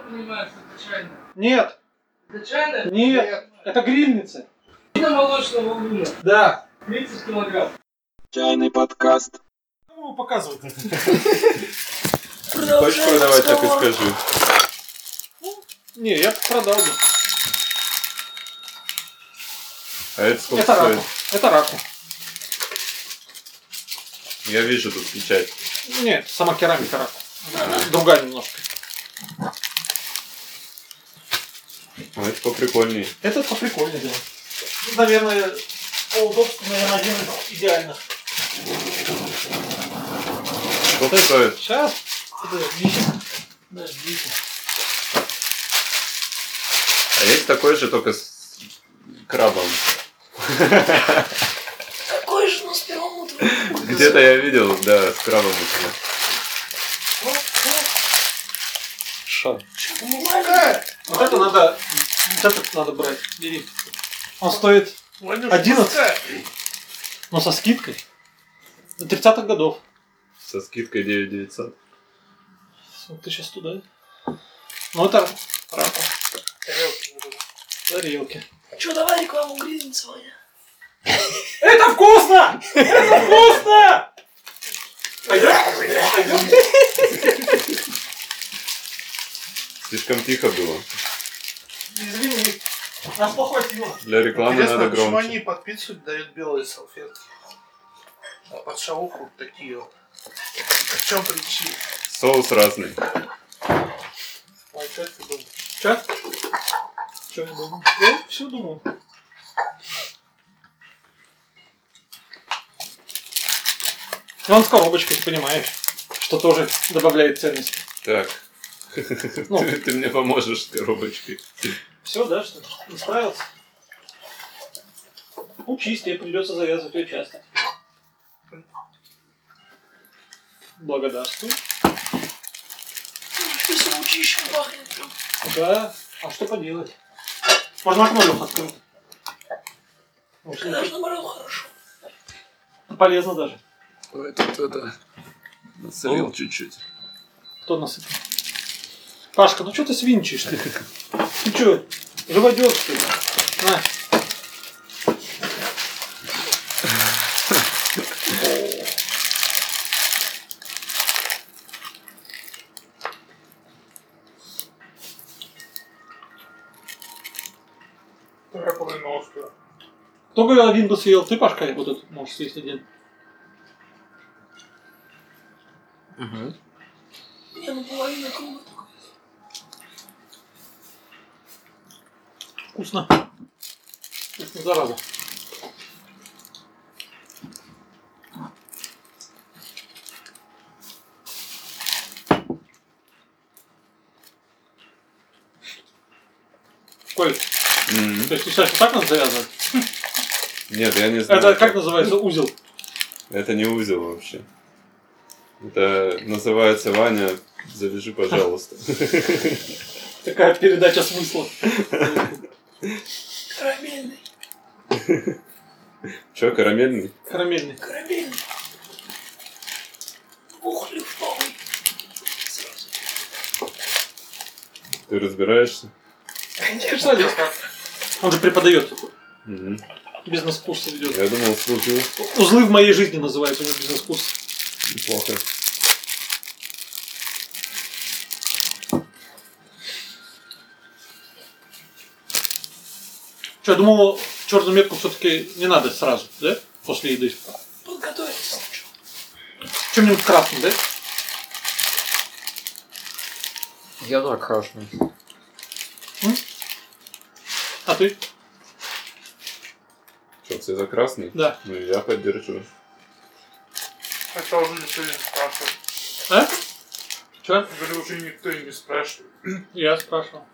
понимается, это чайная. Нет, Это чайная? нет, это грильницы. Это молочного луна. Да. 30 килограмм. Чайный подкаст. Ну, показывают. Хочешь продавать, так и скажи. Не, я продал бы. А это сколько Это стоит? раку. Это раку. Я вижу тут печать. Нет, сама керамика раку. Другая немножко. Ну, это поприкольней. Это поприкольнее дело. Наверное, по удобству, наверное, один из идеальных. Сколько стоит? Сейчас. Подождите. Подождите. А есть такой же, только с крабом. Какой же у нас первому Где-то я видел, да, с крабом. у тебя. Шар. Нормально. Вот это надо, вот этот надо брать. Бери. Он стоит 11, но со скидкой. До 30-х годов. Со скидкой 9900. Вот ты сейчас туда. Ну это раку. Тарелки. Че, давай рекламу Гризни сегодня. Это вкусно! Это вкусно! Пойдем? Пойдем? Слишком тихо было. Извини. У нас плохое пиво. Для рекламы Интересно, надо почему громче. они подписывают, дают белые салфетки? А под шауху такие вот. В чем причина? Соус разный. А что это было? Че? Че я думал? Я все думал. Ну, Он с коробочкой, понимаешь, что тоже добавляет ценности. Так. Ну. Ты ты мне поможешь с коробочкой. Все, да, что ли? справился? Ну, Учись, тебе придется завязывать ее часто. Благодарствую. Ты все учишь, пахнет прям. Да. А что поделать? Можно окно Лёха, открыть. Очень Даже наоборот хорошо. Полезно даже. Это кто-то насолил чуть-чуть. Кто насыпал? Пашка, ну что ты свинчишь ты? Ты что, живодер что ли? На. Раковый нож. Кто говорил, один бы съел? Ты, Пашка, вот этот можешь съесть один. Не, ну половина круга такая. Вкусно. Вкусно, зараза. Коль, М. то есть ты считаешь, что так надо завязывать? Нет, я не знаю. Это как называется узел? Это не узел вообще. Это называется Ваня, завяжи, пожалуйста. Такая передача смысла. Карамельный. Че, карамельный? Карамельный. Карамельный. Двухлифтовый. Сразу. Ты разбираешься? Специалист. Он же преподает. Мгм. Бизнес-курсы ведет. Я думал, служил. Узлы в моей жизни а называется у него бизнес-курс. Неплохо. Че, я думал, черную метку все-таки не надо сразу, да? После еды. Подготовиться лучше. Чем-нибудь красным, да? Я так красный. А ты? Че, цвета красный? Да. Ну, я поддержу. Это уже никто и не спрашивает. А? Че? Говорю, уже никто и не спрашивает. Я спрашивал.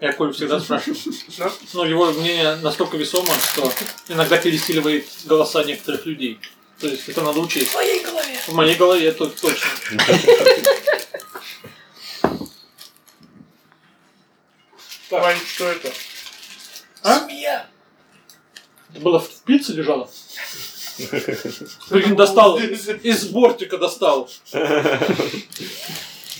Я Колю всегда спрашиваю. Да? Но его мнение настолько весомо, что иногда пересиливает голоса некоторых людей. То есть это надо В учесть. твоей голове. В моей голове это точно. Так. Вань, что это? А? Змея. Это было в пицце лежало? Прикинь, достал. Из бортика достал.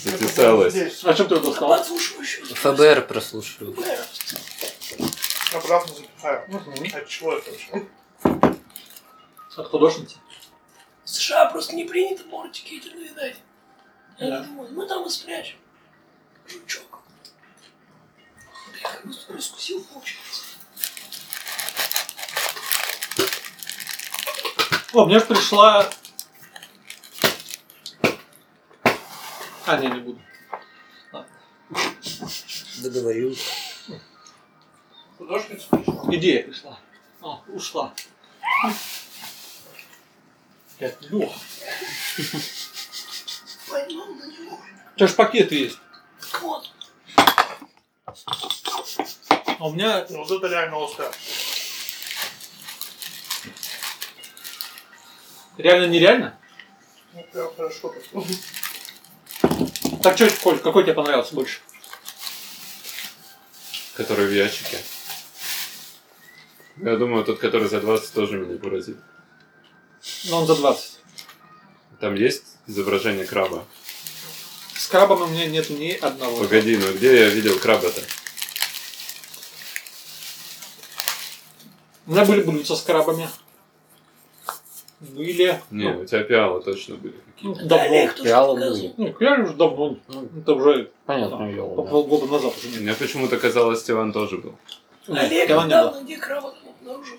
Затесалась. Здесь. А чем ты его А достал? подслушивающий ФБР прослушиваю. Бля, Обратно запихаю. Мгм. От чего это вообще? От художницы. В США А просто не принято бортики эти наедать. Я Да. думаю, мы там и спрячем. Жучок. Я как бы раскусил, получается. О, мне же пришла... А, не, не буду. Договорил. Художница пришла. Идея пришла. О, ушла. Блядь, Лёх. Поймал на него. У тебя же пакет есть. Так вот, А у меня... Ну, Вот это реально острая. Реально нереально? Ну, прям хорошо. Так что, Коль, какой тебе понравился больше? Который в ящике. Я думаю, тот, который за 20, тоже меня поразит. Но Ну, он за 20. Там есть изображение краба? С крабом у меня нету ни одного. Погоди, ну где я видел краба-то? У меня были блюдца с крабами. Были. Не, у тебя пиалы точно были Ну, какие-то. да, давно. Олег тоже Реалы показывал. Ну, я уже давно. Ну, Это уже понятное по дело, да. полгода назад уже не Мне почему-то казалось, Стиван тоже был. Нет, Олег Тайланда не было. недавно где крава там обнаружил.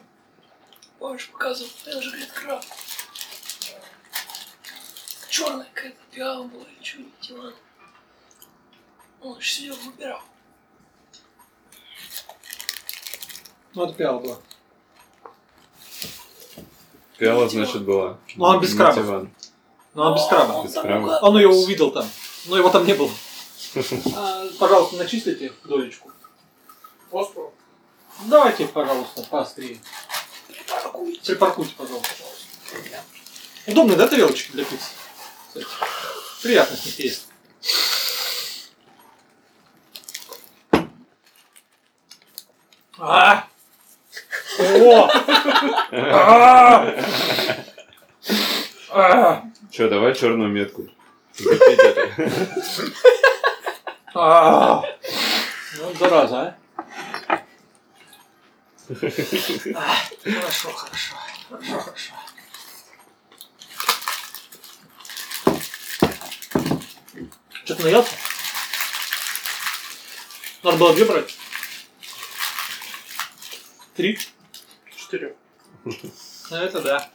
Помнишь, показывал, это же, говорит, краб. Черная какая-то пиала была, или что, не тела. Он еще сидел, выбирал. Ну, это пиала была. Пиала, значит, была. Ну, он без Не краба. Тиван. Но Ну, она без краба. А, А Он, там краба. угад- Он ее увидел там. Но его там не было. А, Пожалуйста, начислите долечку. Острова? Давайте, пожалуйста, поострее. Припаркуйте. Припаркуйте, пожалуйста. Удобные, да, тарелочки для пиццы? Кстати, Приятно с них есть. А! О! А! А! Че, давай черную метку. Запить это. А! Ну, зараза, а. Хорошо, хорошо. Хорошо, хорошо. Что-то наелся? Надо было две брать. Три? Четыре. Ну, это да.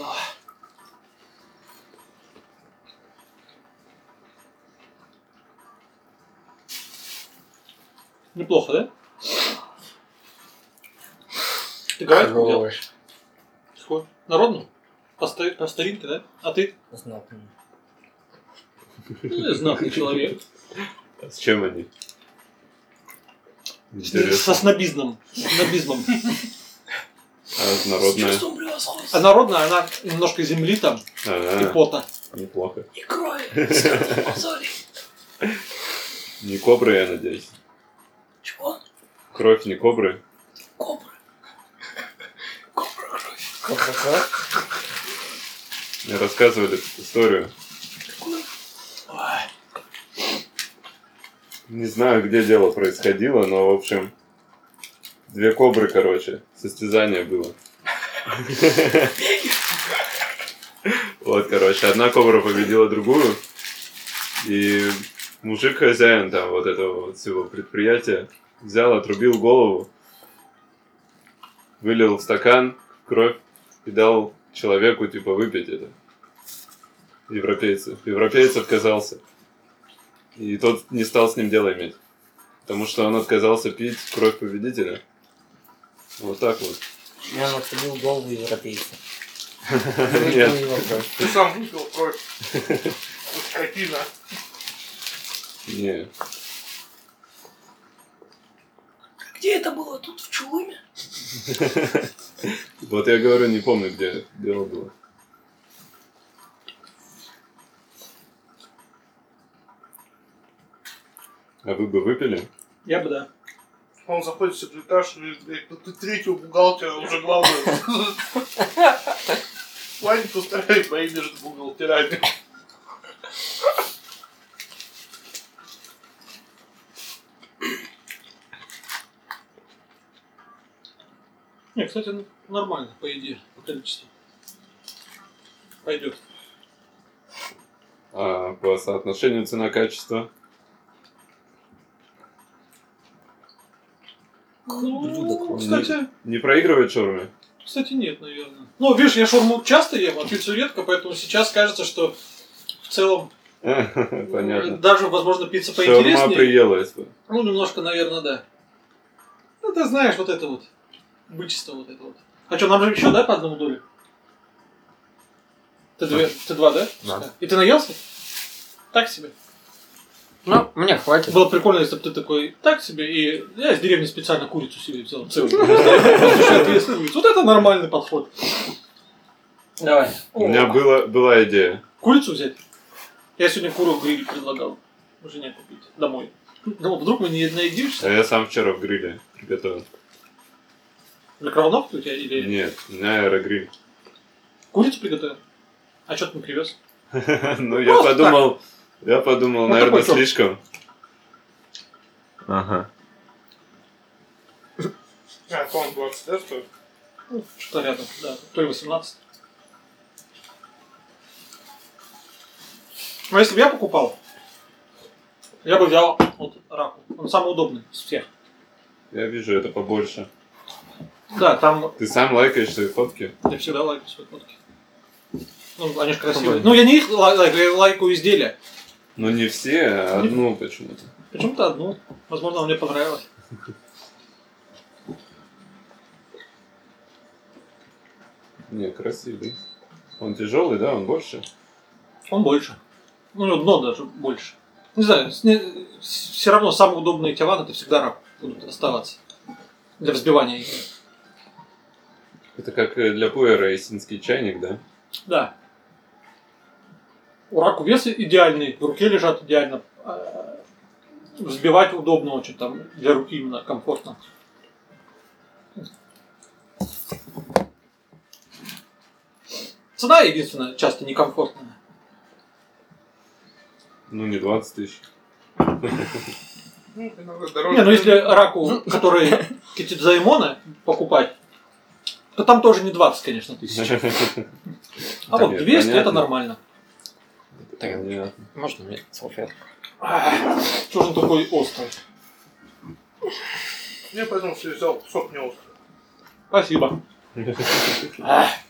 Ох. Неплохо, да? Ты говоришь, делал? Здорово. Какой? Народную? По, ста- по старинке, ну, да? А ты? Знатно. Ну, знатный человек. С чем они? Со Интересно. снобизмом. Снобизмом. А, С народная. чувством превосходства. А народная, она немножко земли там и А, пота. неплохо. И крови. Столько мозолей. Не кобры, я надеюсь. Чего? Кровь не кобры. Кобры. Кобра кровь. Мне рассказывали эту историю. Какую? Не знаю, где дело происходило, но, в общем, две кобры, короче, состязание было. Вот, короче, одна кобра победила другую, и мужик, хозяин там вот этого вот всего предприятия, взял, отрубил голову, вылил в стакан кровь и дал человеку, типа, выпить это. Европейцев. Европеец отказался. И тот не стал с ним дело иметь. Потому что он отказался пить кровь победителя. Вот так вот. Я отходил голову европейца. Нет. Ты сам выпил кровь. Вот Скотина. Не. Где это было? Тут в Чулыме? Вот я говорю, не помню, где дело было. А вы бы выпили? Я бы да. Он заходит в секретарь и говорит, ну ты третьего бухгалтера уже главный. Ваня устраивает мои между бухгалтерами. Не, кстати, н- нормально, по идее, по количеству. Пойдет. А по соотношению цена-качество? Ну, Блюдо кстати, Не проигрывает шаурме? кстати, нет, наверное. Ну, видишь, я шаурму часто ем, а пиццу редко, поэтому сейчас кажется, что в целом э, Понятно. даже, возможно, пицца Шаурма поинтереснее. приелась бы. Ну, немножко, наверное, да. Ну, ты знаешь, вот это вот. Бычество вот это вот. А что, нам же еще, да, по одному долю? Ты, две, ты два, да? Да. И ты наелся? Так себе. Ну, мне хватит. Было прикольно, если бы ты такой, так себе, и я из деревни специально курицу себе взял целую. Просто две курицы. Вот это нормальный подход. Давай. У меня было, была идея. Курицу взять? Я сегодня куру в гриль предлагал. Жене купить. Домой. Думал, вдруг мы не А наедимся? я сам вчера в гриле приготовил. Микроволновку у тебя или Нет, у меня аэрогриль. курицу приготовил? А что ты не привез? Ну, я Просто подумал, я Ну, подумал, наверное, такой чё? слишком. Ага. А, по-моему, 20, да, стоит? Ну, что-то рядом, да. То ли 18. Но если бы я покупал, я бы взял вот раку. Он самый удобный из всех. Я вижу это побольше. Да, там Ты сам лайкаешь свои фотки? я всегда лайкаю свои фотки. Ну, они же красивые. Ну, я не их лай- лайкаю, я лайкаю изделия. Ну, не все, а одну почему-то. Почему-то одну. Возможно, она мне понравилась. Не, красивый. Он тяжелый, да? Он больше? Он больше. Ну, у него дно даже больше. Не знаю, все равно самые удобные тела это всегда рак будут оставаться. Для взбивания их. Это как э, для пуэра эссинский чайник, да? Да. У раку вес идеальный, в руке лежат идеально. А, Взбивать удобно очень, там для руки именно комфортно. Цена единственная, часто некомфортная. Ну, не 20 тысяч. Ну, иногда дороже. Не, ну если раку, который Китидзаймона покупать, то там тоже не 20, конечно, тысяч. А Да вот нет, 200 это понятно. нормально. Понятно. Можно мне салфетку? Что же он такой острый? Я поэтому все взял сок не острый. Спасибо.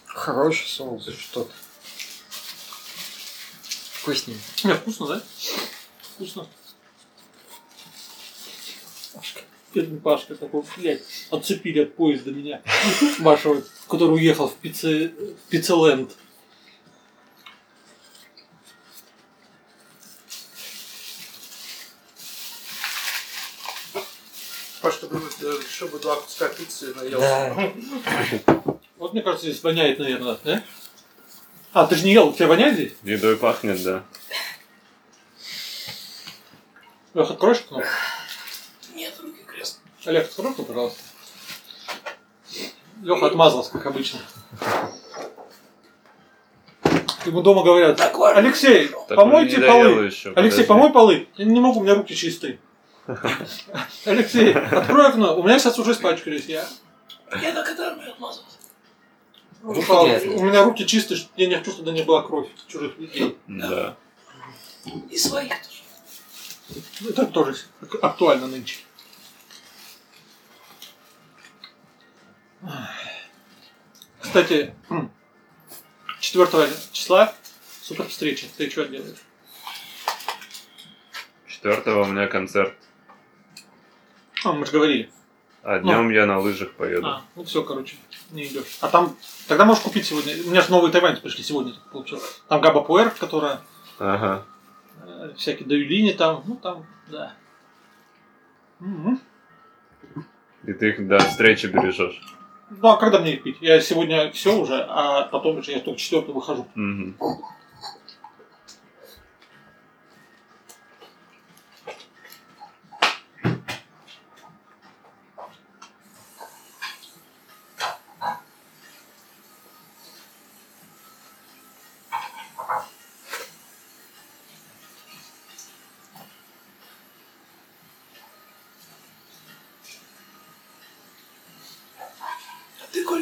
Хороший соус, что-то. Вкусненько. Не, вкусно, да? Вкусно. Бедный Пашка такой, блядь, отцепили от поезда меня. Вашего, который уехал в, пицце, в Пиццеленд. Паш, ты говоришь, э, еще бы два куска пиццы наелся. Да. Вот мне кажется, здесь воняет, наверное, да? А, ты же не ел, у тебя воняет здесь? Едой пахнет, да. Лех, откроешь окно? Нет, руки крест. Олег, открой окно, пожалуйста. Леха отмазался, как обычно. Ему дома говорят, Аквариум. Алексей, Так он помойте не полы. доел еще, Алексей, подожди. помой полы. Я не могу, у меня руки чистые. Алексей, открой окно. У меня сейчас уже испачкались. Я... Я на котором отмазывался. Рука- у меня руки чистые, что- я не хочу, чтобы на них была кровь чужих людей. Да. И своих тоже. Ну, Это тоже актуально нынче. Кстати, 4 числа супер встреча. Ты что делаешь? Четвертого у меня концерт. А, мы же говорили. А днем я на лыжах поеду. Ну. А, ну все, короче, не идешь. А там, тогда можешь купить сегодня. У меня же новые тайваньцы пришли сегодня, так получилось. Там Габа Пуэр, которая Ага. э, всякие даюлини там, ну там, да. Мгм. И ты их до встречи бережешь. Ну а когда мне их пить? Я сегодня все уже, а потом уже я только четвертый выхожу. Мгм.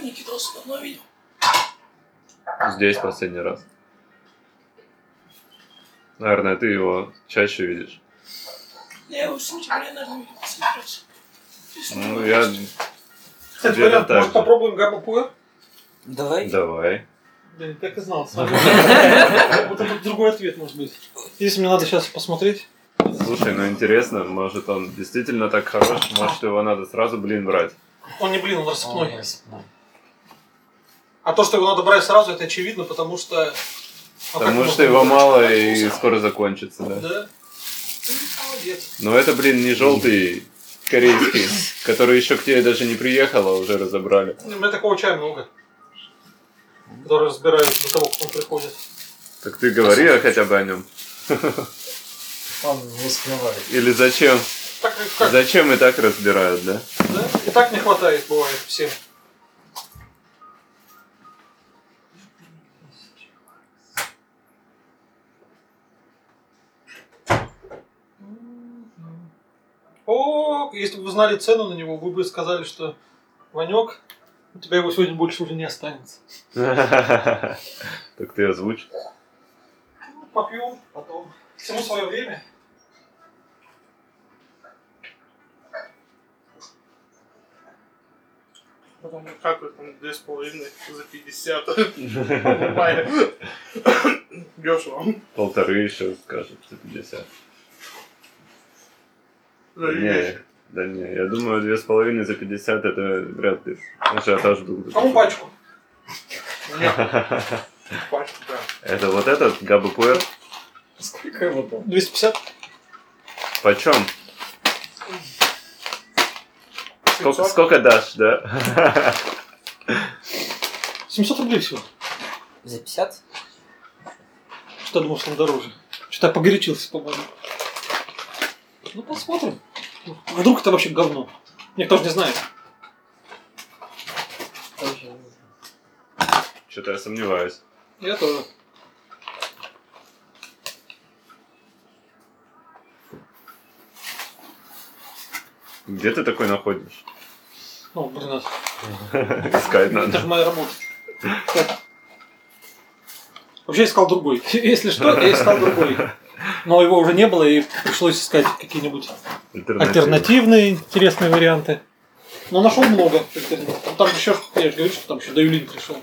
Никитоса давно видел. Здесь последний раз. Наверное, ты его чаще видишь. Я его в сентябре, наверное, видел. в сентябре. Ну, я... Кстати, Где-то вариант, так может же. попробуем габапуэ? Давай. Давай. Блин, как и знал. сразу. Вот это другой ответ может быть. Если мне надо сейчас посмотреть. Слушай, ну интересно, может он действительно так хорош, может его надо сразу, блин, брать. Он не блин, он рассыпной. А то, что его надо брать сразу, это очевидно, потому что... а как Потому можно что его брать? мало и скоро закончится, да. Да. Ты молодец. Но это, блин, не желтый корейский, который еще к тебе даже не приехал, а уже разобрали. Ну, У меня такого чая много. Который разбирают до того, как он приходит. Так ты говори а, хотя бы о нем. Он не скрывает. Или зачем? Так как, Зачем и так разбирают, да? да? И так не хватает, бывает, всем. О, если бы вы знали цену на него, вы бы сказали, что Ванек, у тебя его сегодня больше уже не останется. Так ты озвучь. Ну, попью потом. Всему свое время. Потом как вот там две с половиной за 50. Покупаю. Дешево. Полторы еще скажет, 150. Да не, да не, я думаю, две с половиной за 50 это вряд ли. Ажиотаж был. бы Кому такой. пачку? Ну, Пачку, да. Это вот этот габапуэр. Сколько его там? 250. Почем? Сколько, 700. сколько дашь, да? 700 рублей всего. За 50? Что думал, что он дороже? Что-то я погорячился, по-моему. Ну, посмотрим. А Вдруг это вообще говно. Никто же не знает. Что-то я сомневаюсь. Я тоже. Где ты такой находишь? Ну, блин, это- это Искать же надо. моя работа. Так. Вообще я искал другой. Если что, я искал другой. Но его уже не было, и пришлось искать какие-нибудь альтернативные интересные варианты. Но нашел много альтернатив. Ну, Там еще, я же говорю, что там еще Даюлин пришел.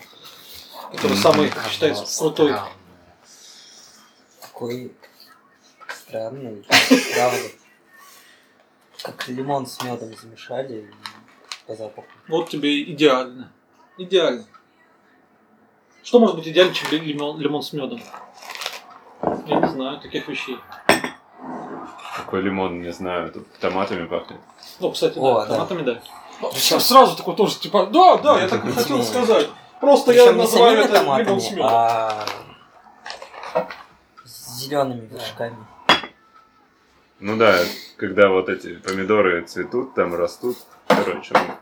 Который самый считается крутой. Такой странный, правда. Как лимон с медом замешали и по запаху. Вот тебе идеально. Идеально. Что может быть идеально, чем ли- лимон, лимон с медом? Я не знаю таких вещей. Какой лимон, не знаю, тут томатами пахнет. Ну, кстати, О, да, да. Ну, томатами, да. Ну, Сразу такой тоже, типа, да, да, я так и хотел сказать. Просто я Причем не называю самими это лимон с томатами, медом. а с зелеными вершками. Ну да, когда вот эти помидоры цветут, там растут. Короче, он-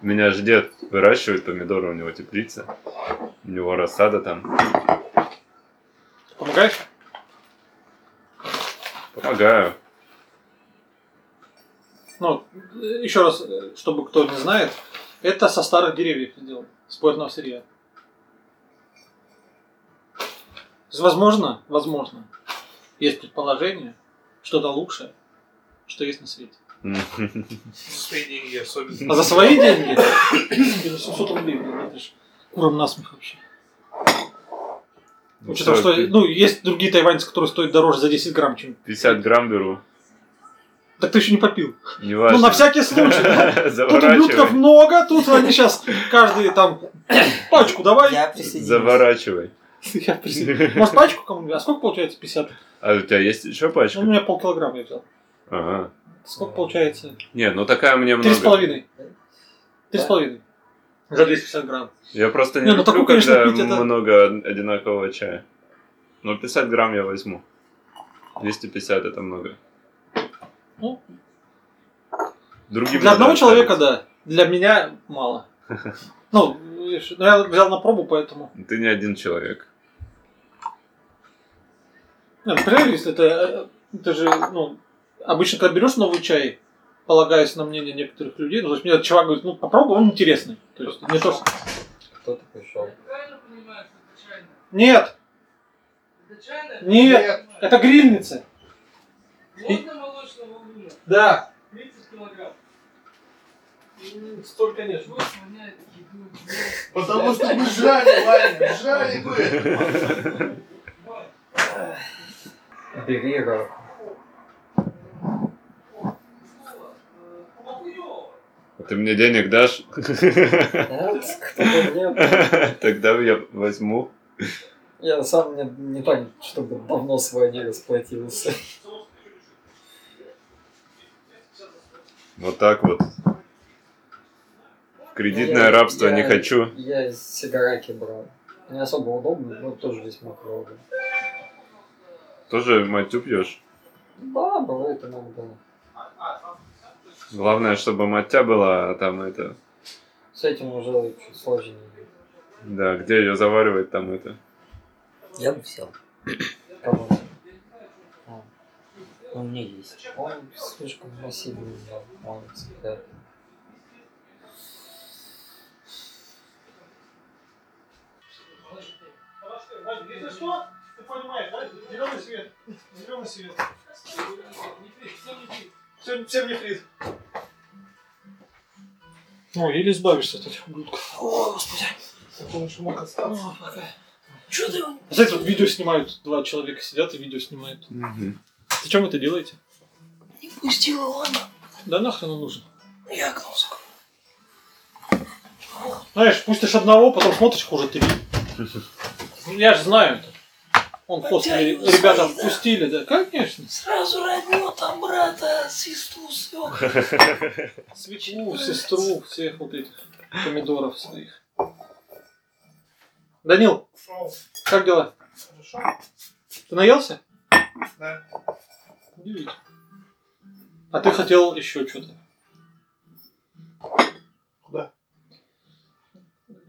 меня ж дед выращивает помидоры, у него теплица. У него рассада там. Помогаешь? Помогаю. Ну, еще раз, э, чтобы кто не знает, это со старых деревьев сделано, сборного сырья. То есть, Возможно, возможно, есть предположение, что-то лучшее, что есть на свете. Мгм. За свои деньги особенно. А за свои деньги, блин, 700 рублей, блин, это ж куром насмех вообще. Учитывая, Всё, что, ну, есть другие тайваньцы, которые стоят дороже за 10 грамм, чем... 50 грамм беру. Так ты еще не попил. Не Ну, на всякий случай, да? Тут ублюдков Заворачивай. много, тут они сейчас каждый там пачку давай. Я присоединился. Заворачивай. Я присоединюсь. Может, пачку кому-нибудь? А сколько получается 50? А у тебя есть еще Ну, у пачка? меня полкилограмма я взял. Ага. Сколько получается? Не, ну такая мне Три много. с половиной. Три с половиной. За 250 грамм. Я просто не, Не, ну люблю, такую, конечно, когда пить это- много од- одинакового чая. Но 50 грамм я возьму. 250 это много. Ну. Другим Для надо одного оставить. человека, да. Для меня мало. Ну, видишь, ну, я взял на пробу, поэтому... Ты не один человек. ну, Не, Например, если это... э, Это же, ну... Обычно, когда берешь новый чай, полагаясь на мнение некоторых людей. Ну, то есть мне этот чувак говорит, ну попробуй, он интересный. То есть не то, что... Кто ты пришел? Я правильно понимаю, что это чайная? Нет, Это чайная? Нет. это грильница. Можно молочного луна? Да. 30 килограмм. Столько нет. Чего сравняет еду? Потому что мы жрали, Ваня, жрали бы. Вань, Бери гороху. слово, э, Хлопуёва. А Ты мне денег дашь? Тогда я возьму. Я сам не, не так, чтобы давно с войны расплатился. Вот так вот. Кредитное рабство не Я- хочу. Я из сигараки брал. Не особо удобно, но тоже здесь много. Тоже матю пьешь? А, Да, бывает иногда. Главное, чтобы матья была, а там это... С этим уже чуть сложнее. Да, где ее заваривать, там это... Я бы взял. Кому? Но у меня есть. Он слишком массивный, да, он всегда. Если что, ты понимаешь, да? Зеленый свет. Зеленый свет. Всем нефрит. Всем, всем нефрит. Ну, или избавишься от этих ублюдков. О, господи. Потому что мог остаться. О, какая. Чё ты его Кстати, вот видео снимают, два человека сидят и видео снимают. Зачем вы это делаете? не пустил Илона? Да нахрен он нужен. Я окно закрыл. Знаешь, пустишь одного, потом смотришь хуже три. Ну, Я же знаю это. Он хост, Подтягивай ребята свои, да. впустили, да? Конечно. Сразу родню там брата, сестру, свекра. Свечу, сестру, всех вот этих помидоров своих. Данил, как дела? Хорошо. Ты наелся? Да. Удивительно. А ты хотел еще что-то? Куда?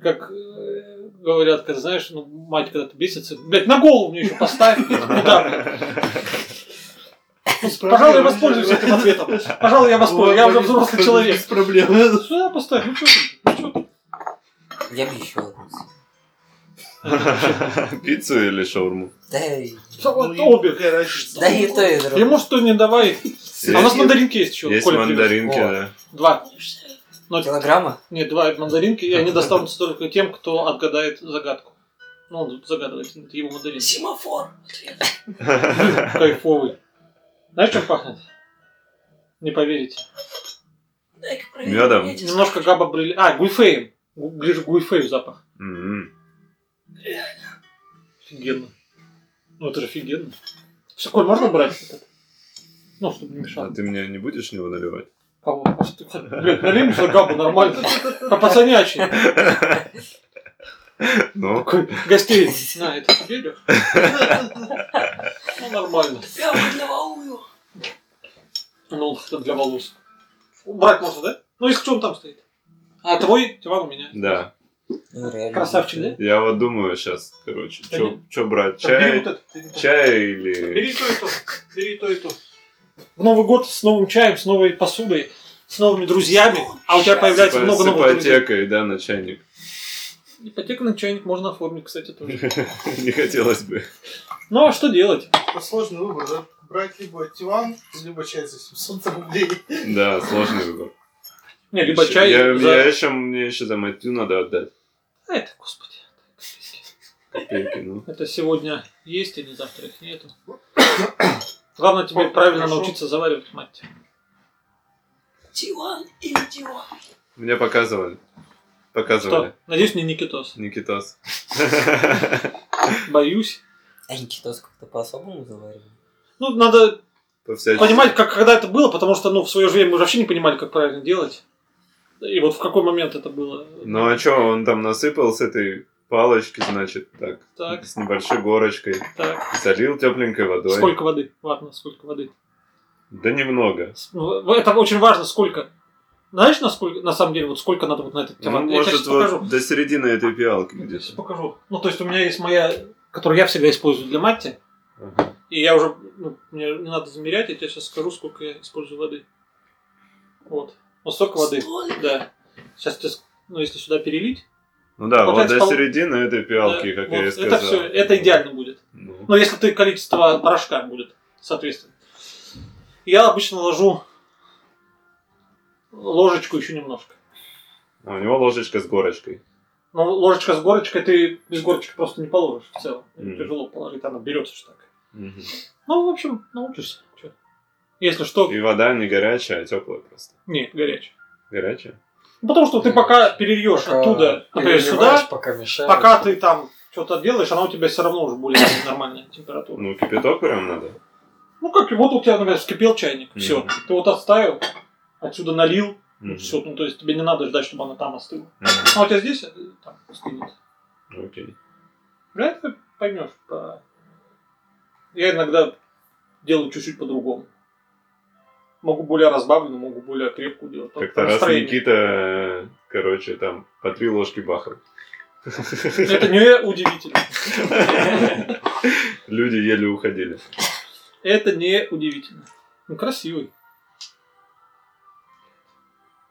Как э, говорят, когда знаешь, ну, мать когда-то бесится, блядь, на голову мне еще поставь, блядь, удар. Пожалуй, я воспользуюсь этим ответом. Пожалуй, я воспользуюсь, я уже взрослый человек. Без проблем. Сюда поставь, ну что ты, ну что ты? Я бы еще одну съел. Пиццу или шаурму? Да, и- Всё, вот Ну, обе. Короче, да и то, и другое. Ему что не давай. А у нас Есть- мандаринки есть еще. Есть Коля привез. мандаринки, О. да. Два. Но- Килограмма? Нет, два мандаринки, и они достанутся только тем, кто отгадает загадку. Ну, он загадывает, это его мандарин. Симафор. Ответ. Кайфовый. Знаешь, чем пахнет? Не поверите. Дай-ка проверим. Мёдом. Я тебе Немножко габа брили. А, гуйфеем. Гу- Ближе к гуйфею запах. Мгм. Офигенно. Ну, это же офигенно. Все, Коль, можно брать? этот? Ну, чтобы не мешало. А ты мне не будешь него наливать? Кого? А что ты, Блядь, налей мне сюда габу нормально. По-пацанячьи. Ну, Такой, Гостей. На, это тебе, Лёх? Ну, нормально. Пявка для Вауила. Ну, это для волос. Брать можно, да? Ну, если что, он там стоит. А твой диван у меня. да. Ну, реально. Красавчик, да? Я вот думаю сейчас, короче, Один. что брать, Так, бери чай? вот этот, бери вот этот. Чай или... Бери то и то. Бери то и то. В Новый год с новым чаем, с новой посудой, с новыми друзьями, а у тебя появляется С много типа с новых друзей. ипотекой, да, на чайник. Ипотека на чайник можно оформить, кстати, тоже. Не хотелось бы. Ну, а что делать? это сложный выбор, да? Брать либо диван, либо чай за 700 рублей. Да, сложный выбор. Не, либо Ещё- чай Я, за... я еще, мне еще за матью надо отдать. А, это, господи. Копейки, ну. Это сегодня есть, а не завтра их нету. Главное тебе правильно Хорошо. научиться заваривать, мать. Диван или диван? Мне показывали. Показывали. Что? Надеюсь, не Никитос. Никитос. Боюсь. А Никитос как-то по-особому заваривал? Ну, надо По всячески. понимать, как когда это было, потому что ну, в свое время мы вообще не понимали, как правильно делать. И вот в какой момент это было. Ну а что, он там насыпал с этой палочки, значит, так, Так, с небольшой горочкой. так. Залил тепленькой водой. Сколько воды? Ладно, сколько воды? Да немного. С- ну, Это очень важно, сколько. Знаешь, насколько, на самом деле, вот сколько надо вот на этот Ну, тема? я сейчас может, покажу. вот до середины этой пиалки Я щас где-то. покажу. Ну, то есть у меня есть моя, которую я всегда использую для матти. Ага. И я уже, ну, мне не надо замерять, я тебе сейчас скажу, сколько я использую воды. Вот. Вот столько воды. Столько? Да. Сейчас ты, с- ну, если сюда перелить, Ну да, вот Получается, до пол- середины этой пиалки, да, как Э, вот, я и сказал. это все, это идеально будет. Ну, Но если ты количество порошка будет, соответственно. Я обычно ложу ложечку еще немножко. а у него ложечка с горочкой. Ну, ложечка с горочкой ты без горочки просто не положишь в целом. Мгм. Тяжело положить, она берется же так. Мгм. Ну, в общем, научишься. Чё? Если что, И вода не горячая, а теплая просто. не, горячая. Горячая? Ну, Потому что ты пока перельешь Пока оттуда, например, переливаешь, сюда, пока мешаешь. пока ты там что-то делаешь, она у тебя все равно уже более нормальная температура. Ну, кипяток прям надо. Ну, как и вот у тебя, например, вскипел чайник, Мгм. все, ты вот отставил, отсюда налил, Мгм. все, ну, то есть тебе не надо ждать, чтобы она там остыла. Мгм. А у тебя здесь э, там стынет. Окей. Вряд ли поймешь. по- Я иногда делаю чуть-чуть по-другому. Могу более разбавленную, могу более крепкую делать. по- Как-то по раз настроению. Никита, э, короче, там по три ложки баха. Это не удивительно. Люди еле уходили. Это не удивительно. Ну, красивый.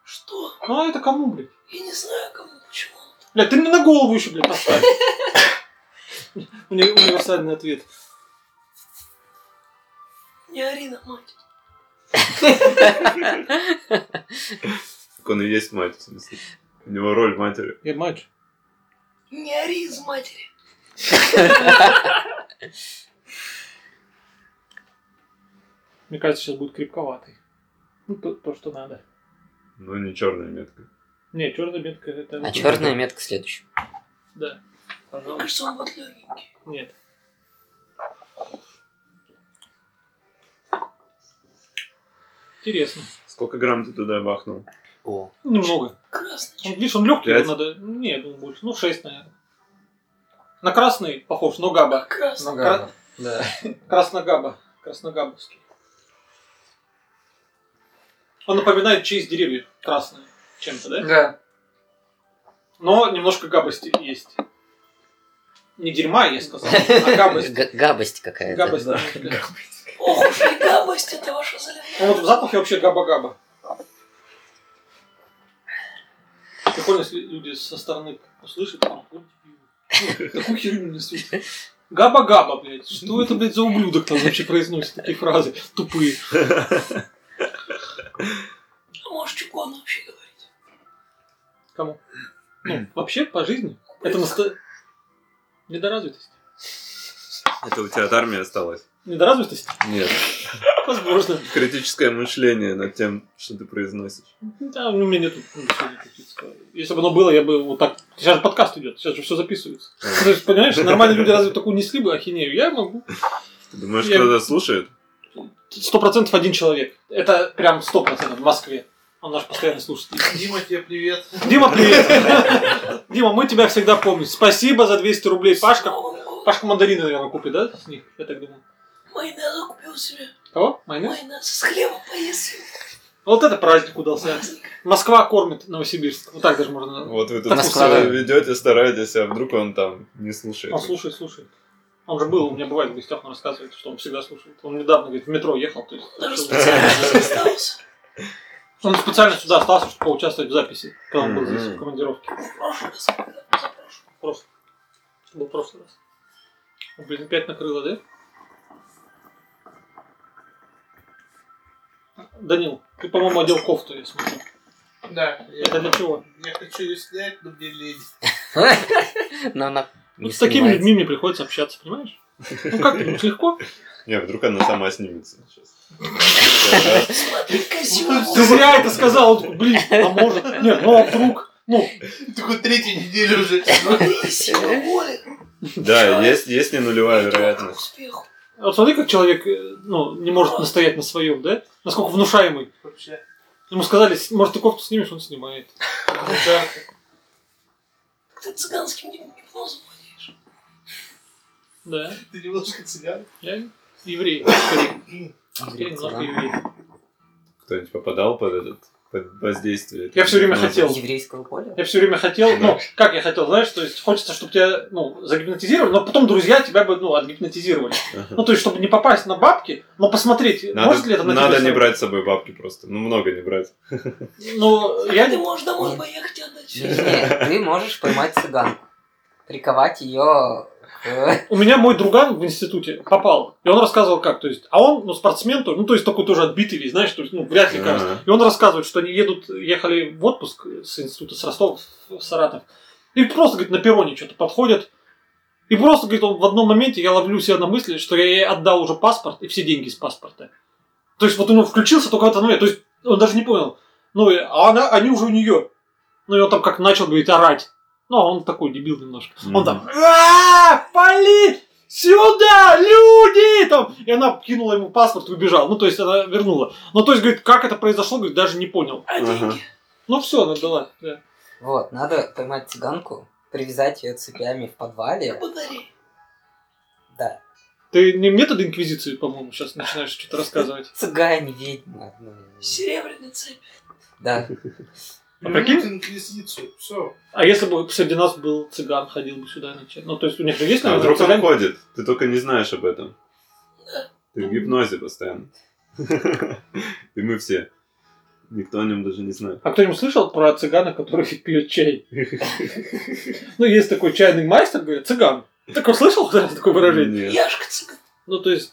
Что? Ну, а это кому, блядь? Я не знаю, кому, почему. Бля, ты мне на голову еще, блядь, поставь. У меня универсальный ответ. Не ори на мать. Так он и есть мать, в смысле. У него роль матери. Я мать. Не ори из матери. Мне кажется, сейчас будет крепковатый. Ну, то, то, что надо. но не черная метка. Не, черная метка это... А черная метка следующая. Да. Мне Пожалуйста. кажется, он вот легенький. Нет. Интересно. Ну, Сколько грамм ты туда бахнул? О, Немного. Красный. Он, видишь, он легкий, Пять? надо. Не, я думаю, больше. Ну, 6, наверное. На красный похож, но габа. Красный. Ну, гадно. Да. Красногаба. Красногабовский. Он напоминает честь деревьев красные чем-то, да? Да. Но немножко габости есть. Не дерьма, я сказал, а габость. г- габость какая-то. Габость. Да. немножко. Ох уж и габость это ваша заливная. Ну вот в запахе вообще габа-габа. Прикольно, если люди со стороны услышат, там, «Ой, дебилы». Ну, такую херню несут. Габа-габа, блядь. Что это, блядь, за ублюдок там вообще произносит такие фразы тупые? А может, чугун вообще говорит. Кому? Ну, вообще, по жизни. Это наста... Недоразвитость. Это у тебя от армии осталось? Недоразвитость? Нет. Возможно. Критическое мышление над тем, что ты произносишь. Да, у меня нету мышления критического. Если бы оно было, я бы вот так... Сейчас же подкаст идет, сейчас же все записывается. Ну, то есть, понимаешь, нормальные люди разве такую несли бы ахинею? Я могу Ты думаешь, Я- кто-то слушает? Сто процентов один человек. Это прям сто процентов в Москве. Он наш постоянный слушатель. Дима, тебе привет. Дима, привет! Дима, мы тебя всегда помним. Спасибо за 200 рублей. С Пашка, Новым годом. Пашка мандарины, наверное, купит, да, с них? Я так думаю. Майонеза купил себе. Кого? Майонез? Майонез с хлебом поесть. Вот это праздник удался. Москва кормит Новосибирск. Вот так даже можно. Вот вы тут Она все складывает. ведете, стараетесь, а вдруг он там не слушает. Он А слушает, слушает. Он же был, у меня бывает в гостях, он рассказывает, что он всегда слушает. Он недавно, говорит, в метро ехал. То есть, Даже решил- специально здесь остался. Он специально сюда остался, чтобы поучаствовать в записи, когда он был Мгм. здесь, в командировке. В прошлый раз, когда позапрошлый. Просто. Был в прошлый раз. О, Блин, опять накрыло, да? Данил, ты, по-моему, одел кофту, я смотрю. Да, я, Это для чего? я хочу ее снять, но мне лень. Но она Ну, не с такими снимается. людьми мне приходится общаться, понимаешь? Ну как ты, думаешь, легко? Не, вдруг она сама снимется сейчас. Смотри, козёл. Ты Ну, зря это сказал, он такой, блин, а может? Нет, ну а вдруг? Ну, Такой третью неделю уже. Смотри, сила воли. Да, есть, есть не А, нулевая Идёт к вероятность. успеху. вот смотри, как человек, э, ну, не может настоять на своем, да? Насколько внушаемый. Вообще. Ему сказали, «С- может, ты кофту снимешь, он снимает. Ну да. Как Ты цыганским гипнозом. Да, Ты немножко цыган. я еврей. скорее. Я Говорит, немножко «Да». еврей. Кто-нибудь попадал под этот под воздействие. Я все время хотел. Еврейского поля? Я все время хотел, ну, как я хотел, знаешь, то есть хочется, чтобы тебя, ну, загипнотизировали, но потом друзья тебя бы, ну, отгипнотизировали. Ага. Ну, то есть, чтобы не попасть на бабки, но посмотреть, может ли это Надо, на надо тебя не сработать. брать с собой бабки просто. Ну, много не брать. Ну, я Ты не... можешь домой поехать и отдать всё. Не, ты можешь поймать цыганку. Приковать ее к... У меня мой друган в институте попал, и он рассказывал как, то есть, а он, ну, спортсмен, то, ну, то есть, такой тоже отбитый весь, знаешь, то есть, ну, вряд ли кажется. Ага. И он рассказывает, что они едут, ехали в отпуск с института, с Ростова в Саратов, и просто, говорит, на перроне что-то подходят, и просто, говорит, он в одном моменте я ловлю себя на мысли, что я ей отдал уже паспорт и все деньги с паспорта. То есть, вот он включился только в этот момент, то есть, он даже не понял. Ну, и- а она, они уже у нее. Ну, и он там как начал, говорит, орать. Ну, а он такой дебил немножко. Он Мгм. там, «А, пали! Сюда, люди! Там, и она кинула ему паспорт и убежала. Ну, то есть, она вернула. Ну, то есть, говорит, как это произошло, говорит, даже не понял. А Ага. деньги? Ну, все, она дала. да. Вот, надо поймать цыганку, привязать ее цепями в подвале. Подари. Да. Ты не методы инквизиции, по-моему, сейчас начинаешь что-то рассказывать. Цыгане, ведьма. одно из- Серебряная цепь. Да. А прикинь? Вернуть инквизицию. Все. А если бы среди нас был цыган, ходил бы сюда ночевать? Ну, то есть, у них же есть, А наверное, вдруг он цыгане? ходит? Ты только не знаешь об этом. Ты в гипнозе постоянно. И мы все. Никто о нем даже не знает. А кто-нибудь слышал про цыгана, который пьет чай? Ну, есть такой чайный мастер, говорят, цыган. Так он слышал хоть раз такое выражение? Нет. Яшка цыган. Ну, то есть...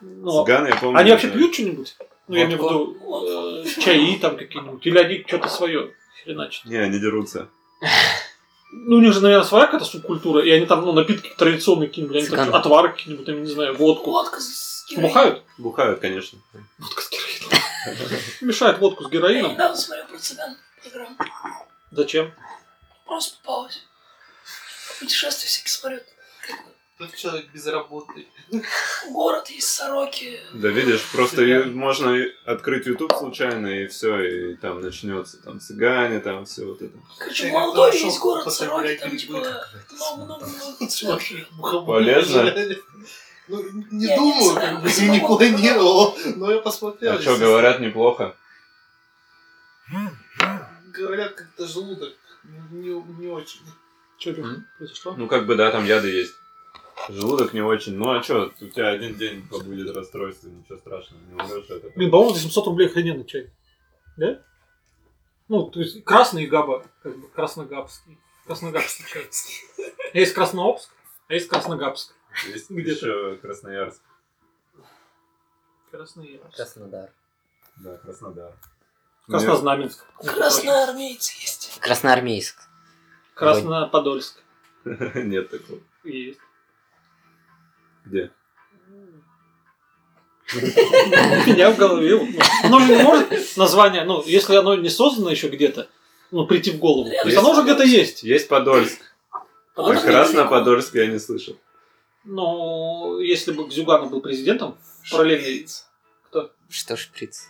ну, Цыганы, я помню. Они вообще да. пьют что-нибудь? Ну, я имею в Водку. виду э, чаи там какие-нибудь. Или они что-то свое хреначат. Не, они дерутся. Ну, у них же, наверное, своя какая-то субкультура, и они там, ну, напитки традиционные какие-нибудь, они там Цыганы. отвары какие-нибудь, там, не знаю, водку. Водка с героином. Бухают? Бухают, конечно. Водка с героином. Мешает водку с Я героином. недавно смотрел про цыган программу. Зачем? Просто попалась. Путешествия всякие смотрят. Тут человек без работы. Город есть сороки. Да видишь, просто и- можно и открыть YouTube случайно, и все, и там начнется там цыгане, там все вот это. Короче, в Я Молдове нашел есть город фото, сороки. блядь, Там грибы. типа много-много-много Слушай, бухом Полезно? блядь. Ну, не Я не думаю, знаю, как бы, почему и не он планировал, но я посмотрел. А что, говорят, неплохо. Говорят, как-то желудок не, не очень. Что там произошло? Ну как бы да, там яды есть. Желудок не очень. Ну а что, у тебя один день побудет расстройство, ничего страшного, не умрешь от этого. Блин, по-моему, за 700 рублей охрененный чай. Да? Ну, то есть красный габа, как бы красногабский. Красногабский чай. Есть Краснообск, а есть Красногабск. Есть Где-то. еще Красноярск. Красный... Краснодар. Да, Краснодар. Краснознаменск. Красноармейцы есть. Красноармейск. Красноподольск. Нет, нет такого. Есть. Где? У меня в голове. вот, ну, Оно же не может название, ну, если оно не создано еще где-то, ну, прийти в голову. То есть Есть. оно уже где-то есть. Есть Подольск. Подольск А Как Красноподольск я не слышал. Но если бы Зюганов был президентом, параллельно... Что шприц?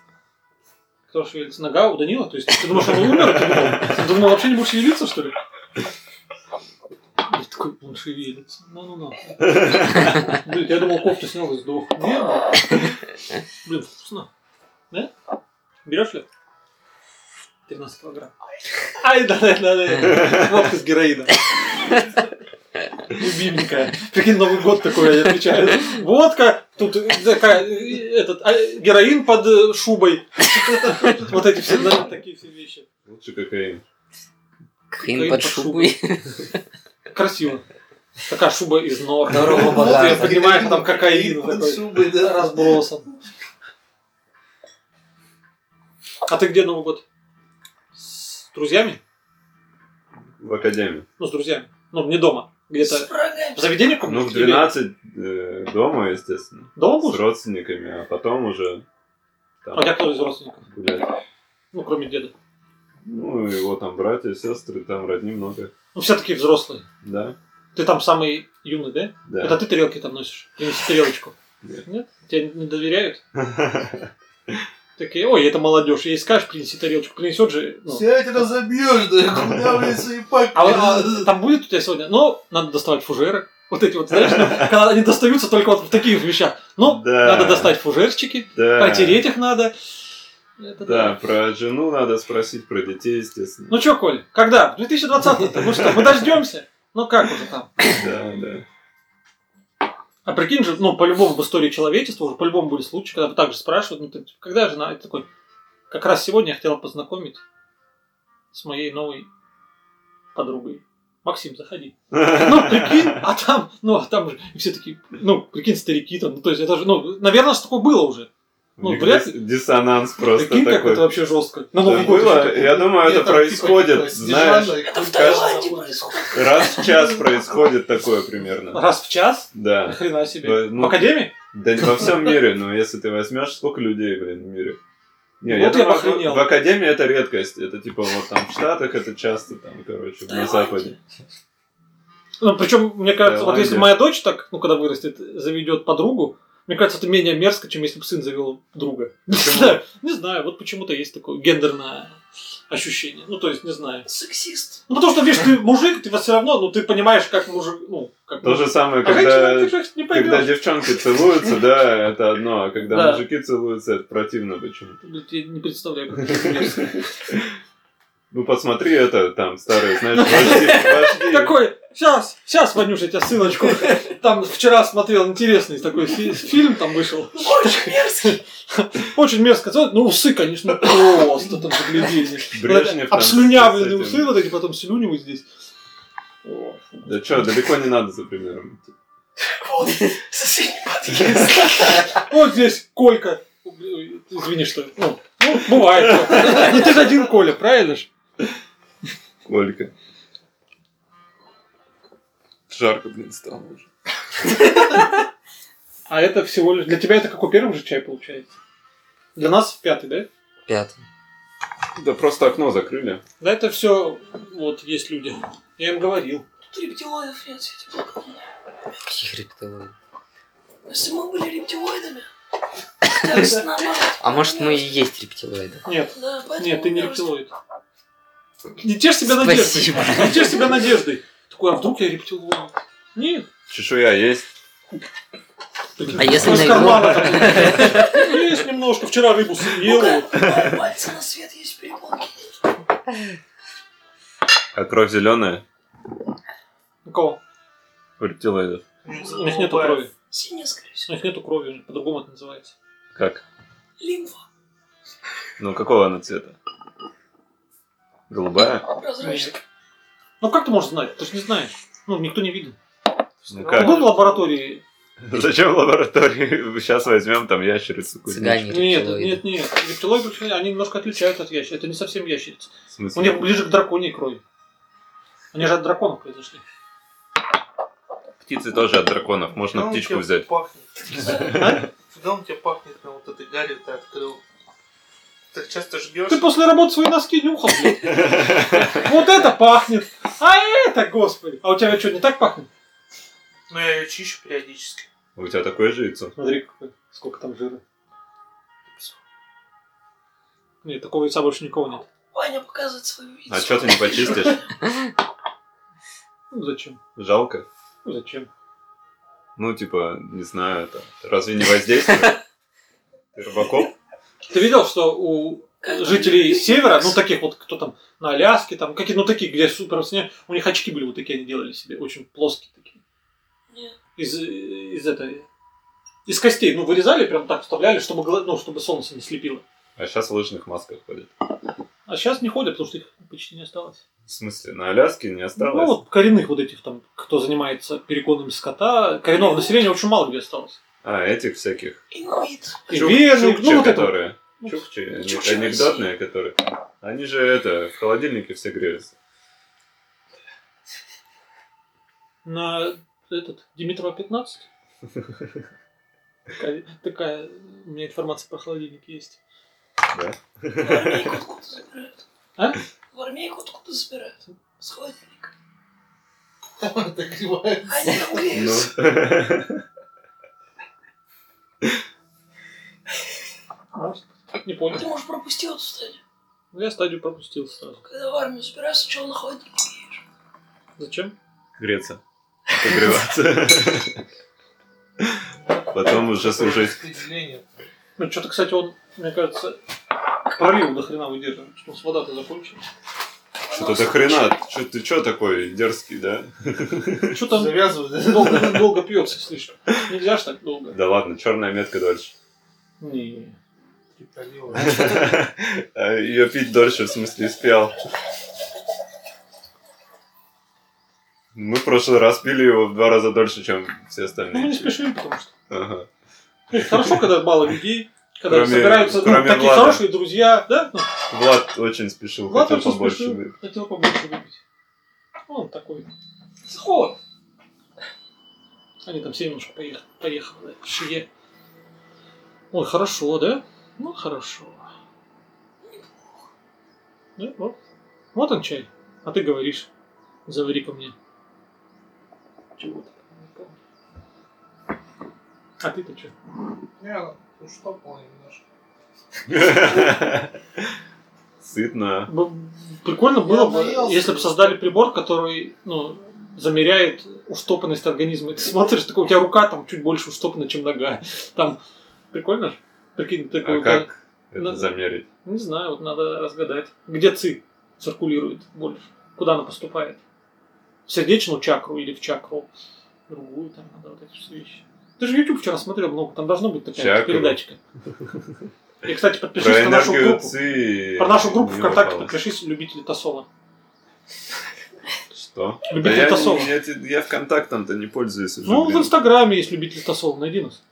Кто шевелится? Нога у Данила? То есть ты думаешь, он умер? Ты думал? Ты думал, вообще не будешь шевелиться, что ли? Я такой, он шевелится. Ну-ну-ну. Блин, я думал, кофту снял и сдох. Нет. Блин, вкусно. Да? Берешь ли? 13 килограмм. Ай, да, да, да, да. Водка с героином. Любименькая. Прикинь, Новый год такой, они отвечают. Водка, тут э, такая, э, этот, а, героин под э, шубой. Вот эти все, да, такие все вещи. Лучше кокаин. Кхин Кокаин под под шубой. Красиво. Такая шуба из нор. Здорово, Вот я богато. понимаю, там кокаин под такой. шубой, да. разбросан. А ты где Новый год? С друзьями? В академии. Ну, с друзьями. Ну, не дома. С Где-то врагами. в заведении Ну, каком-нибудь? в Или 12 э, дома, естественно. Дома С будешь? родственниками, а потом уже там А у тебя кто из родственников? гулять. Ну, кроме деда. Ну, его там братья, сестры, там родни много. Ну, все такие взрослые. Да? Ты там самый юный, да? Да. Это а ты тарелки там носишь? Принеси тарелочку. Нет. Нет? Тебе не доверяют? Такие, ой, это молодежь. Ей скажешь, принеси тарелочку. Принесет же... ну. Тебя тебя разобьешь, да, куда, блядь, свои паки. А вот, а, там будет у тебя сегодня? Ну, надо доставать фужеры. Вот эти вот, знаешь, ну, когда они достаются только вот в таких вещах. Ну, Да. надо достать фужерчики, Да. протереть их надо. Это Да, про жену надо спросить, про детей, естественно. Ну чё, Коль, когда? В 2020-то? Ну что, мы дождемся? Ну как уже там? Да, да. А прикинь же, ну, по-любому в истории человечества уже по-любому были случаи, когда также спрашивают, ну, ты когда жена? И ты такой, как раз сегодня я хотел познакомить с моей новой подругой. Максим, заходи. Ну, прикинь, а там, ну, а там же, и все такие, ну, прикинь, старики там, ну, то есть это же, ну, наверное, что такое было уже. Ну, У них вряд дис- Диссонанс просто прикинь, как это такой. вообще жестко. Ну, На Да Новый год было, еще такое. я думаю, это Нет, там типа, происходит, типа, знаешь, дежурный, Это в кажется, Таиланде происходит. раз в час происходит такое примерно. Раз в час? Ни Да. хрена себе. Да, В ну, академии? Да не во всем мире, но если ты возьмешь, сколько людей, блин, в мире? Не, я Ну, Вот я думаю, охренел. в академии это редкость. Это типа вот там в Штатах это часто, там, короче, на Таиланде. Западе. Ну, причем, мне кажется, вот Таиланде. если моя дочь так, ну, когда вырастет, заведет подругу, мне кажется, это менее мерзко, чем если бы сын завел друга. Не Почему? знаю, не знаю, вот почему-то есть такое гендерное ощущение. Ну, то есть, не знаю. Сексист. Ну, потому что, видишь, ты мужик, ты все равно, ну, ты понимаешь, как мужик, ну, как То мужик. же самое, А женщина, когда ты же не Когда поймешь. девчонки целуются, да, это одно, а когда Да. мужики целуются, это противно почему-то. Я не представляю, как это мерзко. Ну посмотри это там старые, знаешь, вожди, вожди. Такой, сейчас, сейчас, Ванюша, я тебя ссылочку. Там вчера смотрел интересный такой фи- фильм, там вышел. Очень Ну, мерзкий. Очень мерзко смотрит, ну усы, конечно, просто там заглядели. Брежнев там Обслюнявленные с этим. усы, вот эти потом слюнивают здесь. Да чё, далеко не надо за примером. идти. Вот. Соседний подъезд. Вот здесь Колька. Извини, что... Ну, ну, бывает. Ну, ты же один Коля, правильно же? Колька. Жарко, блин, стало уже. А это всего лишь... Для тебя это какой первый же чай получается? Для нас пятый, да? Пятый. Да просто окно закрыли. Да, это все вот есть люди. Я им говорил. Тут рептилоидов нет, типа. Сетя. Каких рептилоид? Если мы были рептилоидами, так с нами- А может мы и есть рептилоиды? Нет, Да, поэтому нет, ты не я рас- рептилоид. Не тешь себя надеждой. Спасибо. Не тешь себя надеждой. Такой, а вдруг я рептилоид? Нет. Чешуя есть. А если Из на кармана там. Есть немножко, вчера рыбу съел. Ну-ка, пал- пальцы на свет есть перепонки. А кровь зеленая У кого? у рептилоидов. У них нету крови. Синяя, скорее У всего. них нету крови, по-другому это называется. Как? Лимфа. Ну какого она цвета? Голубая? Прозрачная. Ну как ты можешь знать? Ты же не знаешь. Ну, никто не видел. Ты Ну как? был в лаборатории? Зачем в лаборатории? Сейчас возьмем там ящерицу. кузнечную. Цыгане Нет, рептилоиды. нет, нет. Рептилоиды, вообще, они немножко отличаются от ящериц. Это не совсем ящерица. В смысле? У них ближе к драконьей крови. Они же от драконов произошли. Птицы тоже от драконов, можно птичку взять. А? А? Пахнет. Когда он тебе пахнет на вот этой гарри ты открыл? Так часто жгешь? Ты после работы свои носки нюхал, блядь. Вот это пахнет. А это, господи. А у тебя что, не так пахнет? Ну я ее чищу периодически. У тебя такое же яйцо? Смотри, какой- сколько там жира. Нет, такого яйца больше никого нет. Ваня показывает свою яйцо. А что ты не почистишь? Ну, зачем? Жалко. Ну, зачем? Ну, типа, не знаю, это разве не воздействует? Ты рыбаков? Ты видел, что у Как жителей ты- севера, ну таких вот, кто там на Аляске, там какие, ну такие, где супер снег, у них очки были вот такие, они делали себе, очень плоские такие. Нет. Из, из этой, из костей, ну вырезали, прям так вставляли, чтобы, гла- ну, чтобы солнце не слепило. А сейчас в лыжных масках ходят. А сейчас не ходят, потому что их почти не осталось. В смысле, на Аляске не Ну осталось? вот коренных вот этих там, кто занимается перегонами скота, коренного населения очень мало где осталось. А, этих всяких. Инуит. И Чук- вены, чукчи, ну вот это. которые. Чукчи, они- Чукчи анекдотные, которые. Они же это, в холодильнике все греются. на этот Димитрова 15. Такая, такая у меня информация про холодильник есть. В армейку откуда забирают. А? В армейку откуда забирают. С холодильника. Это кривая. Они там Ну. греются. Может, не Ты понял. можешь пропустил эту стадию. Ну, Я стадию пропустил сразу. Когда в армию забирают, сначала на холодильник греешь. Зачем? Греться. Согреваться. Потом уже служить. Распределение. Ну, что-то, кстати, он, мне кажется, пролил до хрена выдерживает, что с вода-то закончилась. Что-то до хрена. Чё, ты чё такой дерзкий, да? Что там долго, долго пьется, слышно. Нельзя ж так долго. Да ладно, черная метка дольше. Не. Ее пить дольше, в смысле, спел. Мы в прошлый раз пили его в два раза дольше, чем Ну, мы все не остальные. спешим, потому что Ага. ну, хорошо, когда мало людей, когда Кроме- собираются ну, кроме такие Влада. хорошие друзья, да? Ну, Влад очень спешил, Влад хотел очень побольше спешил. выпить. хотел побольше выпить. Ну, Он такой. Сход. Они там все немножко поехали, поехали. да, шие. Ой, хорошо, да? Ну, хорошо. Да, вот. Вот он чай. А ты говоришь, завари ко мне. Чего ты? Не помню. А ты-то что? Я ну что понял немножко. Сытно. Бы- Ну, Прикольно было бы, если бы создали прибор, который ну, замеряет уштопанность организма. И ты смотришь, такой, у тебя рука там чуть больше уштопана, чем нога. Там прикольно ж? Прикинь, такой, А да. как Ну, это замерить? Не знаю, вот надо разгадать. Где ци циркулирует больше? Куда она поступает? В сердечную чакру или в чакру? Другую там надо вот эти все вещи. Ты же YouTube вчера смотрел много, там должна быть такая Чакру. передачка. И, кстати, Про подпишись на нашу энергию группу. ЦИ... Про нашу группу не ВКонтакте попалось. подпишись, любители Тосова. Что? Да Любитель я, тосол. не- я, те- я ВКонтактом-то не пользуюсь уже, Ну, в блин. Инстаграме есть любитель тосол, найди нас.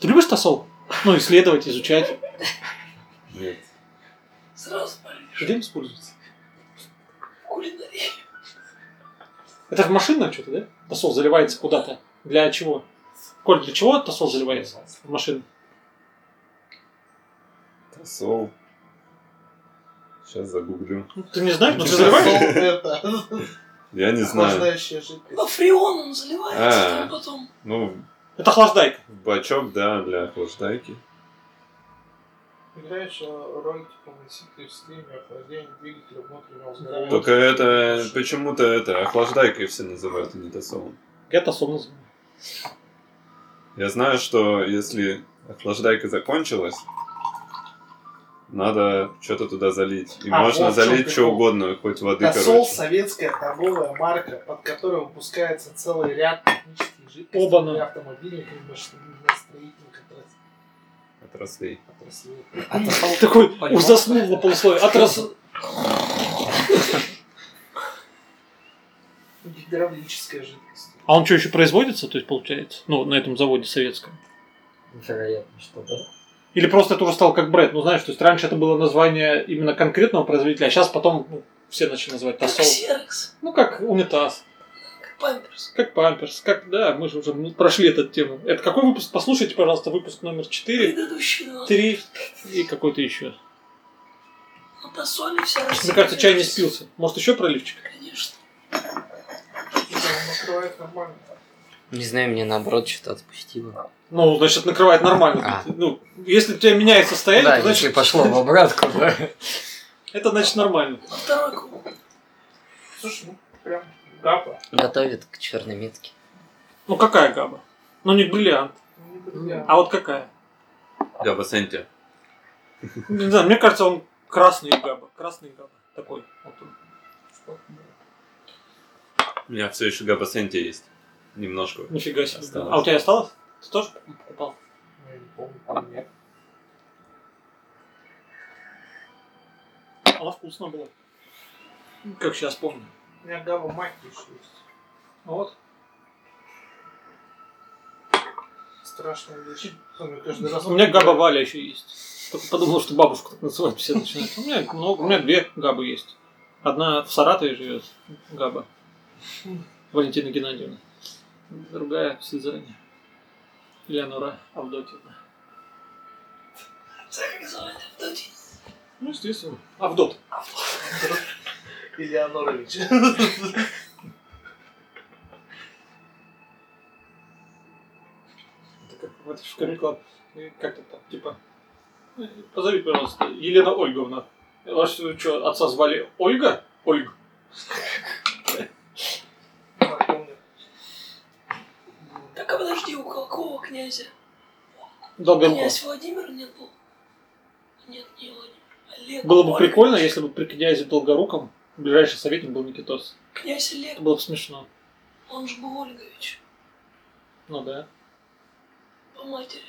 Ты любишь тосол? Ну, исследовать, изучать. Нет. Сразу полюбишь Где он используется? кулинарий. Это же машина что-то, да? Тосол заливается куда-то. Для чего? Коль, для чего тосол заливается в машину? Тосол. Сейчас загуглю. Ну, ты не знаешь, но ты заливаешь? Это Я не знаю. охлаждающая жидкость. Но фреон он заливается, А. там потом Ну, Это охлаждайка. в бачок, да, для охлаждайки. Играешь роль типа носитель в стриме, охлаждение двигателя внутреннего сгорания. Только это почему-то это охлаждайкой все называют, а не тосолом. Я тосол называю. Я знаю, что если охлаждайка закончилась, надо что-то туда залить. И А, можно вот в чём залить что прикол. угодно, хоть воды, Тосол – короче. советская торговая марка, под которой выпускается целый ряд технических жидкостей Оба-на. ну. для автомобильных и машиностроительных отрас- Отраслей. отраслей. А Такой По-любому. уж заснул на полусловие. Отрас... Гидравлическая жидкость. А он что, еще производится, то есть, получается? Ну, на этом заводе советском. Вероятно, что да. Или просто это уже стало как бренд? Ну, знаешь, то есть раньше это было название именно конкретного производителя, а сейчас потом ну, все начали называть как тосол. ксерокс, Ну, как унитаз, как памперс. как памперс, как... Да, мы же уже ну, прошли эту тему. Это какой выпуск? Послушайте, пожалуйста, выпуск номер 4, Предыдущий но 3 и какой-то еще. на тосоле вся Россия. Мне кажется, чай не спился. Может, еще проливчик? Конечно. Он накрывает нормально. Не знаю, мне наоборот что-то отпустило. Ну, значит, накрывает нормально. А. Ну, если у тебя меняет состояние, Да, то если значит, пошло в обратку, да. это значит нормально. На второй круг. Слушай, ну прям гапа. Готовит к черной метке. Ну, какая габа? Ну, не бриллиант. Ну, не бриллиант. А вот какая? Да, Басенте. Не знаю, мне кажется, он красный габа. Красный габа. Такой. Вот он. У меня все еще Габасенте есть. Немножко. Нифига себе. Осталось. А у тебя осталось? Ты тоже покупал? Я не помню, там нет. Она вкусная была. Ну, Как сейчас помню. У меня гава мать еще есть. Вот. Страшная вещь. Помню, каждый раз... У меня габа Валя еще есть. Только подумал, что бабушку так называют все начинают. У меня их много, у меня две габы есть. Одна в Саратове живет, габа. Валентина Геннадьевна. Другая в Сызрани. Элеонора Авдотьевна. Так как звали Авдотья. Ну, естественно. Авдот. Элеонорович. Это как в этой школе клад. И Как-то там, типа, «Э, позови, пожалуйста, Елена Ольговна. Вас что, отца звали Ольга? Ольга. Я помню. Так а подожди, у какого князя? Долгоруков. Князь Владимир нет был. Нет, не Владимир. Олег Было бы Борисович. прикольно, если бы при князе Долгоруком ближайший советник был Никитос. Князь Олег, Это было бы смешно. он же был Ольгович, Ну да. по матери.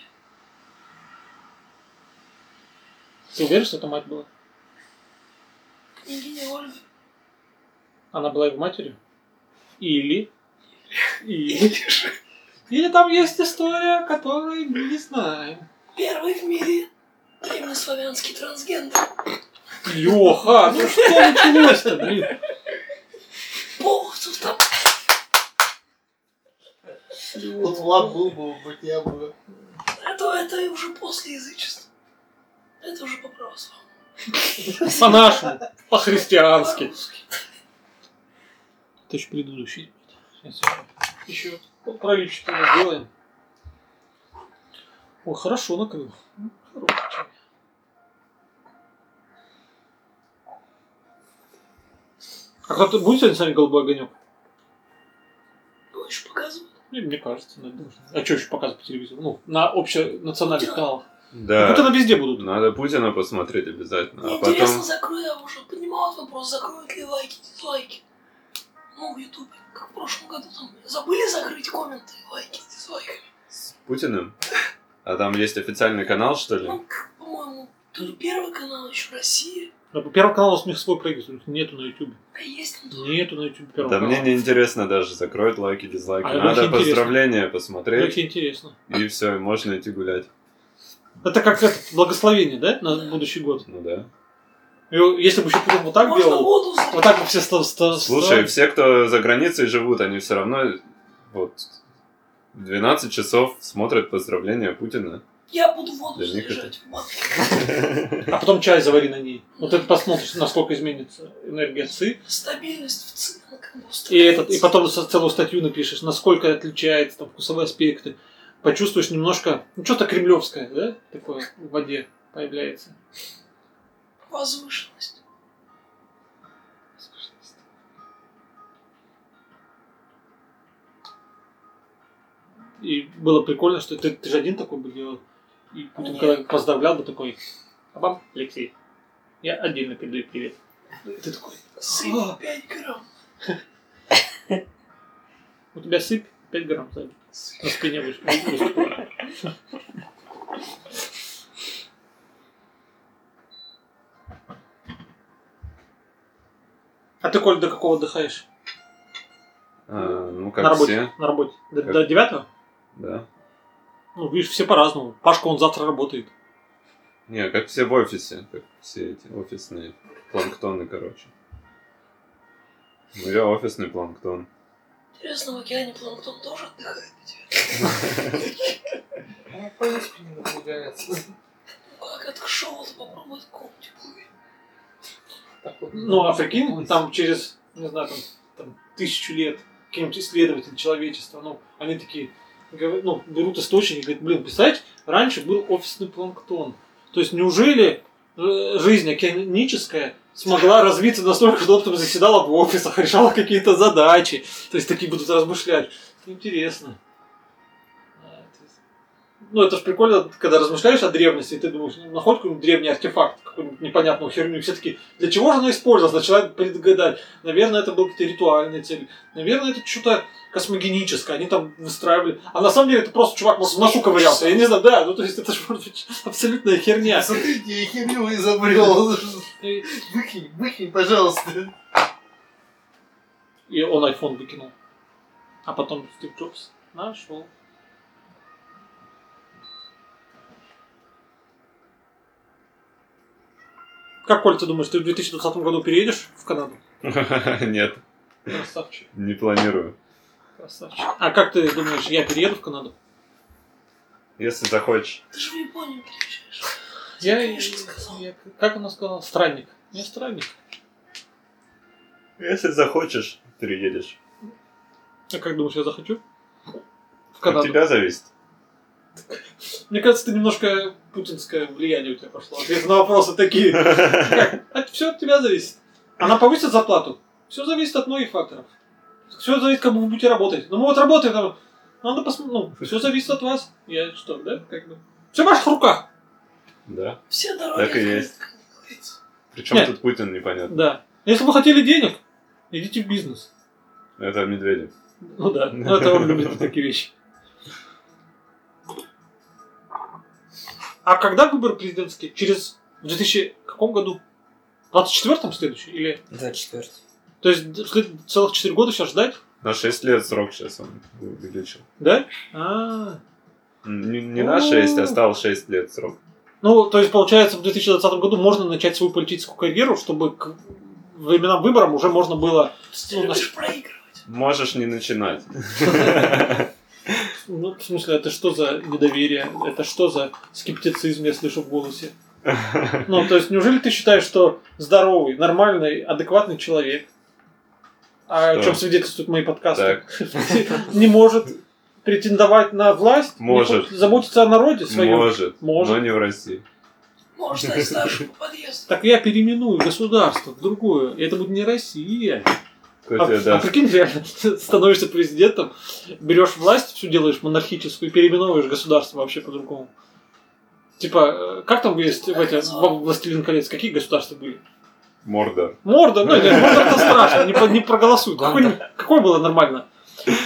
Ты уверен, что это мать была? Княгиня Ольга. Она была его матерью? Или... Или... Или там есть история, которую мы не знаем. Первый в мире древнеславянский трансгендер. Леха, ну что началось-то, блин? Полностью там. Вот Влад был бы, быть я бы. Это, это уже после язычества. Это уже по православию. По-нашему, по-христиански. По-русски. Это еще предыдущий. Еще про личное мы сделаем. О, хорошо накрыл. Ну, хороший чай. А кто-то будет сегодня с нами голубой огонек? Его Ну, еще показывают. Мне, мне кажется, наверное. А что еще показывают по телевизору? Ну, на общенациональных каналах. Ну, Ну, Вот Да. это везде будут. Надо Путина посмотреть обязательно. Мне А потом... интересно, закрою я уже. Поднимал этот вопрос, закроют ли лайки, дизлайки. Ну, в Ютубе, как в прошлом году, там забыли закрыть комменты, лайки, дизлайки. С Путиным? А там есть официальный канал, что ли? Ну, как, по-моему, то ли первый канал еще России, Первый канал у них свой проект, у них нету на YouTube. а есть там тоже. Нету на YouTube первого Да канала. мне не интересно даже, закроют лайки, дизлайки. А, Надо очень поздравления Мне посмотреть, очень интересно. и все, можно идти гулять. Это как это, благословение, да, на будущий год? Ну да. И Если бы еще потом вот так Можно делал, воду залить. Вот так бы все сто, сто, Слушай, сто- все, кто за границей живут, они все равно вот в 12 часов смотрят поздравления Путина. Я буду воду Для них заряжать в банке. а потом чай завари на ней. Вот это посмотришь, насколько изменится энергия ЦИ. Стабильность в ценах как бы И, этот, и устраивается. потом со- целую статью напишешь, насколько отличаются там, вкусовые аспекты. Почувствуешь немножко, ну что-то кремлевское, да, такое в воде появляется. Возвышенность. И было прикольно, что ты, ты же один такой бы делал. И Путин, Нет. когда поздравлял, бы такой, а вам, Алексей, я отдельно передаю привет. И ты такой, Сыпь 5 грамм. у тебя сыпь 5 грамм сзади. На спине выш- выступила. А ты, Коль, до какого отдыхаешь? А, ну, на как работе? все. На работе. До, Как? до девятого? Да. Ну, видишь, все по-разному. Пашка, он завтра работает. Не, как все в офисе. Как все эти офисные планктоны, короче. Ну, я офисный планктон. Интересно, в океане планктон тоже отдыхает? ведь? Ну, в принципе, не напрягается. Ну как, это шоу-то попробовать в комнате плыть. Так вот. Ну, а прикинь, там через, не знаю, там, там тысячу лет каким-нибудь исследователь человечества, ну, они такие, говорят, ну, берут источники и говорят, блин, представляете, раньше был офисный планктон. То есть неужели э, жизнь океаническая смогла развиться настолько, что она там заседала в офисах, решала какие-то задачи. То есть такие будут размышлять. Это интересно. Да, то есть- Ну, это же прикольно, когда размышляешь о древности, и ты думаешь, ну, находишь какой-нибудь древний артефакт, какую-нибудь непонятную херню, и все таки для чего же она использовалась? Начинает предугадать. Наверное, это был какие-то ритуальные цели. Наверное, это что-то космогеническое. Они там выстраивали. А на самом деле это просто чувак, может, в носу ковырялся. Я не знаю, да. Ну, то есть это же может быть абсолютная херня. Смотрите, я херню изобрел. И Выкинь, выкинь, пожалуйста. и он iPhone выкинул. А потом Стив Джобс нашел. Как, Коль, ты думаешь, ты в 2020 году переедешь в Канаду? Нет, Красавчик. не планирую. Красавчик. А как ты думаешь, я перееду в Канаду? Если захочешь. Ты же в Японию переезжаешь. Я, конечно, сказал. я- как она сказала? Странник. Не странник. Если захочешь, переедешь. А как думаешь, я захочу? В От Канаду. тебя зависит. Мне кажется, ты немножко путинское влияние у тебя пошло. Ответы на вопросы такие. Это все от тебя зависит. Она повысит зарплату. Все зависит от многих факторов. Все зависит, как бы вы ну, будете работать. Ну мы вот работаем, там, надо посмотреть. Ну, все зависит от вас. Я что, да? Как бы. Все в ваших руках. Да. Все дороги Так и открыты, есть. как говорится. Причем Нет. тут Путин непонятно. Да. Если вы хотели денег, идите в бизнес. Это Медведев. Ну да, ну это он любит такие вещи. А когда выборы президентские? Через в 2000 каком году? В 24-м следующий? Или... 24. То есть д- след- целых 4 года сейчас ждать? На 6 лет срок сейчас он увеличил. Да? А, М, Не, не на 6, а стал 6 лет срок. Ну, то есть, получается, в 2020 году можно начать свою политическую карьеру, чтобы к временам выборам уже можно было... Ты Ну, любишь проигрывать. Можешь не начинать. Ну, в смысле, это что за недоверие? Это что за скептицизм, я слышу в голосе? Ну, то есть, неужели ты считаешь, что здоровый, нормальный, адекватный человек, а о Что? чем свидетельствуют мои подкасты, Так. не может претендовать на власть, не Может. хочет заботиться о народе своем? Может, Может. но не в России. Можешь стать старшим по подъезду. Так я переименую государство в другое. И это будет не Россия. Кто А, тебе а даст? прикинь, реально, ты становишься президентом, берешь власть, все делаешь монархическую, и переименовываешь государство вообще по-другому. Типа, э, как там есть в эти, во «Властелин колец», какие государства были? Мордор. Морда, ну, нет, Мордор-то страшно, не, по- не проголосуют. Какой- Гондор. Какое было нормально?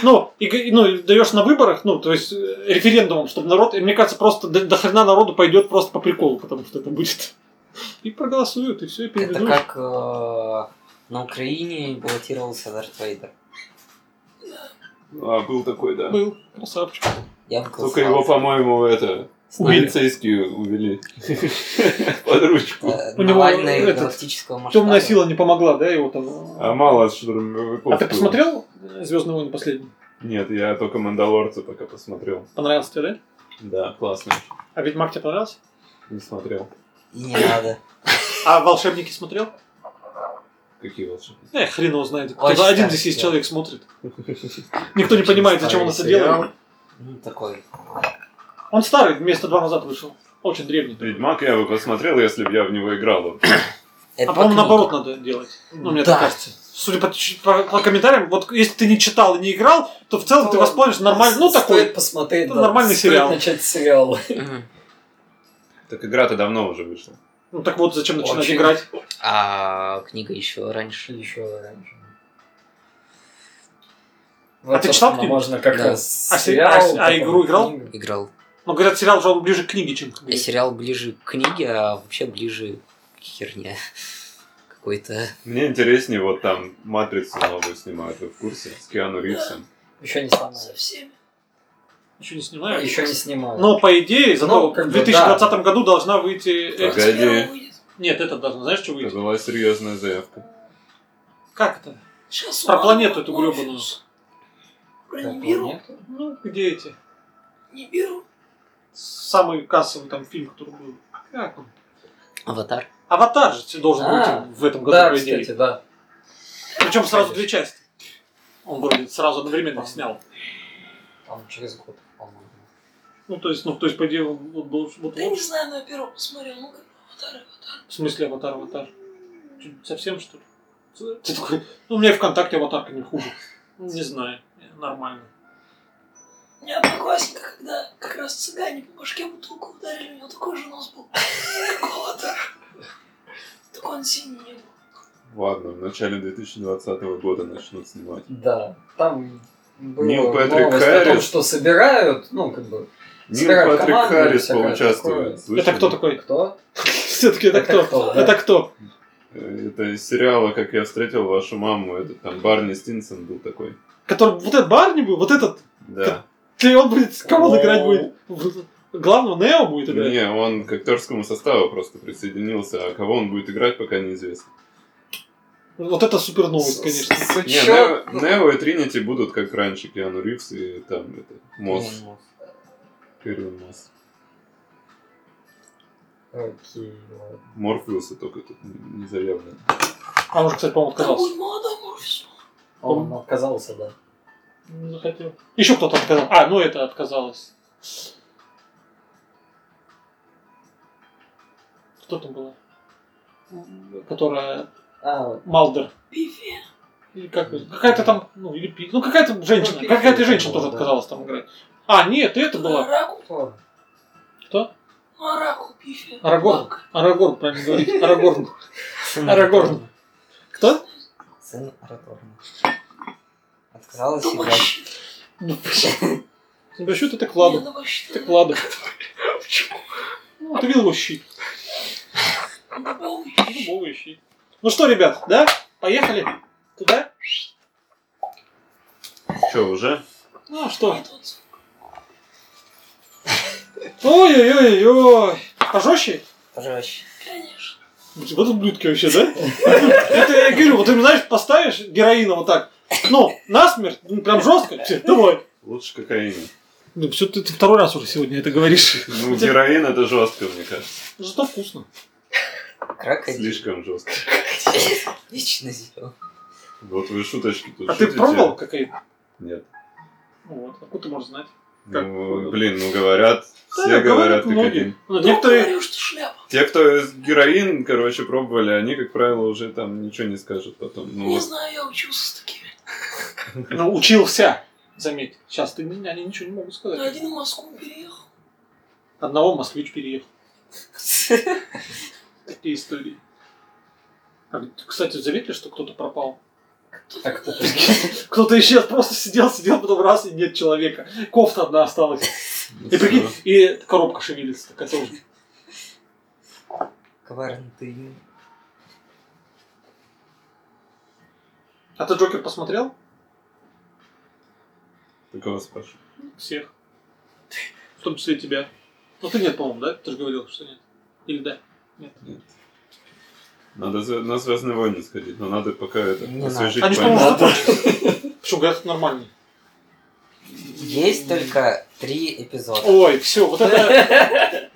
Ну, и, г- и, ну, и даешь на выборах, ну, то есть э, референдумом, чтобы народ, и мне кажется, просто до, до хрена народу пойдет просто по приколу, потому что это будет. И проголосуют, и все, и Это переименуешь. как э, на Украине баллотировался Дарт Вейдер. А, был такой, да. Был красавчик. Я бы Только голосовал его, за- по-моему, это... с Навальным. Полицейские увели. Под ручку. Э, У него Навальный этот, галактического масштаба. Темная сила не помогла, да, его там. А мало штурмовиков. А ты было. посмотрел Звездные войны последний? Нет, я только Мандалорца пока посмотрел. Понравился тебе, да? Да, классно. А Ведьмак тебе понравился? Не смотрел. И не надо. А волшебники смотрел? Какие волшебники. Э, хрен его знает. Очень Кто-то один старый здесь есть сериал. человек смотрит. Никто не понимает, зачем он это делает. Ну, такой. А Он старый, месяца два назад вышел. Очень древний. Ведьмак я бы посмотрел, если бы я в него играл. Это А по-моему, по книге. наоборот надо делать. Ну, мне так Да. кажется. Судя по, ч- по- по комментариям, вот если ты не читал и не играл, то в целом ты воспользуешься нормально. Ну, Стоит такой. посмотреть, Это да, нормальный стоит сериал. начать с сериала. Мгм. Так игра-то давно уже вышла. Ну, так вот, зачем начинать Очень. играть? А книга еще раньше. Еще раньше. А ты читал собственно, книгу? Можно как Да. раз А се- сериал, а се- а потом игру играл? книгу. Играл. Ну, говорят, сериал же он ближе к книге, чем к И книге. сериал ближе к книге, а вообще ближе к херне. Какой-то... Мне интереснее, вот там «Матрицу» новую снимают, вы в курсе? С Киану Ривзом. Еще не снимал. Со всеми. Ничего не снимаю. Еще не снимал. Но по идее, зато Ну, как в бы 2020 году должна выйти. Ага. э, Погоди. Первым выйдет. Нет, это должна, знаешь, что Это выйти? была серьезная заявка. Как это? Сейчас Про у планету эту Марвел гребаную. Morpheus. Про Такого Нибиру. нет. Ну, где эти? Нибиру. Самый кассовый там фильм, который был. А Как он? Аватар. Аватар же должен А, выйти в этом году, Да, по идее. кстати, да. Причем сразу две части. Он вроде сразу одновременно их снял. Там через год, по-моему. Ну, то есть, ну, то есть, по идее, он вот должен. Вот, Да я вот. не знаю, но я первого посмотрел. Ну, как бы, аватар, аватар. В смысле аватар, аватар? Чё, совсем что ли? Ты такой, ну, у меня и ВКонтакте аватарка не хуже. Ну, Не знаю, нормально. У меня одноклассника, когда как раз цыгане по башке бутылку ударили, у него такой же нос был. Как у аватара. Такой он синий не был. Ладно, в начале 2020 года начнут снимать. Да, там было Нил Патрик новость о том, Харрис. что собирают, ну, как бы, Нил Собирают Патрик команду и Харрис всякое поучаствует. Это Слышали? кто такой? кто? Все-таки это Это кто? кто, Это да? кто? Э, Это из сериала «Как я встретил вашу маму». Это там Барни Стинсон был такой. Который вот этот Барни был, вот этот, Да. ты он будет, кого он Нео. играть будет? В- Главного Нео будет играть? Не, он к актерскому составу просто присоединился, а кого он будет играть, пока неизвестно. Вот это супер новость, С- конечно. Не, Сучок. Нео, Нео и Тринити будут как раньше, Киану Ривз и там это, Мосс, Мос. Кэрин Мосс. Окей, ладно. Морфеуса только тут не не заявлено. А он же, кстати, по-моему, Там отказался. будет молодой Морфеус. Он отказался, да. Не захотел. Еще кто-то отказал. А, ну это отказалось. Кто там была? Которая А, Малдер. Пифи. Или как? Какая-то там, ну или Пи- Ну какая-то женщина. Ну, Пи- Какая-то женщина была, тоже да. отказалась там играть. А, нет, это была. Раку. кто? Кто? Ну, оракул пифи. Арагорн. Арагорн, правильно говорить. Арагорн. Арагорн. Кто? Сын Араторна. Отказалась играть. Дубащит. Ну, щит это Ладно. клада. Это клада. Ну, ты видел его щит. Дубовый щит. Ну что, ребят, да? Поехали? Туда? Че, уже? Ну а что? Ой-ой-ой-ой. Пожестче? Пожестче. Конечно. Вот ублюдки вообще, да? Это я говорю, вот ты, знаешь, поставишь героина вот так, ну, насмерть, ну, прям жестко, всё, давай. Лучше кокаин. Ну, все, ты, ты второй раз уже сегодня это говоришь. Ну, героин это жестко, мне кажется. Зато вкусно. Крокодил. Слишком жестко. Вечно зеленый. Вот вы шуточки тут А ты шутите. пробовал какая-то? Нет. Вот, откуда ты можешь знать? Как? Ну, блин, ну говорят. Да, Все говорят говорят многие. а кокаин. Ну, Некоторые... некоторые... Говорю, что шляпа. Те, кто героин, короче, пробовали, они, как правило, уже там ничего не скажут потом. Ну, Не вот знаю, я учился с такими. Ну, учился, заметь. Сейчас ты, они ничего не могут Но сказать. один в Москву переехал. Одного москвич переехал. Такие истории. А, Кстати, заметили, что кто-то пропал? Кто-то Так, кто-то даже- Кто-то исчез, просто сидел, сидел, потом раз, и нет человека. Кофта одна осталась. ну, И прикинь, всё. и коробка шевелится, такая тоже. Кварантин. А ты Джокер посмотрел? Ты кого спрашиваешь? Всех. В том числе и тебя. Ну ты нет, по-моему, да? Ты же говорил, что нет. Или да? Надо за- на Звездные войны сходить, но надо пока это Не освежить Они же, память. по-моему, закончили. Почему говорят, нормальный. Есть только три эпизода. Ой, все, вот это... А это-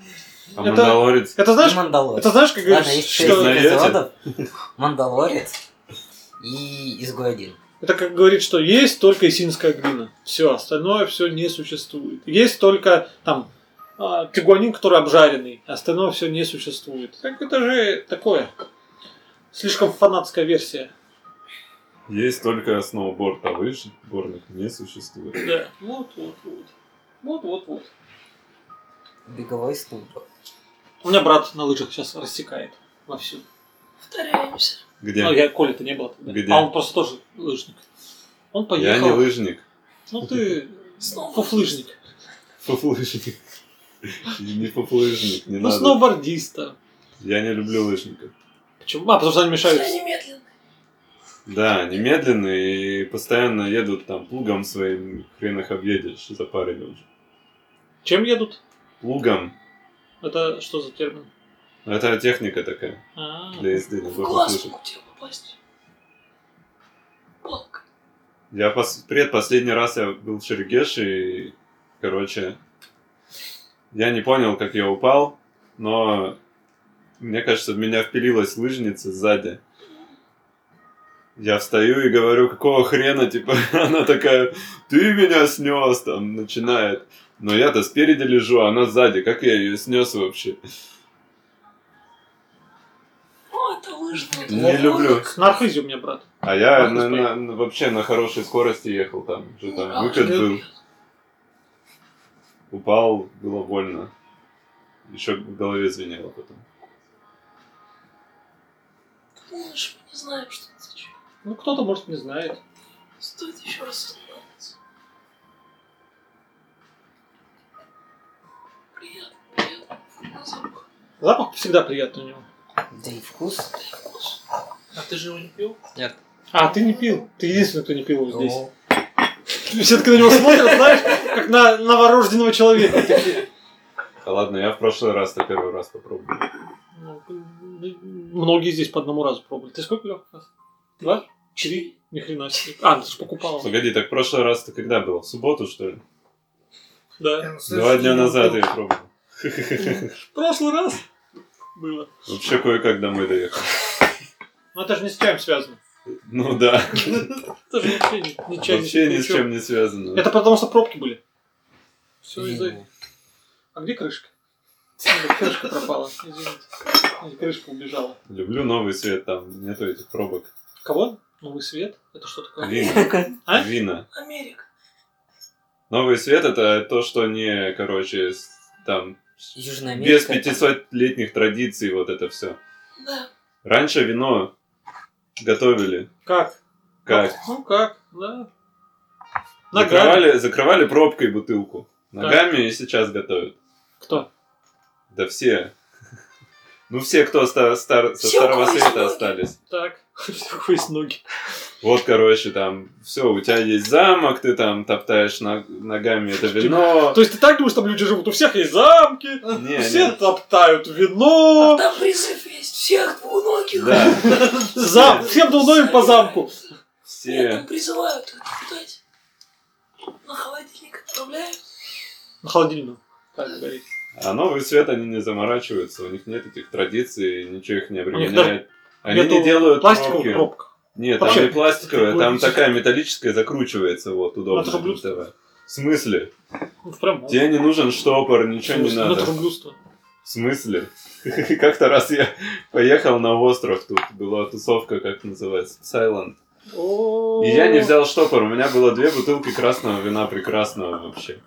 Мандалорец? Это И знаешь, Мандалорец. это знаешь, как Ладно, есть говоришь, шесть что... Знаешь. Знаете? эпизодов. Мандалорец и Изгой один. Это как говорит, что есть только исинская глина. Все, остальное все не существует. Есть только там а, тигуанин, который обжаренный. Остальное все не существует. Так это же такое. Слишком фанатская версия. Есть только сноуборд, а лыж горных не существует. Да. Вот, вот, вот. Вот, вот, вот. Беговой ступор. У меня брат на лыжах сейчас рассекает вовсю. Повторяемся. Где? Ну, я... я Коля-то не был тогда. Где? А он просто тоже лыжник. Он поехал. не лыжник. Ну ты Снова. фуфлыжник. Фуфлыжник. Не фуфлыжник, не Ну, надо. сноубордиста. Я не люблю лыжников. Почему? А, потому что они Все мешают. немедленно. Да, они медленные и постоянно едут там плугом своим, хрен их объедешь, запарили уже. Чем едут? Плугом. Это что за термин? Это техника такая А. для езды на В горных глаз лыжах. могу тебе попасть. Палка. Я пос... предпоследний раз я был в Шерегеше и, короче, я не понял, как я упал, но мне кажется, в меня впилилась лыжница сзади. Я встаю и говорю, какого хрена, типа, она такая, ты меня снес, там, начинает. Но я-то спереди лежу, а она сзади, как я ее снес вообще? О, это лыжный. Не люблю. На Архизе у меня брат. А я Ах, на- господи. на- на- вообще на хорошей скорости ехал там, что там, Ура. выход был. Упал, было больно. Еще в голове звенело потом. Помнишь, мы не знаем, что это за чё. Ну, кто-то, может, не знает. Стоит еще раз остановиться. Приятно, приятно. На запах. Запах всегда приятный у него. Да и вкус. Вкус. А ты же его не пил? А, ты не пил. Ты единственный, кто не пил его здесь. Ну, Все таки на него смотрят, знаешь, как на новорожденного человека. Такие. Да А ладно, я в прошлый раз-то первый раз попробовал. Ну, Многие здесь по одному разу пробовали. Ты сколько Лёх, раз? Два? Четыре? Ни хрена себе. А, ты же покупал. Ну, Погоди, так в прошлый раз-то когда был? В субботу, что ли? Да. Два дня ну, назад я её пробовал. В прошлый раз было. Вообще кое-как домой доехал. Но это же не с чем связано. Ну да, Это же вообще не, не чай, вообще ни с ничего. чем не связано. ну Это потому, что пробки были. Все из-за видимо. А где крышка? Крышка пропала, извините. Или Крышка убежала. Люблю новый свет, там нету этих пробок. Кого? Новый свет? Это что такое? Вина. А? Вина. Америка. Новый свет это то, что не, короче, с- там Южная Америка. Без это- 500-летних традиций вот это все. Да. Раньше вино готовили Как? как? Ну как, да. Ну, Ногами. Закрывали, закрывали пробкой бутылку. Ногами и сейчас готовят. Кто? Да все. Ну все, кто ста- стар- со Все, у старого кого есть света ноги. остались. Так. Какой с ноги. Вот, короче, там, все, у тебя есть замок, ты там топтаешь ног- ногами это вино. Типа, То есть ты так думаешь, там люди живут? У всех есть замки, Не, все не. топтают А вино. там призыв есть. Всех двуногих. Да, Зам, всем долбоем по замку. Нет, там все. призывают отдать. На холодильник отправляют. На холодильную. Так, горит. А новый свет, они не заморачиваются, у них нет этих традиций, ничего их не даже обременяет. Они нету не делают Пластиковая пробки. пробка. Нет, Вообще, там не пластиковая, там прикольно. такая металлическая закручивается, вот, удобно. Это же блюдо. для этого. В смысле? Ну, прям. Тебе не нужен штопор, ничего не Ну, это надо. же блюдо. В смысле? Как-то раз я поехал на остров, тут была тусовка, как называется, Silent. И я не взял штопор, у меня было две бутылки красного вина, прекрасного вообще.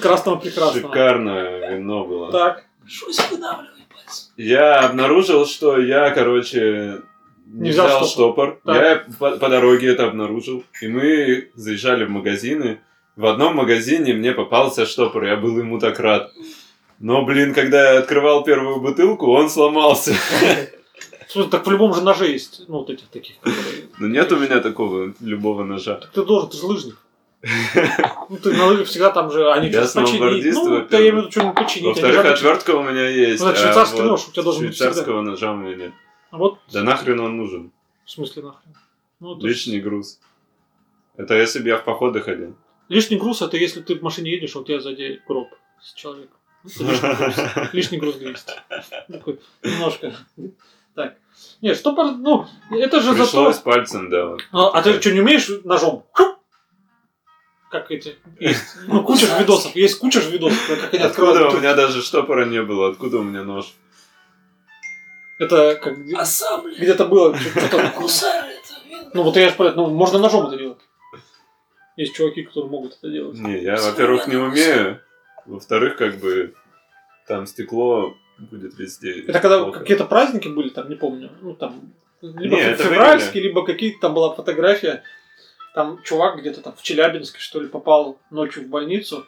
Красного прекрасного. Шикарное вино было. Так. Шусь выдавливай пальцем. Я обнаружил, что я, короче, не, Не взял взял, штопор. Так. Я по, по дороге это обнаружил. И мы заезжали в магазины. В одном магазине мне попался штопор, я был ему так рад. Но, блин, когда я открывал первую бутылку, он сломался. Слушай, так по-любому же ноже есть. Ну, вот этих таких. которые- Но Ну, нет у меня такого любого ножа. Так ты должен, ты же лыжник. Ну, ты на лыжах всегда там же, они Я что-то починить. сноубордист, Ну, во-первых. ты я имею в виду что-нибудь починить. они же Во-вторых, обычно- отвертка у меня есть. Ну, это а швейцарский вот нож, у тебя должен быть всегда. Швейцарского ножа у меня нет. А Вот, Да нахрен он нужен? в смысле, нахрен. Ну, то есть Лишний груз. Это если бы я в походы ходил. лишний груз это если ты в машине едешь, а у тебя сзади гроб с человеком. Ну, это лишний груз. Лишний груз 200. Такой, немножко. Так. Нет, что пор- Ну, это же зато... Пришлось пальцем, да. вот. Ну, а ты что, не умеешь ножом? Хуп! Как эти? Есть. Ну, куча ж видосов. Есть куча ж видосов, как они Откуда открывают. у меня даже штопора не было? Откуда у меня нож? Это как... где- А сам, блядь, Где-то было. чё- чё-то- гусары это, видно. Ну, вот я же ну, можно ножом это делать. Есть чуваки, которые могут это делать. Не, я, во-первых, не умею. Во-вторых, как бы там стекло будет везде. Это когда плохо. какие-то праздники были, там, не помню. Ну, там, либо Не, это февральские, либо какие-то там была фотография. Там чувак где-то там в Челябинске, что ли, попал ночью в больницу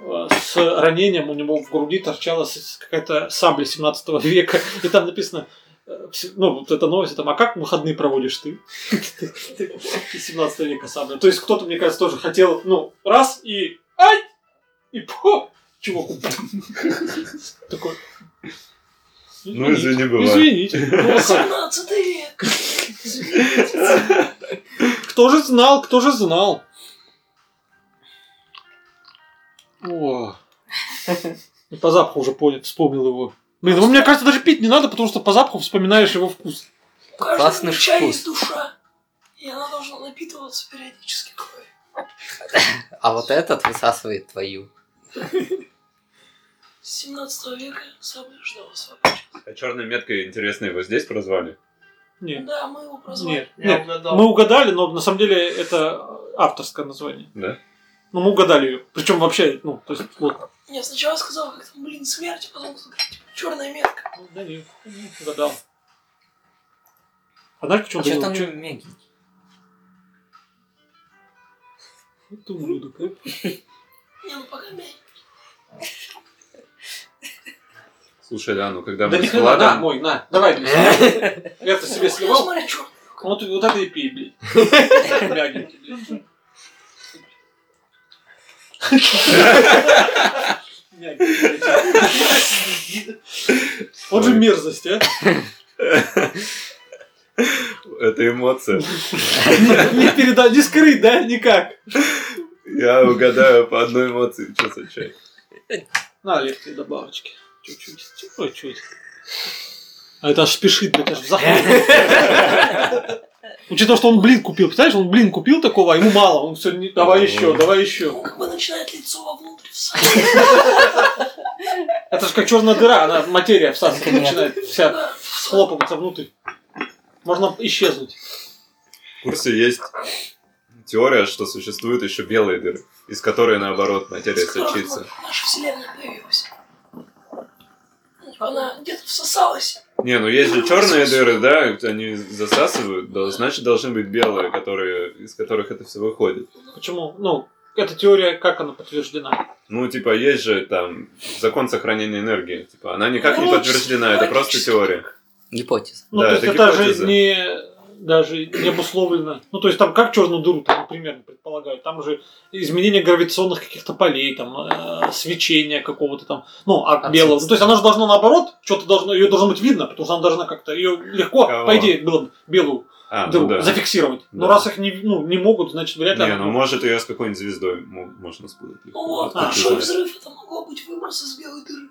э, с ранением, у него в груди торчала с- какая-то сабля 17 века, и там написано, э, вс- ну, вот эта новость, там, а как выходные проводишь ты? 17 века сабля. То есть кто-то, мне кажется, тоже хотел, ну, раз и ай, и по, чуваку. Такой. Ну, извини, бывает. Извините. Ну, 17 век. Кто же знал, кто же знал. О. И По запаху уже понял, вспомнил его. Блин, ну, мне кажется, даже пить не надо, потому что по запаху вспоминаешь его вкус. У каждого Классный чая вкус. есть душа. И она должна напитываться периодически кровью. А вот этот высасывает твою. С 17 века сабля ждала свободы. А черной меткой, интересно, его здесь прозвали? Нет. Да, мы его прозвали. Нет. Я Нет. угадал. ну, Мы угадали, но на самом деле это авторское название. Да? Ну, мы угадали ее. Причем вообще, ну, то есть, вот. Я сначала сказал, как там, блин, смерть, потом типа, черная метка. Ну, Да не, не угадал. А знаешь, почему А что там меги? Ты ублюдок, а? Не, ну пока мягенький. Слушай, да, ну когда Да мы ни с хрена, на, Владом... мой, на, давай, блин. Я-то себе Ну, сливал. Смотри, черный. Вот, вот это и пей, блин. Мягенький, блин. Мягенький, блин. Вот же мерзость, а? Это эмоция. Не, не переда- не скрыть, да, никак. Я угадаю по одной эмоции. Че за чай? На, легкие добавочки. Чуть-чуть, чуть-чуть. А это аж спешит, блядь, аж в захват. Учитывая, что он блин купил, представляешь, он блин купил такого, а ему мало, он все, не... давай еще, давай еще. Он как бы начинает лицо вовнутрь всадить. Это же как черная дыра, она материя всасывать Конечно. начинает вся Да. схлопываться внутрь. Можно исчезнуть. В курсе есть теория, что существуют еще белые дыры, из которой, наоборот, материя Скоро сочится. наша вселенная появилась. Типа, Она где-то всосалась. Не, ну есть же черные дыры, да, они засасывают, да, значит должны быть белые, которые, из которых это все выходит. Почему? Ну, эта теория, как она подтверждена? Ну, типа, есть же там закон сохранения энергии. Типа, она никак не Ну, подтверждена, это просто логически. теория. Гипотеза. Ну, Да, то есть это это гипотеза. же не даже не обусловлено. Ну, то есть там как черную дыру, там, примерно предполагают, там же изменение гравитационных каких-то полей, там, э, свечения какого-то там, ну, от Отсутствие. белого. Ну, то есть она же должна наоборот, что-то должно, ее должно быть видно, потому что она должна как-то, ее легко, Кого? по идее, было бы белую А, дыру ну да. зафиксировать. Но Да. раз их не, ну, не могут, значит, вряд ли. Не, она- ну может ее с какой-нибудь звездой мо- можно спутать. легко. Ну вот, Откуда ты большой знаешь? взрыв, это могло быть выброс из белой дыры.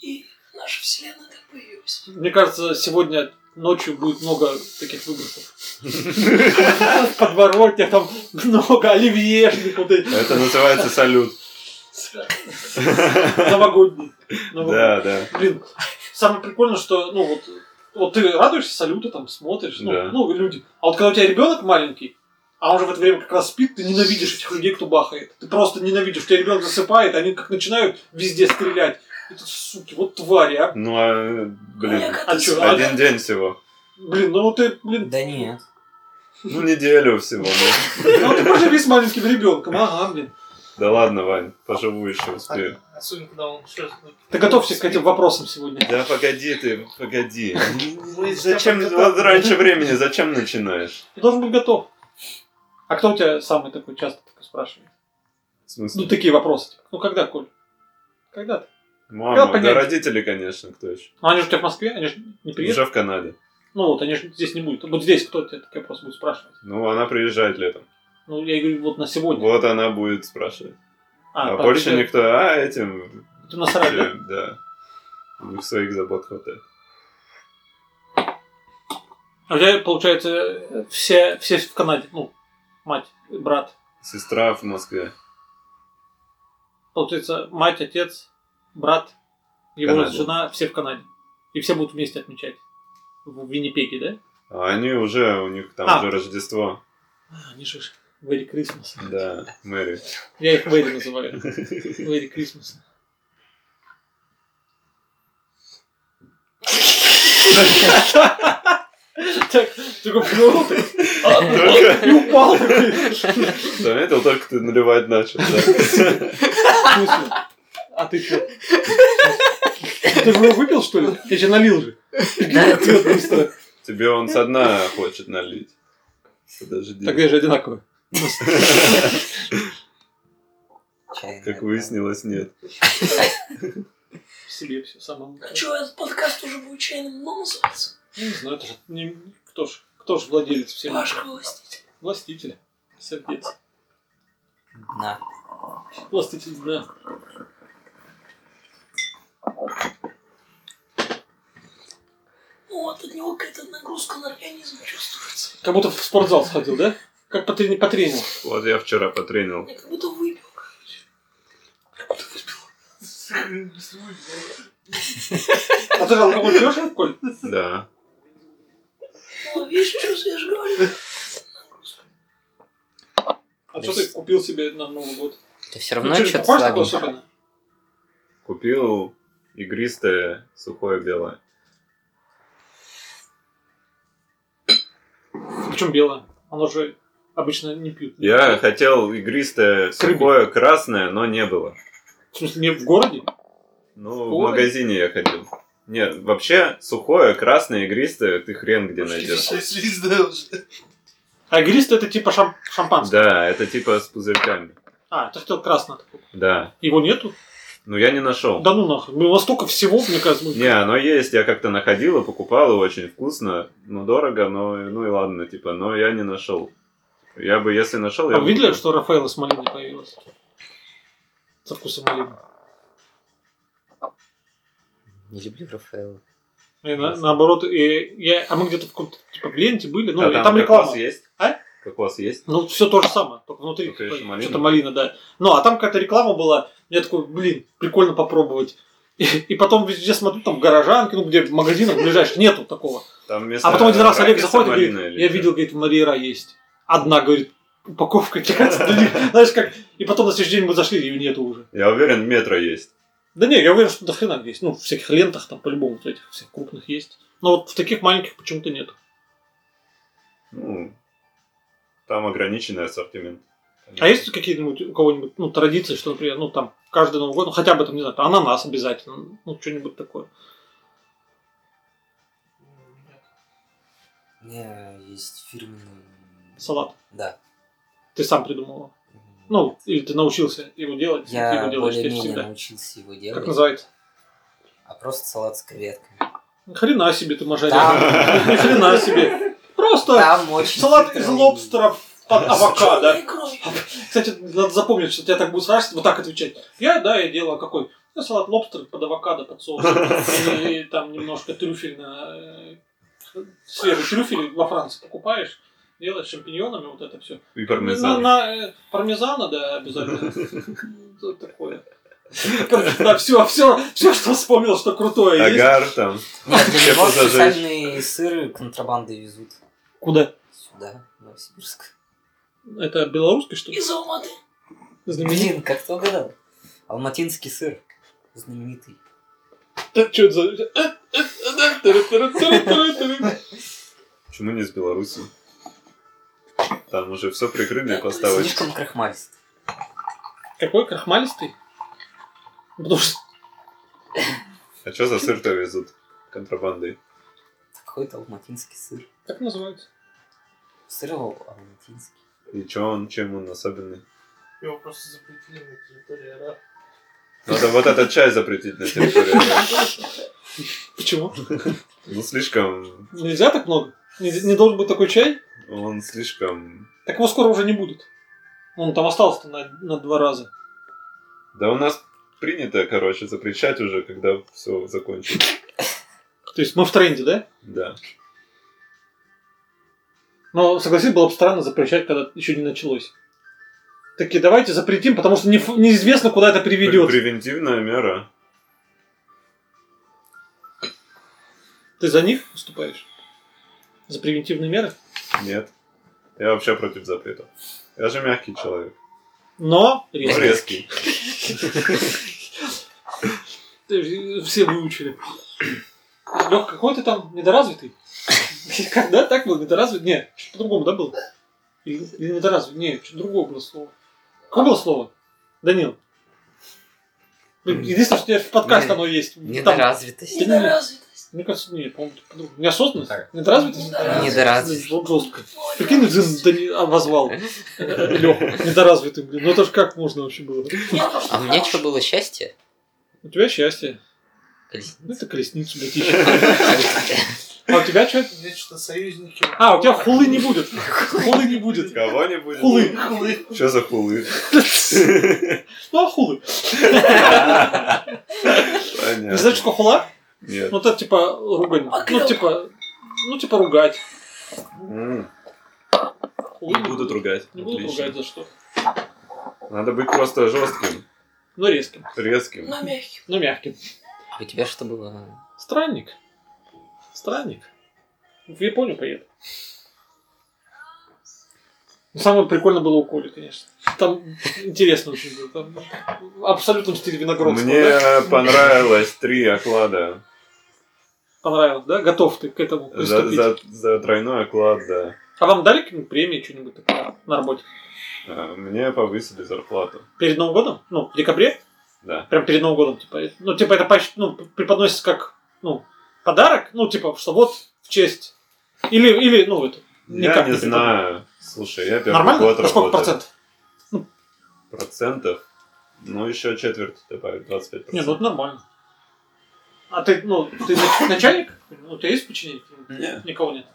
И наша вселенная так появилась. Мне кажется, сегодня ночью будет много таких выбросов. В подворотнях там много оливьешек, вот эти Это называется салют. новогодние. Новогодние. Да, да. Блин, самое прикольное, что, ну вот, вот ты радуешься салюту, там смотришь, ну, Да. ну, люди. А вот когда у тебя ребенок маленький, а он же в это время как раз спит, ты ненавидишь этих людей, кто бахает. Ты просто ненавидишь. У тебя ребенок засыпает, они как начинают везде стрелять. Это, суки, вот твари, а. Ну, а, блин, А чё, а- один день всего. Блин, ну ты, блин, Да нет. Ну, неделю всего. ну. ну ты поживи с маленьким ребенком, ага, блин. Да ладно, Вань, поживу еще успею. А, Особенно, когда он еще... Ты готовься к этим вопросам сегодня. Да погоди ты, погоди. Мы Зачем тебя вот раньше времени, зачем начинаешь? Ты должен быть готов. А кто у тебя самый такой часто такой спрашивает? В Ну, смысле? такие вопросы. типа, Ну, когда, Коль? Когда ты? да, Мама, да понятно. родители, конечно, кто еще. Ну, они же у тебя в Москве, они же не приедут. Уже в Канаде. Ну, вот, они же здесь не будут. Вот здесь кто тебя такие вопросы будет спрашивать? Ну, она приезжает летом. Ну, я говорю, вот на сегодня. Вот она будет спрашивать. А, про больше тебя- никто, а этим... Ты насрать, да? э, Да. У них своих забот хватает. А у тебя, получается, э, все, все в Канаде. Ну, мать, брат. Сестра в Москве. Получается, мать, отец, брат, его Канаде. жена, все в Канаде. И все будут вместе отмечать. В Виннипеге, да? А они уже, у них там А. уже Рождество. А, Они же ж Merry Christmas. Да, Мэри. Я их Мэри называю. Мэри Крисмас. Так, такой плюнул ты, Только- А, и упал такой. В смысле? Заметил, только ты наливать начал. да. А ты что? Ты же его выпил, что ли? Я тебя налил же. Ответ быстро. Тебе он со дна хочет налить. Подожди. Так я же одинаковый. Чайная Как вода. выяснилось, нет. В себе все самому. А что, этот подкаст уже будет чайным дном называться? Ну, не знаю, это же... не- Кто ж, кто ж владелец всем? Пашка властитель. Властитель. Сердец. На. Властитель, да. Ну вот, от него какая-то нагрузка на организм чувствуется. Как будто в спортзал сходил, да? Как по, трени- по тренинг. Вот я вчера потренил. Я как будто выпил. А ты же алкоголь пьешь, Коль? Да. Ну, видишь, чувствуешь, я же говорю. А что ты купил себе на Новый год? Ты все равно что, что-то покупаешь Ну, такое слабенькое. особенно? Купил игристое сухое белое. Причем белое. Оно же обычно не пьют. Я хотел рыбой. игристое сухое красное, но не было. В смысле, не в городе? Ну, в Сухое? магазине я ходил. Нет, вообще сухое, красное, игристое ты хрен где найдешь. Слизда А игристое это типа шам- шампанское. Да, это типа с пузырьками. А, ты хотел красное такое. Да. Его нету? Ну я не нашел. Да ну нахуй. Ну, у нас столько всего, мне кажется. мы- Не, оно есть, я как-то находил и покупал, и очень вкусно, но дорого, но ну и ладно, типа, но я не нашел. Я бы, если нашел, я А бы... вы видели, купил. что Рафаэла с малиной появилась? Со вкусом малины. Не люблю Рафаэла. И на- наоборот, и я, а мы где-то в каком-то типа в ленте были, ну, А и там, там, кокос реклама. есть? А? Кокос есть? Ну, все то же самое, только внутри Только еще малина. что-то малина, да. Ну, а там какая-то реклама была, я такой, блин, прикольно попробовать. И, и потом везде смотрю, там горожанки, ну, где в магазинах ближайших нету такого. Там вместо А потом один раз Олег ракеты заходит и говорит, малина или я что? видел, говорит, в Марьера есть. Одна, говорит, упаковка тянется до них. Знаешь, как... И потом на следующий день мы зашли, и ее нету уже. Я уверен, метро есть. Да не, я уверен, что до хрена есть. Ну, в всяких лентах там по-любому вот этих всех крупных есть. Но вот в таких маленьких почему-то нет. Ну, там ограниченный ассортимент. А есть какие-нибудь у кого-нибудь ну, традиции, что, например, ну там каждый Новый год, ну хотя бы там, не знаю, там, ананас обязательно, ну что-нибудь такое. У меня есть фирменный... Салат. Да. Ты сам придумал. его? Ну, или ты научился его делать, и ты я его делаешь теперь более-менее всегда. научился его Как делать, называется? Ну, а просто салат с креветками. Хрена себе ты мажаря. Там. Ни хрена себе. Просто Там очень... салат хитро из и- лобстеров под авокадо. Чёрной икрой. Кстати, надо запомнить, что тебя так будут спрашивать, вот так отвечать. Я, да, я делал какой? Я салат лобстер под авокадо, под соус. Или там немножко трюфельно... э, Свежий трюфель во Франции покупаешь, делаешь шампиньонами вот это все. И На, пармезан. на, э, пармезана, да, обязательно. Ну, Такое. Короче, да, все, все, все, что вспомнил, что крутое есть. Агар там. Нет, для него Щепу зажечь. специальные сыры контрабанды везут Куда? сюда, в Новосибирск. Это белорусский, что ли? Из Алматы. Знаменитый. Блин, как ты угадал? Алматинский сыр. Знаменитый. Что это Э, за... Почему не из Беларуси? Там уже все прикрыли и поставили. Слишком крахмалистый. Какой крахмалистый? Потому что А что за сыр-то везут? Контрабандой. Какой-то алматинский сыр. как называется? Сыр ал- алматинский. И чё он, чем он особенный? Его просто запретили на территории Ара. Надо вот этот чай запретить на территории. Почему? Ну, слишком... Нельзя так много? Не, не должен быть такой чай? Он слишком... Так его скоро уже не будет. Он там остался на, на два раза. Да у нас принято, короче, запрещать уже, когда все закончится. То есть мы в тренде, да? Да. Но, согласись, было бы странно запрещать, когда еще не началось. Такие, давайте запретим, потому что не ф- неизвестно, куда это приведет. Превентивная мера. Ты за них выступаешь? За превентивные меры? Нет. Я вообще против запретов. Я же мягкий человек. Но Ну, резко. Резкий. Ты же Все выучили. Лех, какой ты там недоразвитый? Когда так был недоразвитый? Не, что-то по-другому, да, был? Или, или недоразвитый? Не, что-то другое было слово. Какое было слово? Данил. Блин, Единственное, что у тебя в подкаст Не- оно есть. Там, Недоразвитость. Недоразвитость. мне кажется, не, по-моему, по-другому. Неосознанность? Так. Недоразвитость? Недоразвитость. Недоразвитость. Жё- Жестко. Ну, а Прикинь, Дзин Дани- возвал Леху недоразвитым. Блин, ну это же как можно вообще было? Нет, А у меня что было счастье? У тебя счастье. Ну Колесница. это колесницу летишь. А у тебя что? Здесь что-то союзники. А, у тебя хулы не будет. Хулы не будет. Кого не будет? Хулы. Что за хулы? Ну, а хулы. Не знаешь, Понятно. что хула? Нет. Ну, это типа ругань. Ну, типа, ну, типа ругать. М, Хулы Не будут ругать. Не будут ругать Отлично. за что. Надо быть просто жестким, Но Ну, резким, резким. Ну, но мягкий. но мягким. У тебя что было? Странник. Странник. В Японию поеду. Ну, Самое прикольное было у Коли, конечно. Там интересно очень было. Там в абсолютном стиле Виноградского. Мне да? понравилось три оклада. Понравилось, да? Готов ты к этому За, приступить? за, за тройной оклад, да. А вам дали какие-нибудь премии, что-нибудь такое на работе? А, Мне повысили зарплату. Перед Новым годом? Ну, в декабре? Да. Прям перед Новым годом, типа. это- Ну, типа, это поч- ну, преподносится как, ну, подарок, ну, типа, что вот в честь. Или, или ну, это. Я Никак не не знаю. Слушай, я первый Нормально? год На сколько работаю. процентов? Процентов? Ну, еще четверть добавить, 25%. Не, ну, это нормально. А ты, ну, ты нач- начальник? Ну, у тебя есть подчинение? Нет. Никого нет.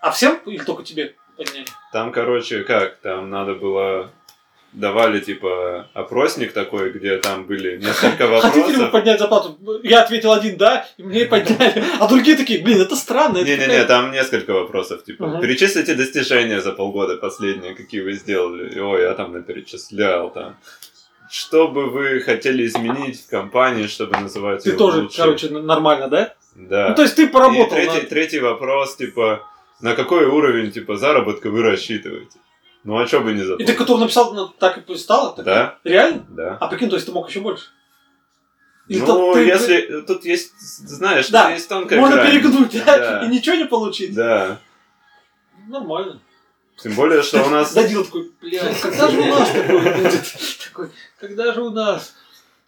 А всем или только тебе подняли? Там, короче, как, там надо было... Давали, типа, опросник такой, где там были несколько Хотите ли вы вопросов. поднять зарплату? Я ответил один «да», и мне подняли. А другие такие, блин, это странно. это Не-не-не, какая-то там несколько вопросов, типа, Ага. перечислите достижения за полгода последние, какие вы сделали. И, Ой, я там наперечислял, там. Что бы вы хотели изменить в компании, чтобы называть Ты её тоже, лучшей? короче, н- нормально, да? Да. Ну, то есть ты И поработал. третий, третий вопрос, типа, на какой уровень, типа, заработка вы рассчитываете? Ну, а чё бы на- И не ты заплатить? который написал, ну, так и стало? Да, Реально? да. А прикинь, то есть ты мог еще больше? И Ну, тут ты- если тут есть, знаешь, Да, тут есть тонкая Можно грань. перегнуть Да. и ничего не получить. Да. Нормально. Тем более, что у нас, Дадил такой, блядь, когда же у нас такое будет? Такой, когда же у нас?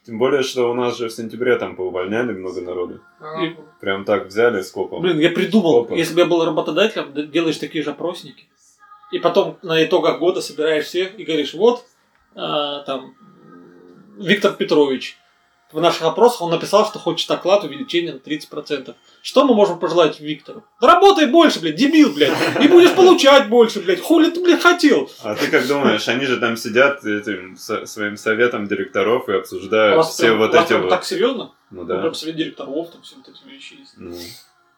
тем более, что у нас же в сентябре там поувольняли много народу. И- Прям так взяли скопом. Блин, я придумал, Опа. если бы я был работодателем, д- делаешь такие же опросники. И потом на итогах года собираешь всех и говоришь, вот, а, там, м, Виктор Петрович, в наших опросах он написал, что хочет оклад увеличения на 30%. Что мы можем пожелать Виктору? Да работай больше, блядь, дебил, блядь, и будешь получать больше, блядь, хули ты, блядь, хотел? А ты как думаешь, они же там сидят этим со- своим советом директоров и обсуждают У вас Э, все прям- у вот вас эти прям вот. так серьезно? Ну Ну, да. прям среди директоров, там все вот эти вещи есть. Ну,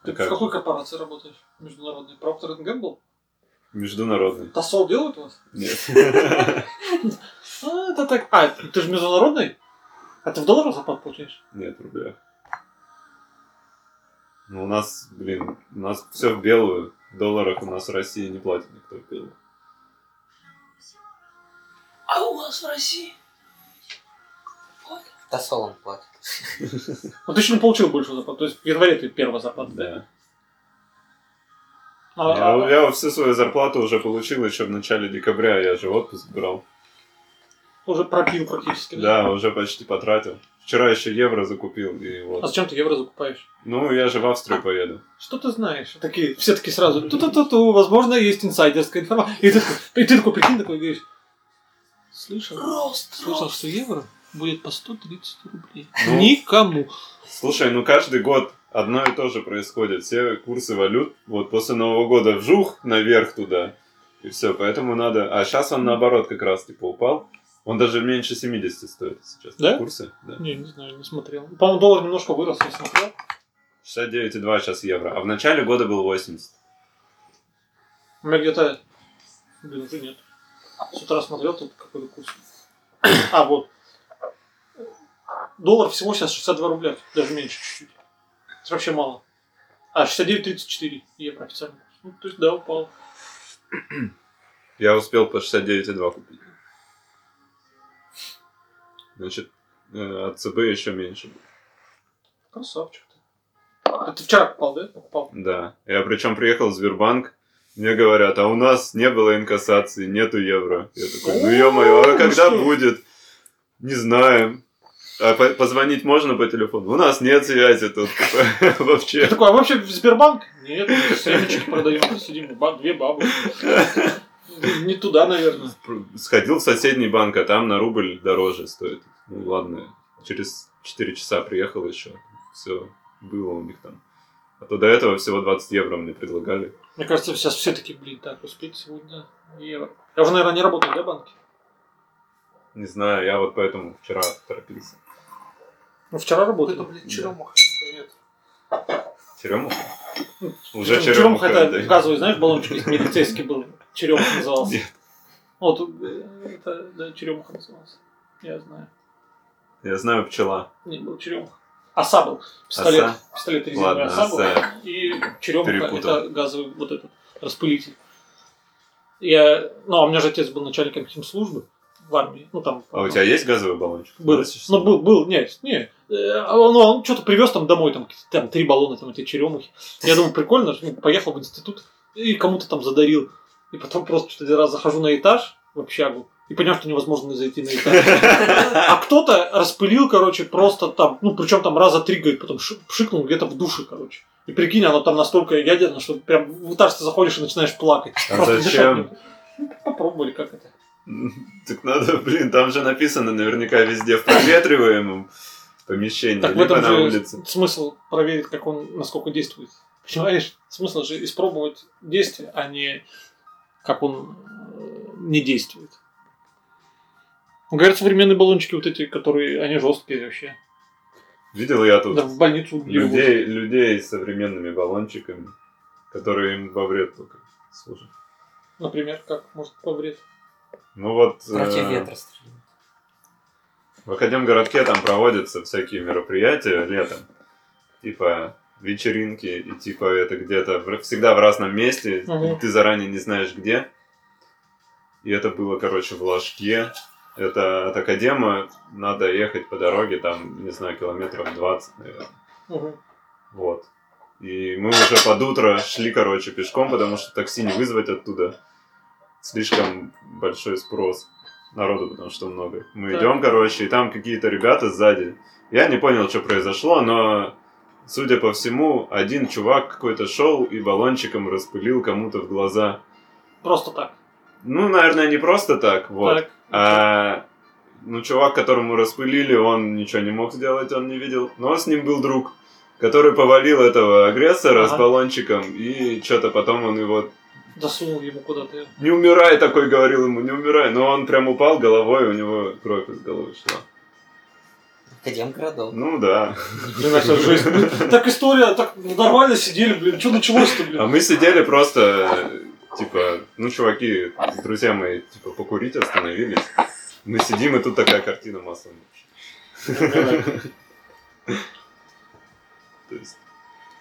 Ты а в как? какой корпорации работаешь? Международной. Procter Gamble? Международный. Тосол делают у вас? Нет. А, это так. А, ты же международный? А ты в долларах зарплату получаешь? Нет, в рублях. Ну, у нас, блин, у нас все в белую. В долларах у нас в России не платит никто в белую. А у нас в России Тосолом платят. Ну, ты еще не получил большую зарплату. То есть в январе ты первая зарплата. Да. А, а- Я, я всю свою зарплату уже получил еще в начале декабря, я же отпуск брал. а, уже пропил практически. Да, уже почти потратил. Вчера еще евро закупил и А вот. зачем ты евро закупаешь? Ну, я же в Австрию поеду. Что ты знаешь? Такие, все таки сразу, ту-ту-ту-ту, возможно, есть инсайдерская информация. И ты, такой- и ты такой, прикинь, такой, говоришь, слышал, рост, слышал, рост. что евро будет по 130 рублей. Ну. Никому. Слушай, ну каждый год одно и то же происходит. Все курсы валют вот после Нового года вжух наверх туда. И все, поэтому надо... А сейчас он наоборот как раз типа упал. Он даже меньше 70 стоит сейчас. Да? Курсы, да. Не, не знаю, не смотрел. По-моему, доллар немножко вырос, я смотрел. 69,2 сейчас евро. А в начале года был 80. У меня где-то... Блин, уже нет. С утра смотрел, тут какой-то курс. А, вот. Доллар всего сейчас 62 рубля, даже меньше чуть-чуть. Это вообще мало. А, 69,34 евро официально. Ну, то есть, да, упал. Я успел по 69,2 купить. Значит, э, от ЦБ еще меньше. Красавчик ты. А ты вчера попал, да? Попал. Да. Я причем приехал в Сбербанк, мне говорят, а у нас не было инкассации, нету евро. Я такой, ну ё-моё, а ну когда что? будет? Не знаю. А по- позвонить можно по телефону? У нас нет связи тут типа, Я вообще. такой, а вообще в Сбербанк? Нет, семечки продаем, сидим, ба- две бабы. Не туда, наверное. Сходил в соседний банк, а там на рубль дороже стоит. Ну ладно, через 4 часа приехал еще. Все было у них там. А то до этого всего 20 евро мне предлагали. Мне кажется, сейчас все такие, блин, так, успеть сегодня евро. Я уже, наверное, не работаю, да, банки? Не знаю, я вот поэтому вчера торопился. Ну, вчера Какой-то, работал. блин, Да. черемуха. привет. Черемуха? Уже Черемух черемуха. Ну, это да. газовый, знаешь, баллончик есть, милицейский был. Черемух назывался. Нет. Вот, э, это, да, черемуха назывался. Я знаю. Я знаю пчела. Не, был черемух. Оса был. Пистолет. Оса? Пистолет резиновый Ладно, оса был. оса. И черемуха Перепутал. это газовый вот этот распылитель. Я, ну, а у меня же отец был начальником химслужбы в армии. Ну, там... А у тебя есть газовый баллончик? Был. Носишь? Ну, был, был, нет, не. Э, Он, он что-то привез там домой, там, какие-то там три баллона, там, эти черемухи. Я думаю, прикольно, ну, поехал в институт и кому-то там задарил. И потом просто что-то один раз захожу на этаж в общагу и понимаю, что невозможно зайти на этаж. А кто-то распылил, короче, просто там, ну, причем там раза три, говорит, потом ши- пшикнул где-то в душе, короче. И прикинь, оно там настолько ядерно, что прям в этаж ты заходишь и начинаешь плакать. А Просто дышать зачем? не можешь. Ну, попробовали, как это. Так надо, блин, там же написано наверняка везде в проветриваемом помещении, Так в либо этом на же улице. смысл проверить, как он, насколько действует. Понимаешь? Смысл же испробовать действие, а не как он э, не действует. Ну, Говорят, современные баллончики вот эти, которые, они жесткие вообще. Видел я тут Да, в больницу перевозят. людей, людей с современными баллончиками, которые им во вред только служат. Например, как может повред. Ну вот э, Против ветра стреляют. в Академгородке там проводятся всякие мероприятия летом. Типа вечеринки, и типа это где-то в- всегда в разном месте, Мгм. ты заранее не знаешь где. И это было, короче, в Ложке. Это от Академа надо ехать по дороге, там, не знаю, километров 20, наверное. Мгм. Вот. И мы уже под утро шли, короче, пешком, потому что такси не вызвать оттуда. Слишком большой спрос народу, потому что много. Мы Так. идем, короче, и там какие-то ребята сзади. Я не понял, что произошло, но, судя по всему, один чувак какой-то шел и баллончиком распылил кому-то в глаза. Просто так. Ну, наверное, не просто так, вот. Так. А, ну, чувак, которому распылили, он ничего не мог сделать, он не видел. Но с ним был друг, который повалил этого агрессора с Ага. баллончиком, и что-то потом он его... Засунул ему куда-то. её. Не умирай, такой говорил ему, не умирай. Но он прям упал головой, у него кровь из головы шла. Академ городов. Ну да. Блин, а вся жизнь. Ну, Так история, так нормально сидели, блин. Что началось-то, А блин? мы сидели просто, э, типа, ну, чуваки, друзья мои, типа, покурить остановились. Мы сидим, и тут такая картина маслом. То есть,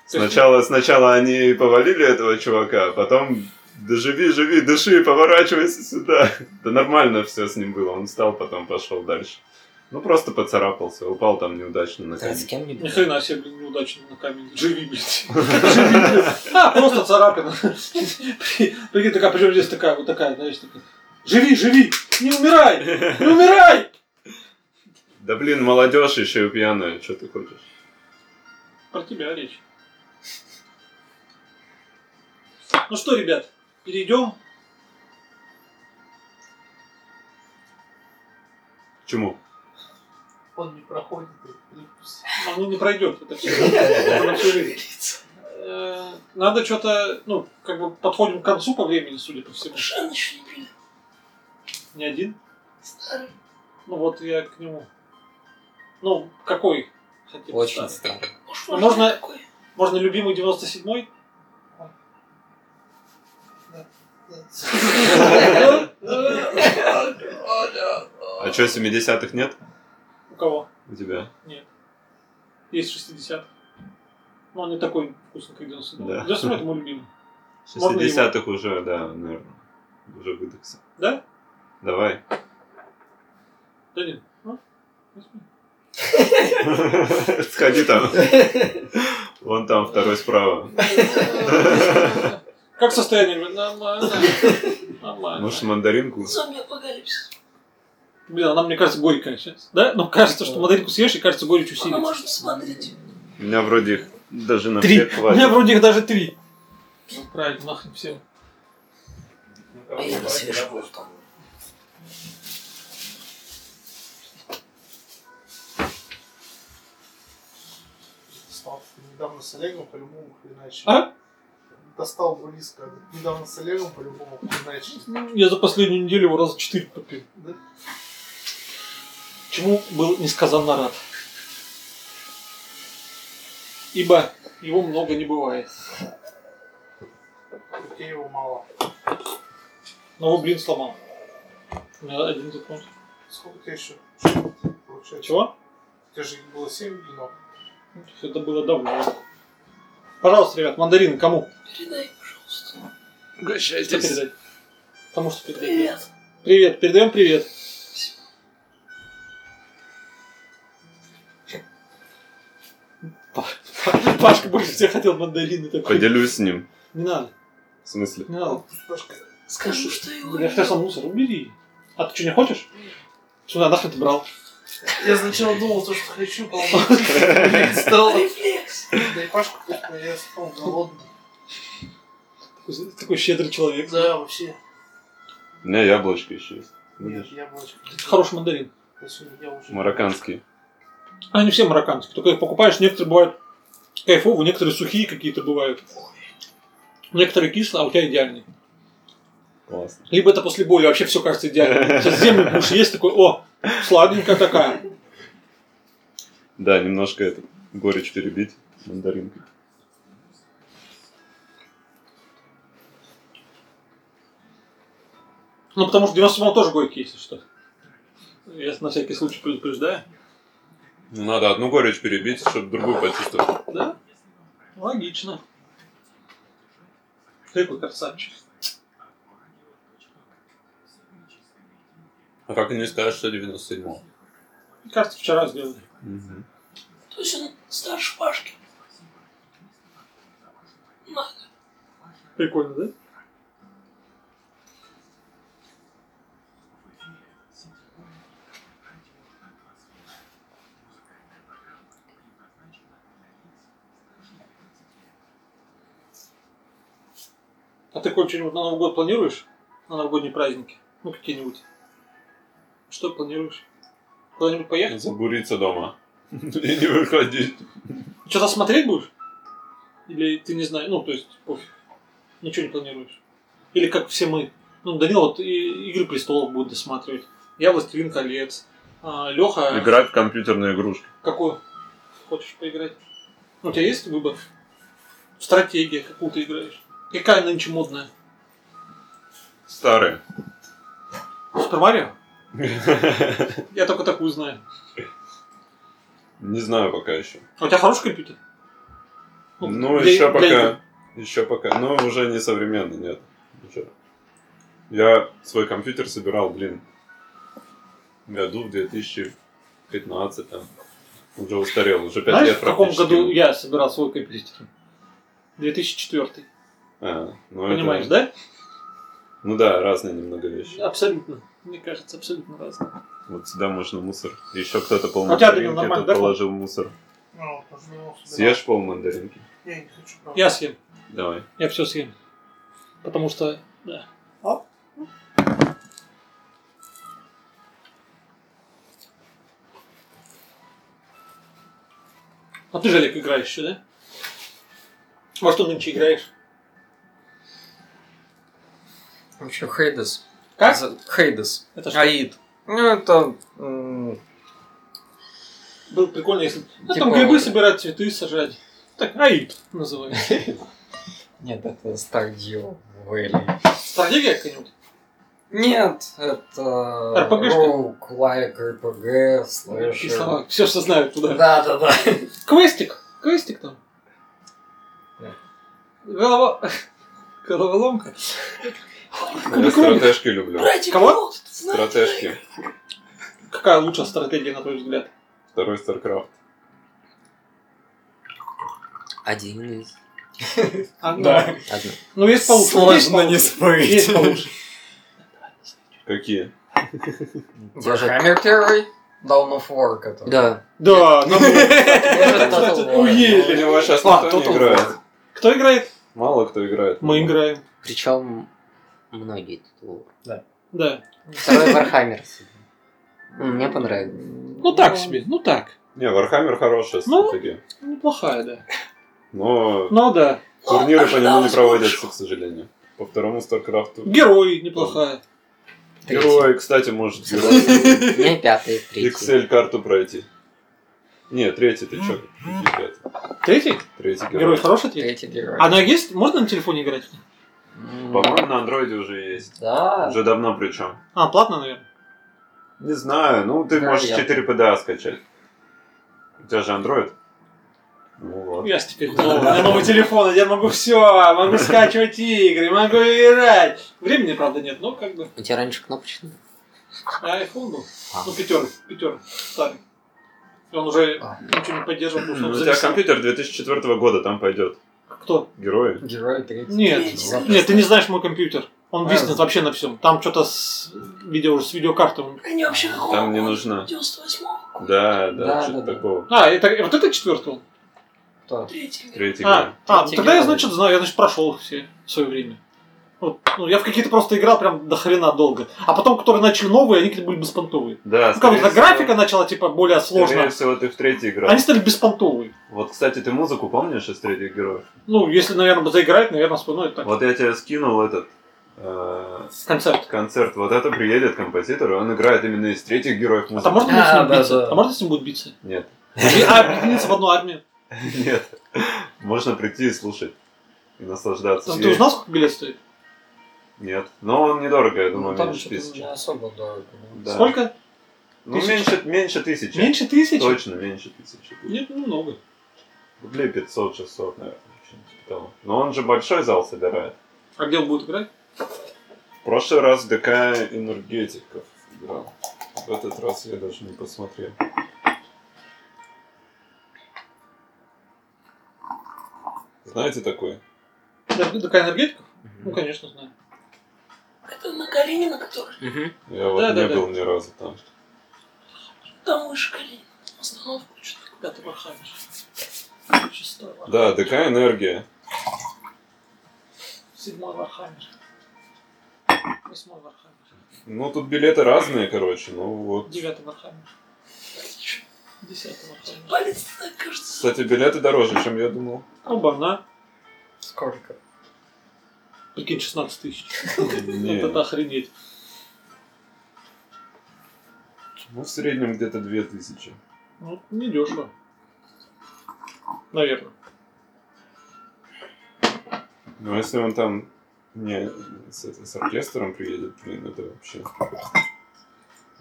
сначала, сначала они повалили этого чувака, а потом да живи, живи, дыши, поворачивайся сюда. Да нормально все с ним было. Он встал, потом пошел дальше. Ну просто поцарапался, упал там неудачно Ну, на Да, камень. с кем не Ни было. Ну, хрена себе, блин, неудачно на камень. Живи, блядь. Живи, блядь. А, просто царапина. При- Прикинь, такая, причем здесь такая, вот такая, знаешь, такая. Живи, живи! Не умирай! Не умирай! Да блин, молодежь еще и пьяная, что ты хочешь? Про тебя речь. Ну что, ребят, перейдем К Чему? Он не проходит. Оно А, ну, не пройдет. Это всё. Это всё время. Э, Надо что-то, ну, как бы подходим к концу по времени, судя по всему. Шан еще не пили. Не один. Старый. Ну вот я к нему. Ну, какой? хотя бы старый? Очень странно. Может, Ну, можно, можно- такой? Можно любимый 97-й? А что, 70-х нет У кого? у тебя? Есть 60 Но он не такой вкусный, как 97 Да. 97 это мой любимый. Можно его? 60-х уже, да, наверное. Уже выдохся. Да? Давай. Да нет. Ну, возьми. Сходи там. Вон там, второй справа. Как состояние? Говорю, Нормально. Нормально. Может, мандаринку? Зомби-апокалипсис. Блин, она, мне кажется, горькая сейчас. Да? Ну, кажется, что мандаринку съешь, и кажется, горечь Она усилится. может смотреть. У меня вроде их даже на Три. всех У меня хватит. вроде их даже три. Ну, правильно, нахрен всем. А я на свежем Стал недавно с Олегом по-любому хреначил. А? Достал близко. Недавно с Олегом по-любому хреначил. Ну, Я за последнюю неделю его раза четыре попил. Да? Чему был несказанно рад. Ибо его много не бывает. У тебя его мало. Но его, блин, сломал. У меня один закончился. Сколько тебе еще? Получается. Чего? У тебя же их было 7 блинов. Это было давно. Пожалуйста, ребят, мандарины кому? Передай, пожалуйста. Что Угощайтесь. передать? Кому что передать? Привет. Привет, передаем привет. Па- Па- Пашка больше всех хотел мандарины такой. Поделюсь с ним. Не надо, В смысле? не надо. Пашка, Скажу, что его Я хотел сам мусор, убери. А ты что, не хочешь? Сюда нахрен ты брал. Я сначала думал, то, что хочу, поломать. Стал. Рефлекс. Да и Пашку вкусно, я стал голодный. Такой- Такой щедрый человек. Да, вообще. У меня яблочко еще есть. Нет, Видишь? яблочко. Хороший мандарин. Спасибо, я уже- Марокканский. А Они все марокканские. Только их покупаешь, некоторые бывают кайфовые, некоторые сухие какие-то бывают. Некоторые кислые, а у тебя идеальный. Классно. Либо это после боли вообще все кажется идеально. Сейчас землю будешь есть, такой, о, сладенькая такая. Да, немножко это, горечь перебить мандаринкой. Ну, потому что 97 тоже горький, если что. Я на всякий случай предупреждаю. Ну, Надо одну горечь перебить, чтобы другую почувствовать. Да? Логично. Ты какой красавчик. А как они скажут, что 97 Мне кажется, вчера сделали. Мгм. То есть он старше Пашки. Надо. Прикольно, да? А ты хоть что-нибудь на Новый год планируешь? На новогодние праздники? Ну, какие-нибудь. Что планируешь? Куда-нибудь поехать? Забуриться дома. И не выходить. Что-то смотреть будешь? Или ты не знаешь? Ну, то есть, пофиг. Ничего не планируешь. Или как все мы. Ну, Данил вот и- Игры престолов будет досматривать. Я Властелин колец. Леха, Играть в компьютерные игрушки. какую хочешь поиграть? Ну, у тебя есть выбор? Стратегия, какую ты играешь? Какая нынче модная? Старые. Супер Марио? Я только такую знаю. Не знаю пока еще. А у тебя хороший компьютер? Ну, для- еще для игр. пока. Еще пока. Но уже не современный, нет. Уже. Я свой компьютер собирал, блин, году в 2015 там. Уже устарел, уже 5 Знаешь, лет в каком практически. году я собирал свой компьютер? 2004. А, ну это- Понимаешь, да? Ну да, разные немного вещи. Абсолютно. Мне кажется, абсолютно разные. Вот сюда можно мусор. Еще кто-то пол А у тебя, мандаринки, Данил, нормально, тут да, положил мусор. Ну, вот, ну, собирал. Съешь пол мандаринки? Я не хочу. правда. Я съем. Давай. Я все съем. Потому что, да. А ты же, Олег, играешь еще, да? Во что нынче играешь? Вообще, Хейдес. Как? За- Хейдес. Это А что? Аид. Ну, это... м, Было прикольно, если... Ну, там Типа- грибы собирать, цветы сажать. Так, аид называется. Нет, это Стардио Вэлли. Стратегия какая-нибудь? Нет, это... RPG-шка? Роук, лайк, РПГ, И слэшер. слова. Все, что знают туда. Да-да-да. Квестик. Квестик там. Да. Голова... Головоломка. Я стратежки люблю. Братья Кого? Пилот, ты знаешь? Стратежки. Какая лучшая стратегия, на твой взгляд? Второй StarCraft. Один из... А, ну, Да. Одна. Ну, есть получше. есть Сложно получше. не Есть спорить. получше. Какие? Держи. Warhammer первый, Dawn of War, который. Да. Да, ну, Держи кстати, Total War. Ну, в уели. него сейчас А, никто Total не играет. Кто играет? Мало кто играет. Мы играем. Причем многие тут. Да. Второй Вархаммер. Мне понравилось. Ну, так себе. Ну, так. Не, Warhammer хорошая Ну. стратегия. Неплохая, да. Но Ну, да. турниры по нему не ожидалось проводятся, к сожалению. По второму Старкрафту. Герой неплохая. Третий. Герой, кстати, может герой. Согласен. Мне пятый, третий. Excel карту пройти. Не, третий ты чё? Какие пятый? Третий? Третий Герой герой. хороший третий? Третий герой. Она есть? Можно на телефоне играть? По-моему, на андроиде уже есть. Да. Уже давно причем. А, платно, наверное. Не знаю, ну ты Да, можешь я- 4 PDA а скачать. У тебя же андроид. Ну вот. Я ж теперь дома. На новый телефон, я могу все, могу скачивать игры, могу играть. Времени, правда, нет, но как бы. У тебя раньше кнопочный? А iPhone был? А. Ну, пятерка, пятерка, старый. И Он уже А. ничего не поддерживал, потому что Ну, он у тебя завис. компьютер 2004 года, там пойдет. Кто? Герои. Герой третий. Нет, Третий. нет, ты не знаешь мой компьютер. Он А. виснет вообще на всем. Там что-то с видео с видеокартой. он- Они вообще какого Там не года? нужна. 98-го, Да, да, Да, что-то да, да. такого. А, это, вот это четвертый он. Кто? третий. Третий герой. А, а, ну Третий тогда я, герой. значит, знаю, я, значит, прошел их все в свое время. Вот, ну, я в какие-то просто играл прям до хрена долго. А потом, которые начали новые, они какие-то были беспонтовые. Да, Ну, как скорее будто всего- графика начала, типа, более Скорее сложная. всего, ты в третий играл. Они стали беспонтовые. Вот, кстати, ты музыку помнишь из третьих героев? Ну, если, наверное, заиграть, наверное, вспомню это так. Вот я тебе скинул этот э, Концерт. концерт. Вот это приедет композитор, и он играет именно из третьих героев А музыку. там можно будет с А, ним да, биться? да. А можно с ним будет биться? Нет. А, объединиться в одну армию. Нет. Можно прийти и слушать. И наслаждаться. Там И- Ты узнал, сколько билет стоит? Нет. Но он недорого, я думаю, Ну, там меньше что-то тысячи. не особо дорого. ну. Да. Сколько? Ну, Тысяча? меньше, меньше тысячи. Меньше тысячи? Точно, меньше тысячи. Нет, ну много. Рублей 500-600, наверное. что-нибудь типа того. Но он же большой зал собирает. А где он будет играть? В прошлый раз ДК энергетиков играл. В этот раз я даже не посмотрел. Знаете такое? Это такая энергетика? Ну, конечно, знаю. Это на Калинина, который Я вот Да, не да, да. был ни разу там. там выше Калинина. Остановку что-то куда ты махаешь. Шестой лохамер. Да, ДК энергия. Седьмой лохамер. Восьмой лохамер. Ну тут билеты разные, короче, ну вот. Девятый Вархаммер. Десятый Вархаммер. Палец так кажется. Кстати, билеты дороже, чем я думал. Оба, на. Сколько? Прикинь, 16 тысяч. Не, Вот это охренеть. Ну в среднем где-то 2000. Ну, не дешево. Наверное. Ну если он там не с, это- с оркестром приедет, блин, это вообще...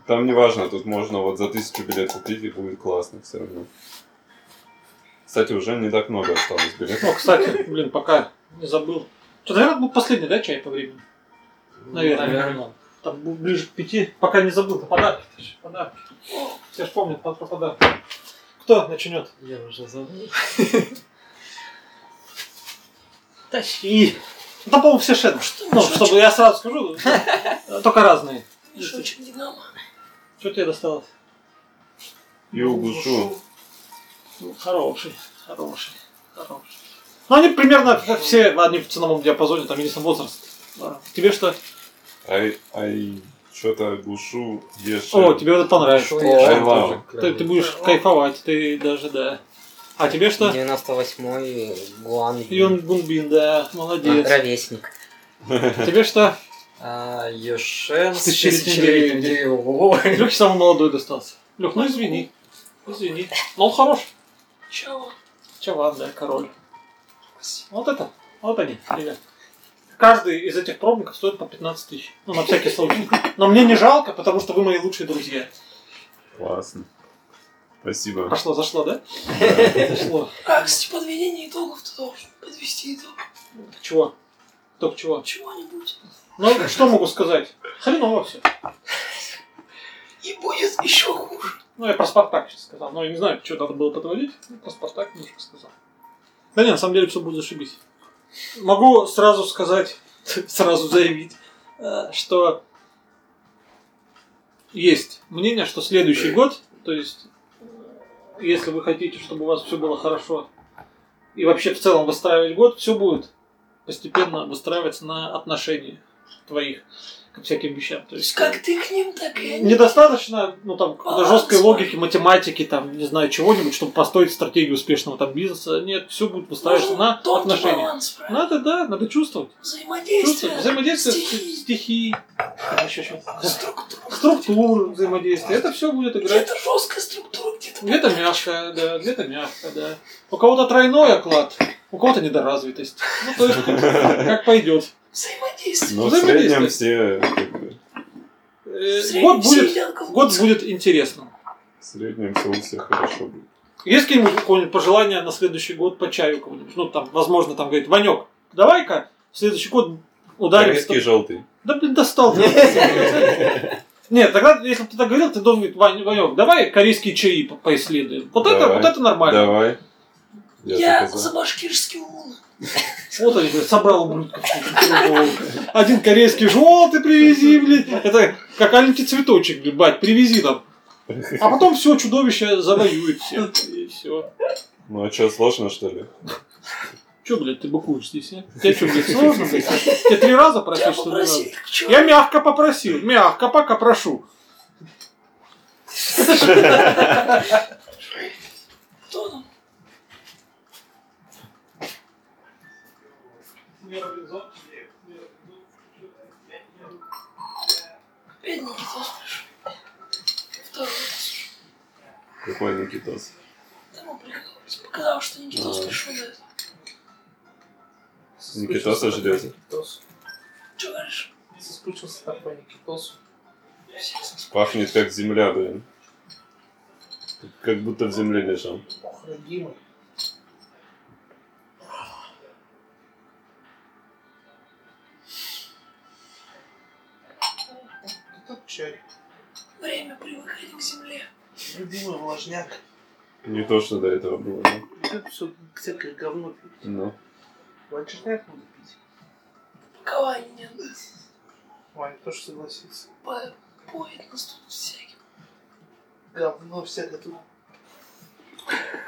Там не важно, тут можно вот за тысячу билет купить и будет классно все равно. Кстати, уже не так много осталось билетов. О, Ну, кстати, блин, пока не забыл. Что, наверное, был последний, да, чай по времени? Наверное. Там бу- ближе к пяти. Пока не забыл. Подарки. ты ж, Подарки. Все ж помнят про про подарки. Кто начнет? Я уже забыл. Тащи. Ну, там, по-моему, все шедевры. Ну, чтобы я сразу скажу, э, только разные. Мешочек Динамо. Что тебе досталось? И углушу. Ну, Хороший, хороший, хороший. Ну, они примерно как все, они в ценовом диапазоне, там единственный возраст. Да. Тебе что? Ай, ай, что-то глушу, ешь. О, тебе это понравится. Шайлау. Ты, ты будешь кайфовать, ты даже, да. А тебе что? 98-й Гуан. Юн Гунбин, да, молодец. А, Ровесник. Тебе что? А, Ешен с Тысячелетним тысячелетним деревом. Лёхе самый молодой достался. Лех, ну извини. Извини. Но он хорош. Чего? Чаван, да, король. Вот это. Вот они, ребят. Каждый из этих пробников стоит по 15 тысяч. Ну, на всякий случай. Но мне не жалко, потому что вы мои лучшие друзья. Классно. Спасибо. Пошло, зашло, да? Зашло. А, кстати, подведение итогов ты должен подвести итог. Чего? Только чего? Чего-нибудь. Ну, что могу сказать? Хреново все. И будет еще хуже. Ну, я про Спартак сейчас сказал. Ну, я не знаю, что надо было подводить. Ну, про Спартак немножко сказал. Да не, на самом деле все будет зашибись. Могу сразу сказать, сразу заявить, э, что есть мнение, что следующий год, то есть, э, если вы хотите, чтобы у вас все было хорошо, и вообще в целом выстраивать год, все будет постепенно выстраиваться на отношениях твоих ко всяким вещам. То ну, То есть как ты к ним, так и они. недостаточно, ну там, какой-то Баланс. жесткой логики, математики, там, не знаю, чего-нибудь, чтобы построить стратегию успешного там бизнеса. Нет, все будет выстраиваться Нужен на тонкий отношения. баланс, правильно? Надо, да, надо чувствовать. Чувствовать, Взаимодействие. взаимодействие, стихий, с- стихи, там ещё что-то. Структура. структуры взаимодействия. Это все будет играть. Где-то жесткая структура, где-то... Где-то мягко, да, где-то мягко, да. У кого-то тройной оклад, у кого-то недоразвитость. Ну, то есть, как пойдет. Взаимодействие. Ну, в Взаимодействие. среднем все, как бы, Э, В среднем Год все будет, едят колбасу. год будет интересным. в среднем все у всех хорошо будет. Есть какие-нибудь какое-нибудь пожелание на следующий год по чаю кому-нибудь? Ну, там, возможно, там говорит, Ванек, давай-ка в следующий год ударим. Корейский желтый. Да, блин, достал. Нет, тогда, если бы ты так говорил, ты должен говорить, «Вань- Ванек, давай корейские чаи по- поисследуем. Вот это, Давай. вот это нормально. Давай. Я, Я только за. за башкирский ум. Вот они, блин, собрал ублюдков. Один корейский желтый привези, блин. Это как аленький цветочек, блин, бать, привези нам. А потом все, чудовище завоюет всех. И все. Ну а что, сложно что ли? Че, блядь, ты быкуешь здесь, а? Тебе что, блядь, сложно, блядь? Тебе три раза Я просишь, что ли, попросил надо? их к чему? Я мягко попросил, мягко, пока прошу. Кто там? Опять Никита спрашивает. Второй раз. Какой Никитос? Тому прикалываюсь. Показал, что Никита Ага. спрашивает до этого. Соскучился Никитоса по ждёте? Никитосу. Че говоришь? Соскучился так по Никитосу. Пахнет как земля, блин. Как будто в земле лежал. Ох, родимый. Этот чай. сложняк. Не то, что до этого было, да? Тут все всякое говно пить. Ну. Ванчерняк надо пить. Пока Ваня не отдаст, Ваня тоже согласится. по- поет нас тут всяким. Говно всякое тут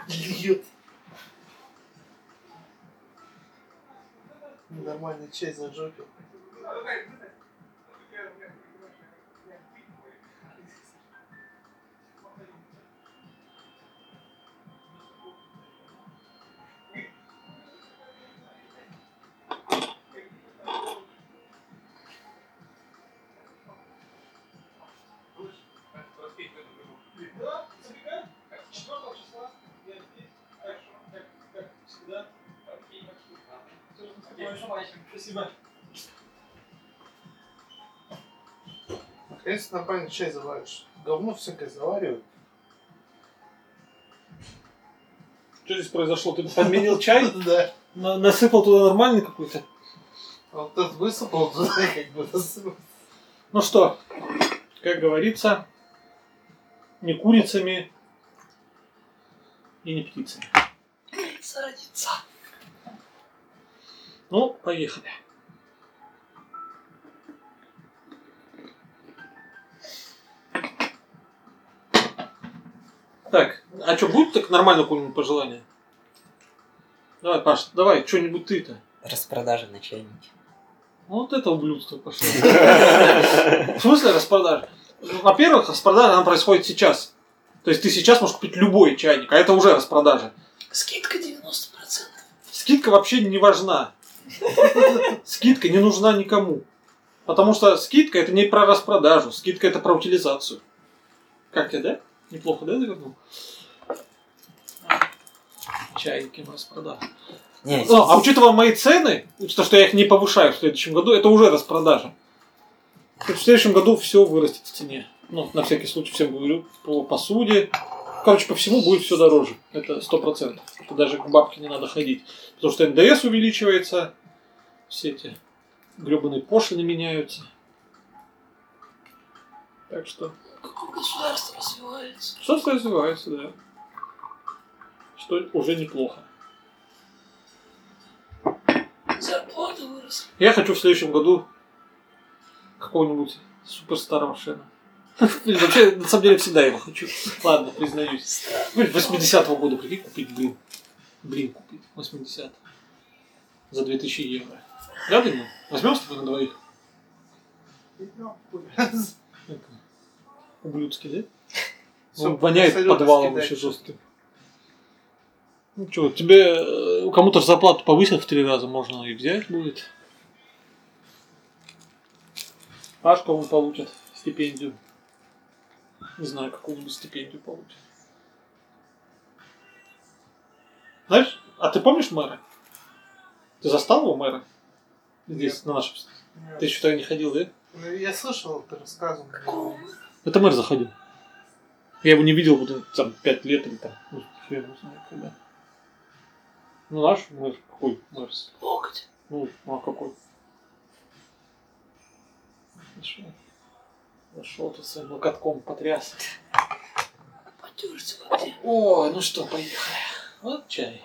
льет. Нормальный чай зажопил. Да, забегай. Четвертого числа я здесь. Так что, как, как всегда. Всё, что наступает. Спасибо. Если нормальный чай заваришь, говно всякое заваривают. Что здесь произошло? Ты подменил чай, Да. на- насыпал туда нормальный какой-то. А вот этот высыпал туда, как бы насыпал. Ну что, как говорится, не курицами и не птицами. Яйца родится. Ну, поехали. Так, а что, будет так нормально какое-нибудь пожелание? Давай, Паш, давай, что-нибудь ты-то. Распродажа на чайнике. Вот это ублюдство пошло. В смысле распродажа? Ну, Во-первых, распродажа она происходит сейчас. То есть ты сейчас можешь купить любой чайник, а это уже распродажа. Скидка 90%. Скидка вообще не важна. Скидка не нужна никому. Потому что скидка это не про распродажу, скидка это про утилизацию. Как тебе, да? Неплохо, да, завернул? Чайники на распродажу. Не, Ну, а учитывая мои цены, то, что я их не повышаю в следующем году, это уже распродажа. То есть в следующем году все вырастет в цене. Ну, на всякий случай всем говорю, по посуде. Короче, по всему будет все дороже. Это сто процентов. Даже к бабке не надо ходить. Потому что НДС увеличивается, все эти гребаные пошлины меняются. Так что, Какое государство развивается? что-то развивается, да. Что уже неплохо. Зарплата выросла. Я хочу в следующем году какого-нибудь суперстара машина. Блин, вообще, на самом деле, всегда его хочу. Ладно, признаюсь. Блин, 80-го года, прикинь, купить блин. Блин купить, 80 За 2000 евро. Да, Данил? Возьмем с тобой на двоих? Ну, Это, Ублюдский, да? Всё, Он Ну, воняет абсолютно подвалом скидай. еще жестко. Ну что, тебе э, кому-то ж зарплату повысят в три раза, можно и взять будет. Пашка он получит стипендию. Не знаю, какую-нибудь стипендию получит. Знаешь, а ты помнишь мэра? Ты застал его мэра? Здесь, на нашем... Ты еще тогда не ходил, да? Ну, я слышал, ты рассказывал. Какого Это мэр заходил. Я его не видел вот там пять лет или там. Ну, хрен его знает, когда. Ну, наш мэр какой мэр? локтя? Ну, а какой? Зашел. Зашел тут своим локотком потряс. Потерся локтя. О, ну что, поехали. Вот чай.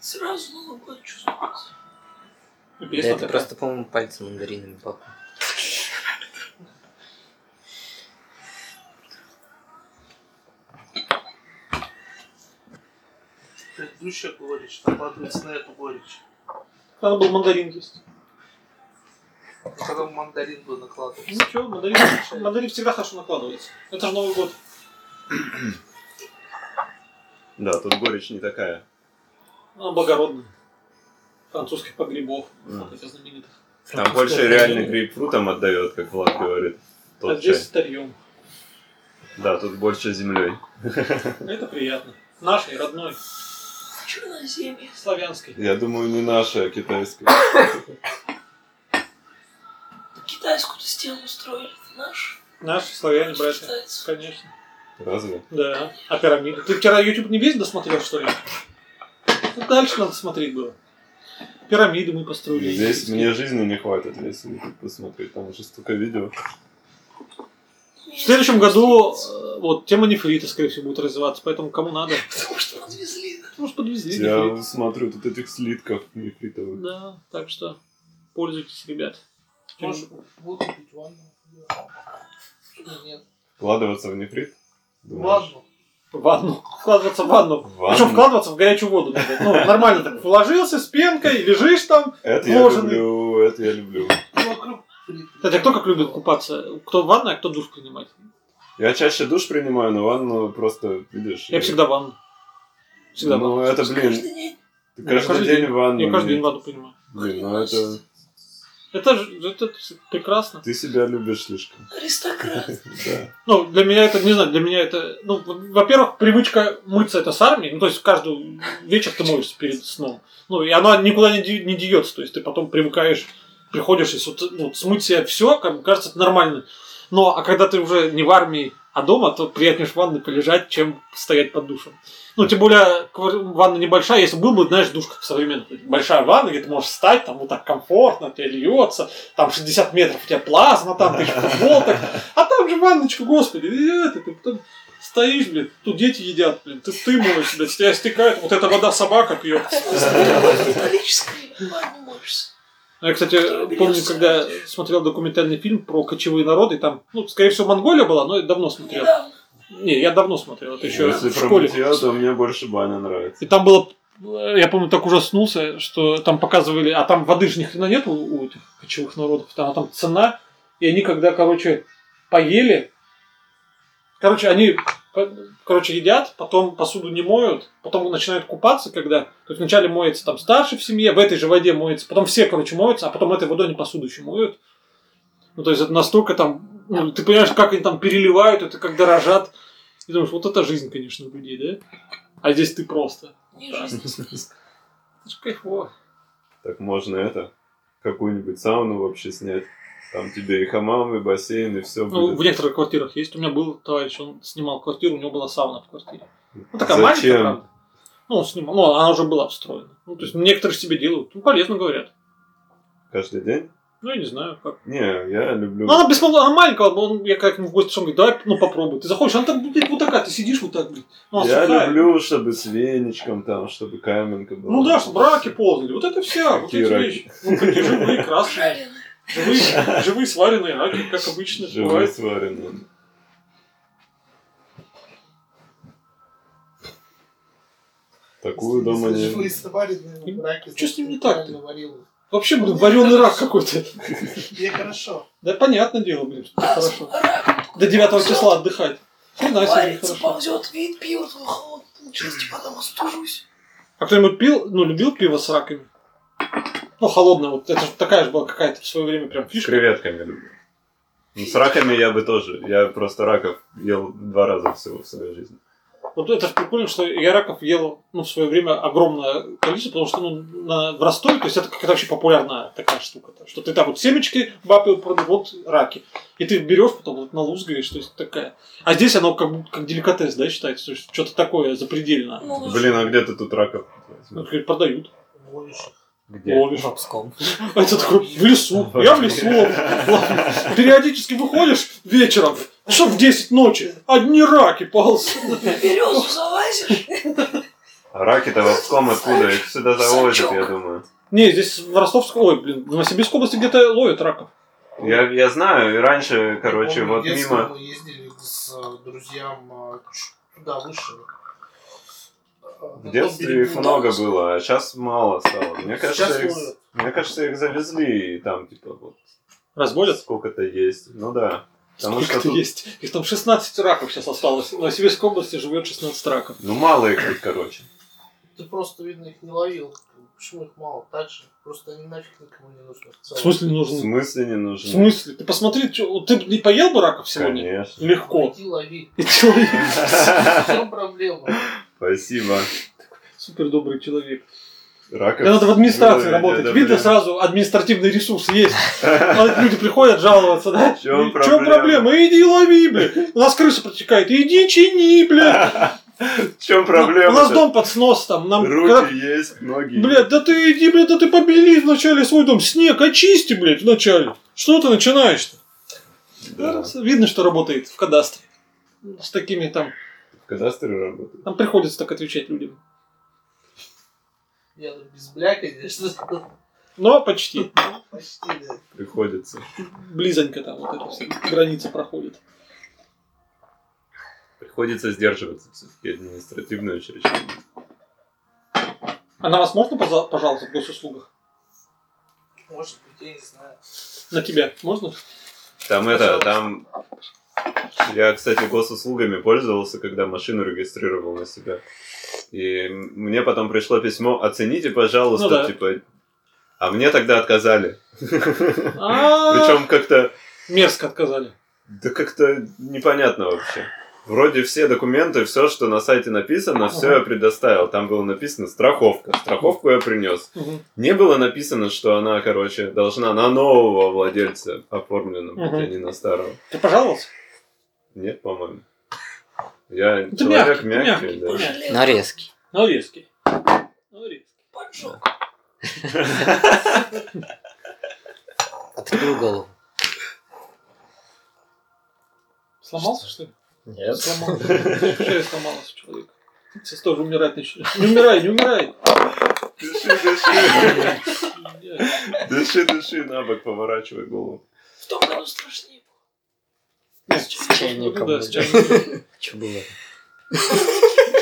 Сразу Новый год чувствуется. Да Песня это такая. просто, по-моему, пальцем мандарином пахнет. Предыдущая горечь накладывается на эту горечь. Надо было мандарин есть. Ну, Когда мандарин был накладывался. Ну что, мандарин, мандарин всегда хорошо накладывается. Это же Новый год. Да, тут горечь не такая. Ну, благородный. Французских погребов. Мгм. Вот этих знаменитых. Там больше реально грейпфрутом отдает, как Влад говорит. А Тот чай. здесь старьем. Да, тут больше землей. Это приятно. Нашей, родной, Черноземье. славянской. Я думаю, не наша, а китайская. Китайскую-то стену устроили. Это наш. Наши славяне, братья. считается. Конечно. Разве? Да. А пирамиды? Ты вчера YouTube не весь досмотрел, что ли? Ну, Дальше надо смотреть было. Пирамиды мы построили. Здесь мне жизни не хватит, если посмотреть, там уже столько видео. В следующем году э, вот тема нефрита, скорее всего, будет развиваться, поэтому кому надо, Потому что подвезли. да. может подвезли Я нефрит. смотрю тут этих слитков нефритовых. Да, так что пользуйтесь, ребят. Может, выкупить ванну? Почему Нет. Ну, Вкладываться в нефрит? Думаешь? Ванну. В Ванну. Вкладываться в ванну. В Причем ванну? вкладываться в горячую воду. надо. Ну, нормально так. Вложился с пенкой, лежишь там. Это я Вложенный. люблю, это я люблю. И Ну, Вокруг плит. Кстати, а кто как любит купаться? Кто в ванну, а кто душ принимать? Я чаще душ принимаю, но ванну просто, видишь... Я всегда в ванну. Всегда в ванну. Ну, это, блин, Каждый день. ты Я каждый, каждый день день. в ванну. Я каждый день не- ванну принимаю. Блин, ну это... Это, ж- это прекрасно. Ты себя любишь слишком. Аристократ. Да. Ну, для меня это, не знаю, для меня это... Ну, во- во-первых, привычка мыться это с армии. Ну, то есть каждый вечер ты моешься перед сном. Ну, и она никуда не, де- не деется. То есть ты потом привыкаешь, приходишь, и сут- ну, смыть себе все, как бы кажется, это нормально. Но, а когда ты уже не в армии, а дома, то приятнее ж в ванной полежать, чем стоять под душем. Ну, тем более, квар- ванна небольшая. Если был бы, знаешь, душ как современный. Большая ванна, где ты можешь встать, там вот так комфортно, тебе льется, там 60 метров у тебя плазма, там ты в футболках. А там же ванночка, господи, и это, ты потом стоишь, блин, тут дети едят, блин, ты, ты моешься, блядь, с тебя стекает вот эта вода собака пьет. Католической ванне моешься. Ну, Я, кстати, помню, когда смотрел документальный фильм про кочевые народы, там, ну, скорее всего, Монголия была, но я давно смотрел. Недавно. Не, я давно смотрел, это еще Если в про школе. мытье, то мне больше баня нравится. И там было, э, я помню, так ужаснулся, что там показывали, а там воды же ни хрена нет у, у этих кочевых народов, там, а там цена, и они когда, короче, поели, короче, они, по- короче, едят, потом посуду не моют, потом начинают купаться, когда, то есть вначале моется там старший в семье, в этой же воде моется, потом все, короче, моются, а потом этой водой они посуду еще моют. Ну, то есть это настолько там, ну, ты понимаешь, как они там переливают, это как дорожат. И думаешь, вот это жизнь, конечно, у людей, да? А здесь ты просто. Не жизнь, а сказка. Это ж кайфово. Так можно это, какую-нибудь сауну вообще снять. Там тебе и хамам, и бассейн, и все Ну, будет. в некоторых квартирах есть. У меня был товарищ, он снимал квартиру, у него была сауна в квартире. Ну, такая маленькая, Зачем? правда. Ну, он снимал, ну, она уже была обстроена. Ну, то есть некоторые себе делают. Ну, полезно говорят. Каждый день? Ну, я не знаю, как. Не, я люблю... Ну, она бесплатно, она маленькая, он, я как в гости пришёл, он говорит, давай, ну, попробуй. Ты заходишь, она так, блядь, вот такая, ты сидишь вот так, блядь. Ну, она я сухая. люблю, чтобы с веничком там, чтобы каменка была. Ну да, чтобы раки ползали. Вот это вся, вот Какие эти раки? вещи. Ну, какие живые, красные. Жареная. Живые, живые сваренные раки, как обычно. Живые бывает. сваренные. Такую дома Живые не... сваренные раки. Чё с ним не так-то? Правильно варил. Вообще, блин, вареный рак какой-то. Тебе хорошо. Да, понятное дело, блин, что А, хорошо. рак До 9 числа отдыхать. Хрена себе, варится, хорошо. ползет, вид пьет, холод получилось, типа там остужусь. А кто-нибудь пил, ну, любил пиво с раками? Ну, холодное, вот это же такая же была какая-то в свое время прям С фишка. креветками люблю. Ну, с раками я бы тоже. Я просто раков ел два раза всего в своей жизни. Вот это же прикольно, что я раков ел, ну, в свое время огромное количество, потому что, ну, на, в Ростове, то есть это какая-то вообще популярная такая штука. -то, что ты так вот семечки бабы продают, вот раки. И ты берешь, потом вот налузгаешь, то есть такая. А здесь оно как, будто как деликатес, да, считается, то есть что-то такое запредельное. Ну, Блин, а где ты тут раков? Ну, говорит, продают, Ловишь. Где? ловишь. Жопском. А это такой в лесу. Я в лесу. Ладно. Периодически выходишь вечером, часов в 10 ночи, одни раки ползут. на березу залазишь, А Раки-то воском откуда? Их сюда завозят, я думаю. Не, здесь в Ростовской, ой, блин, в Новосибирской области где-то ловят раков. Я, я знаю, и раньше, короче, Помню, вот в детстве мимо... Мы ездили с э, друзьям э, чуть туда выше. Э, В на детстве том их берегу. много было, а сейчас мало стало. Мне кажется, Щас их, ловят. мне кажется, их завезли, и там, типа, вот Разводят? сколько-то есть. Ну да. Потому Сколько что то тут... есть? Их там 16 раков сейчас осталось. В Новосибирской области живет 16 раков. Ну мало их тут, короче. Ты просто, видно, их не ловил. Почему их мало? Так же. Просто они нафиг никому не нужны. В В целом. смысле не В нужны? смысле не В нужны? смысле? Ты посмотри, чё, вот ты не поел бы раков сегодня? Конечно. Легко. Иди лови. И человек. В чем проблема? Спасибо. Супер добрый человек. Раков. Мне надо в администрации было работать. недобрее. Видно сразу административный ресурс есть. А люди приходят жаловаться, да? В чём И в чём проблема? проблема? Иди лови, блядь. У нас крыса протекает. Иди чини, блядь. В чем проблема? У нас дом под снос там. Нам когда- Руки есть, ноги. Блядь, да ты иди, блядь, да ты побели вначале свой дом. Снег очисти, блядь, вначале. Что ты начинаешь-то? есть. Да, Да. Видно, что работает в кадастре. С такими там... В кадастре работает. Там приходится так отвечать людям. Я тут без бляка здесь. Но почти. Почти, да. Приходится. Близонько там вот эта вся граница проходит. Приходится сдерживаться. Все-таки административное учреждение. А на вас можно, поза- пожалуйста, в госуслугах? Может быть, я не знаю. На тебя можно? Там это, там... Я, кстати, госуслугами пользовался, когда машину регистрировал на себя. И мне потом пришло письмо «Оцените, пожалуйста», Ну да. типа... А мне тогда отказали. Причем Причем как-то... мерзко отказали. Да как-то непонятно вообще. Вроде все документы, все, что на сайте написано, все я предоставил. Там было написано страховка. Страховку я принес. Мгм. Не было написано, что она, короче, должна на нового владельца оформлена, быть, Мгм. а не на старого. Ты пожаловался? Нет, по-моему. Я Ты мягкий, человек ты мягкий, да. Пожалел. Но резкий. Но резкий. Но резкий. Поджег. Открыл голову. Сломался, что ли? Нет. Сломался. Шея сломалась у человека. Сейчас тоже умирать начнешь. Не умирай, не умирай. Дыши, дыши, Я- дыши, дыши, на бок поворачивай голову. В том году страшнее было. С чайником. Да, с чайником. Что было?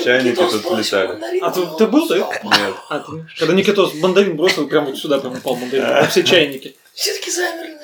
Чайники Никитос тут бросил летали. мандарин, А ты- он ты был, да? упал. Нет, А, ты- Когда Никитос мандарин бросил, прям вот сюда прям упал мандарин. На все чайники. Все таки замерли.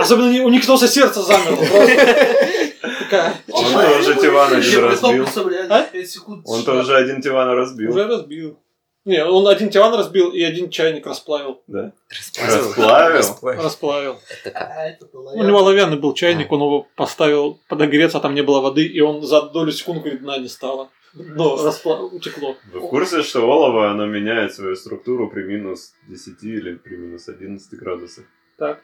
Особенно не- у Никитоса сердце замерло. просто. Такая, Он Ой, тоже блин, Тивана я один разбил. притопнулся, блядь, А? пять секунд. он тоже один диван разбил. Уже разбил. Не, он один тиван разбил и один чайник расплавил. Расплавил? Расплавил. Расплавил. Это как? А, это было Ну, У него оловянный был чайник, он его поставил подогреться, а там не было воды, и он за долю секунд, говорит, дна не стало. Но распла... утекло. Вы в курсе, что олово, оно меняет свою структуру при минус 10 или при минус 11 градусах? Так.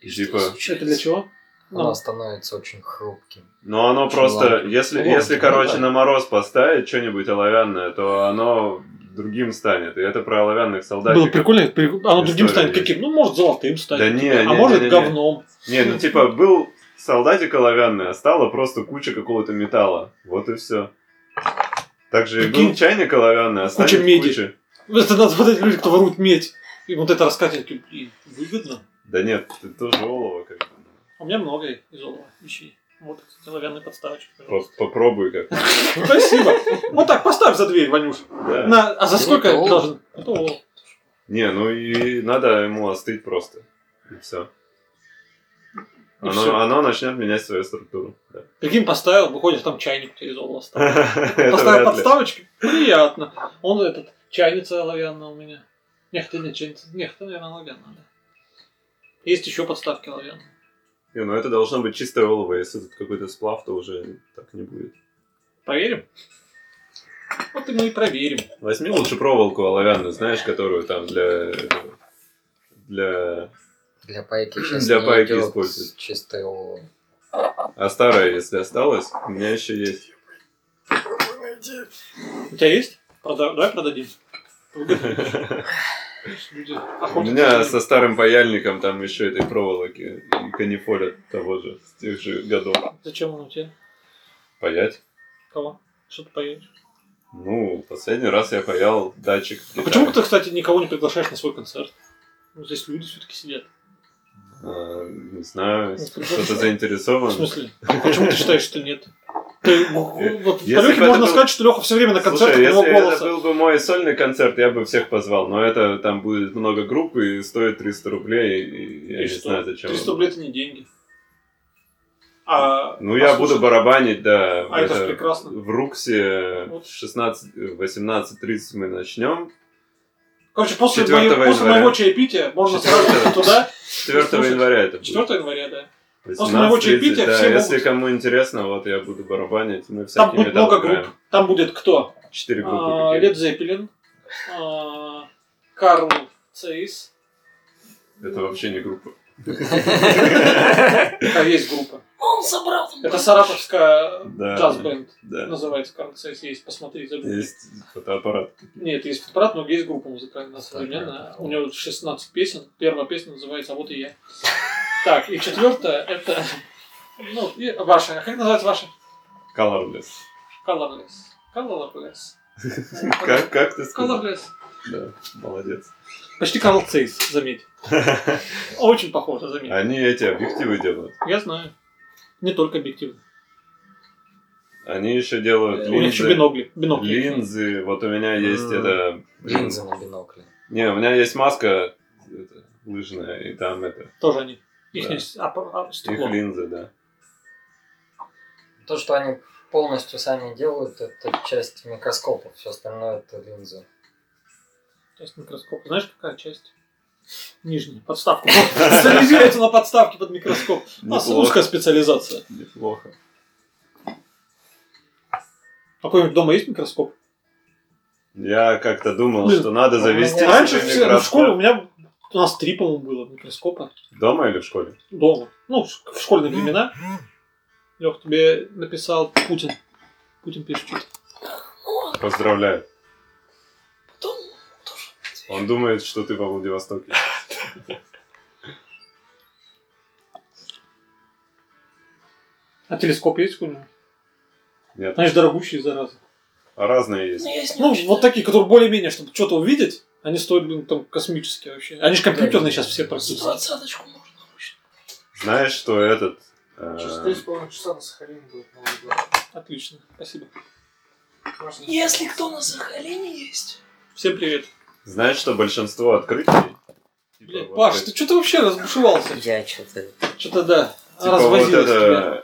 И типа, Это для чего? Она А, Ну, становится очень хрупким. ну оно Очень просто, ладно. если, Ну, если, ну, короче, да. на мороз поставить что-нибудь оловянное, то оно другим станет. И это про оловянных солдатиков. было прикольно, при- оно другим История станет есть. каким? Ну, может, золотым Да станет. не, а не, не, может, не, не. говном. Не, ну типа был солдатик оловянный, а стало просто куча какого-то металла. Вот и все. Также и был Прикинь. чайник оловянный, а станет Куча меди. куча. Это надо вот эти люди, кто ворует медь. И вот это раскатывать и выгодно. Да нет, ты тоже олово как бы. А у меня много из олова вещей. Вот, кстати, оловянная подставочка. Ну, Просто попробуй как. Спасибо. Вот так, поставь за дверь, Ванюш. Да. На, а за Ну, сколько это олово. должен? Это олово. Не, ну и надо ему остыть просто. И все. И Оно, всё. оно начнет менять свою структуру. да. Прикинь, поставил, выходишь, там чайник у тебя из олова стал. Это Поставил вряд ли. подставочки? Приятно. Он этот, чайница оловянная у меня. Нет, ты не чайница. Нет, это, наверное, оловянная, да. Есть еще подставки оловянные. Не, ну это должно быть чистое олово. Если тут какой-то сплав, то уже так не будет. Проверим? Вот и мы и проверим. Возьми лучше проволоку оловянную, знаешь, которую там для... этого, Для... Для пайки сейчас Для не пайки идет используют. чистое олово. А старая, если осталась, у меня еще есть. У тебя есть? Прода- Давай продадим. Выгодно. Люди У охотятся за меня ним. со старым паяльником там еще этой проволоки и канифоля того же, с тех же годов. Зачем он у тебя? Паять? Кого? Что ты поедешь? Ну, последний раз я паял датчик. в А Китае. Почему ты, кстати, никого не приглашаешь на свой концерт? Ну, здесь люди все-таки сидят. А, Не знаю, Ну, кто-то хорошо. заинтересован. В смысле? А Почему ты считаешь, что нет? Ты, ну, вот, Если по Лёхе бы это можно был- сказать, что Леха все время на концертах Слушай, его если голоса. это был бы мой сольный концерт, я бы всех позвал, но это там будет много групп и стоит 300 рублей, и, и я И не что? знаю зачем. 300 рублей это не деньги. А, Ну, а я слушай, буду барабанить, да. А это ж прекрасно. В Руксе Вот. 16-18.30 мы начнем. Короче, после, 4 моего- после января. моего чаепития можно сразу 4. идти туда. 4 Слушай, января это будет. 4 января, да. 18.30, после моего чаепития да, все если могут- кому интересно, вот я буду барабанить. Мы Там всякие будет металлы много играем. групп. Там будет кто? Четыре группы. А, какие-то. Лед Зеппелин, а, Карл Цейс. Это вообще не группа. А есть группа. Он собрал там... Это саратовская Да. джаз-бенд Да. называется. В конце есть, посмотри, забыл. Есть фотоаппарат. Нет, есть фотоаппарат, но есть группа музыкальная современная. У него 16 песен. Первая песня называется «А вот и я». Так, и четвертая это... Ну, и ваша. Как называется ваша? Colorless. Colorless. Colorless. Как, как ты сказал? Colorless. Да, молодец. Почти Карл Цейс, заметь. Очень похоже, заметь. Они эти объективы делают. Я знаю. Не только объективно. Они еще делают У них еще А. линзы. бинокли. бинокли. Линзы. Вот у меня есть М. это... Линзы на бинокле. Не, у меня есть маска это, лыжная, и там это... Тоже они. Их Да. не с- а, а, Их стекло. линзы, да. То, что они полностью сами делают, это часть микроскопа, все остальное это линзы. Часть микроскопа. Знаешь, какая часть? Нижняя. Подставку. Специализируется на подставке под микроскоп. У нас Неплохо. узкая А, специализация. Неплохо. А какой-нибудь дома есть микроскоп? Я как-то думал, Блин, что надо завести меня Раньше себе все, ну, в микроскоп. школе у меня... У нас три, по-моему, было микроскопа. Дома или в школе? Дома. Ну, в ш- в школьные времена. Лех, тебе написал Путин. Путин пишет что-то. Ну, а Поздравляю. потом... Он думает, что ты во Владивостоке. А телескоп есть у него? Нет. Знаешь, дорогущие, зараза. А разные Ну, есть. я с ним Ну, очень- вот такие, которые более-менее, чтобы что-то увидеть, они стоят, блин, там космические вообще. Они же компьютерные сейчас все практически. Двадцаточку можно обычно. Знаешь, что этот... э, Через три с половиной часа на Сахалине будет Новый год. Отлично, спасибо. Можно- Если кто на Сахалине есть, Всем привет. Знаешь, что большинство открытий... типа Блин, вот Паш, эти- ты что ты вообще разбушевался? Я что-то... Что-то да, Типа вот развозилось тебя. это...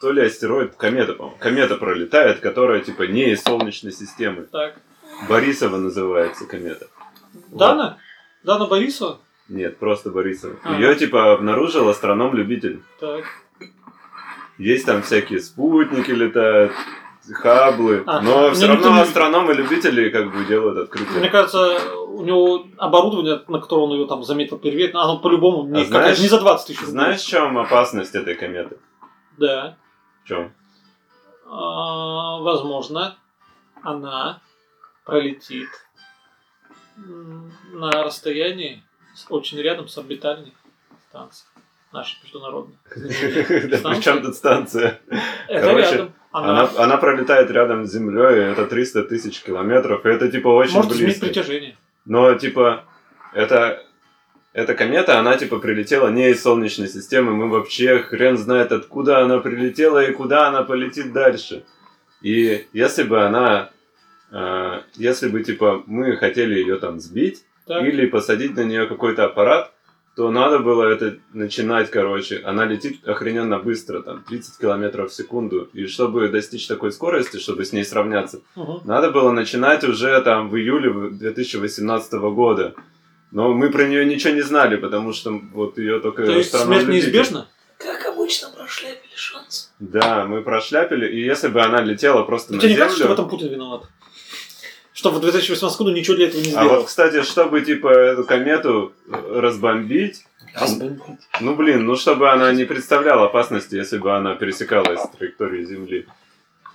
То ли астероид, комета, по-моему. Комета пролетает, которая типа не из Солнечной системы. Так, Борисова называется комета. Дана? Дана Борисова? Нет, просто Борисова. А. Ее типа обнаружил астроном-любитель. Так. Есть там всякие спутники летают, хаблы. Ага. Но все Ну, никто равно не- астрономы любители как бы делают открытие. Мне кажется, у него оборудование, на которое он ее там заметил первее, оно по-любому не, А знаешь- какая-то не за 20 тысяч рублей. Знаешь, в чем опасность этой кометы? Да. В чем? А, возможно, она пролетит м, на расстоянии с- очень рядом с орбитальной станцией нашей международной. Причем тут станция? Это Короче, рядом. Она, Она, она пролетает рядом с Землей, это 300 тысяч километров, и это типа очень может изменить близко. притяжение. Но типа это эта комета, она типа прилетела не из Солнечной системы, мы вообще хрен знает откуда она прилетела и куда она полетит дальше. И если бы она, э, если бы типа мы хотели ее там сбить Так. или посадить на нее какой-то аппарат, то надо было это начинать, короче. Она летит охрененно быстро, там 30 километров в секунду. И чтобы достичь такой скорости, чтобы с ней сравняться, Мгм. надо было начинать уже там в июле в- 2018 года. Но мы про нее ничего не знали, потому что вот ее только... То есть э, страна смерть любитель. неизбежна? как обычно, прошляпили шанс. Да, мы прошляпили, и если бы она летела просто Но на Ну, тебе не землю... кажется, что в этом Путин виноват? Что в 2018 году ничего для этого не А сделал? вот, кстати, чтобы, типа, эту комету э, разбомбить, ну, блин, ну, чтобы она не представляла опасности, если бы она пересекалась с траекторией Земли.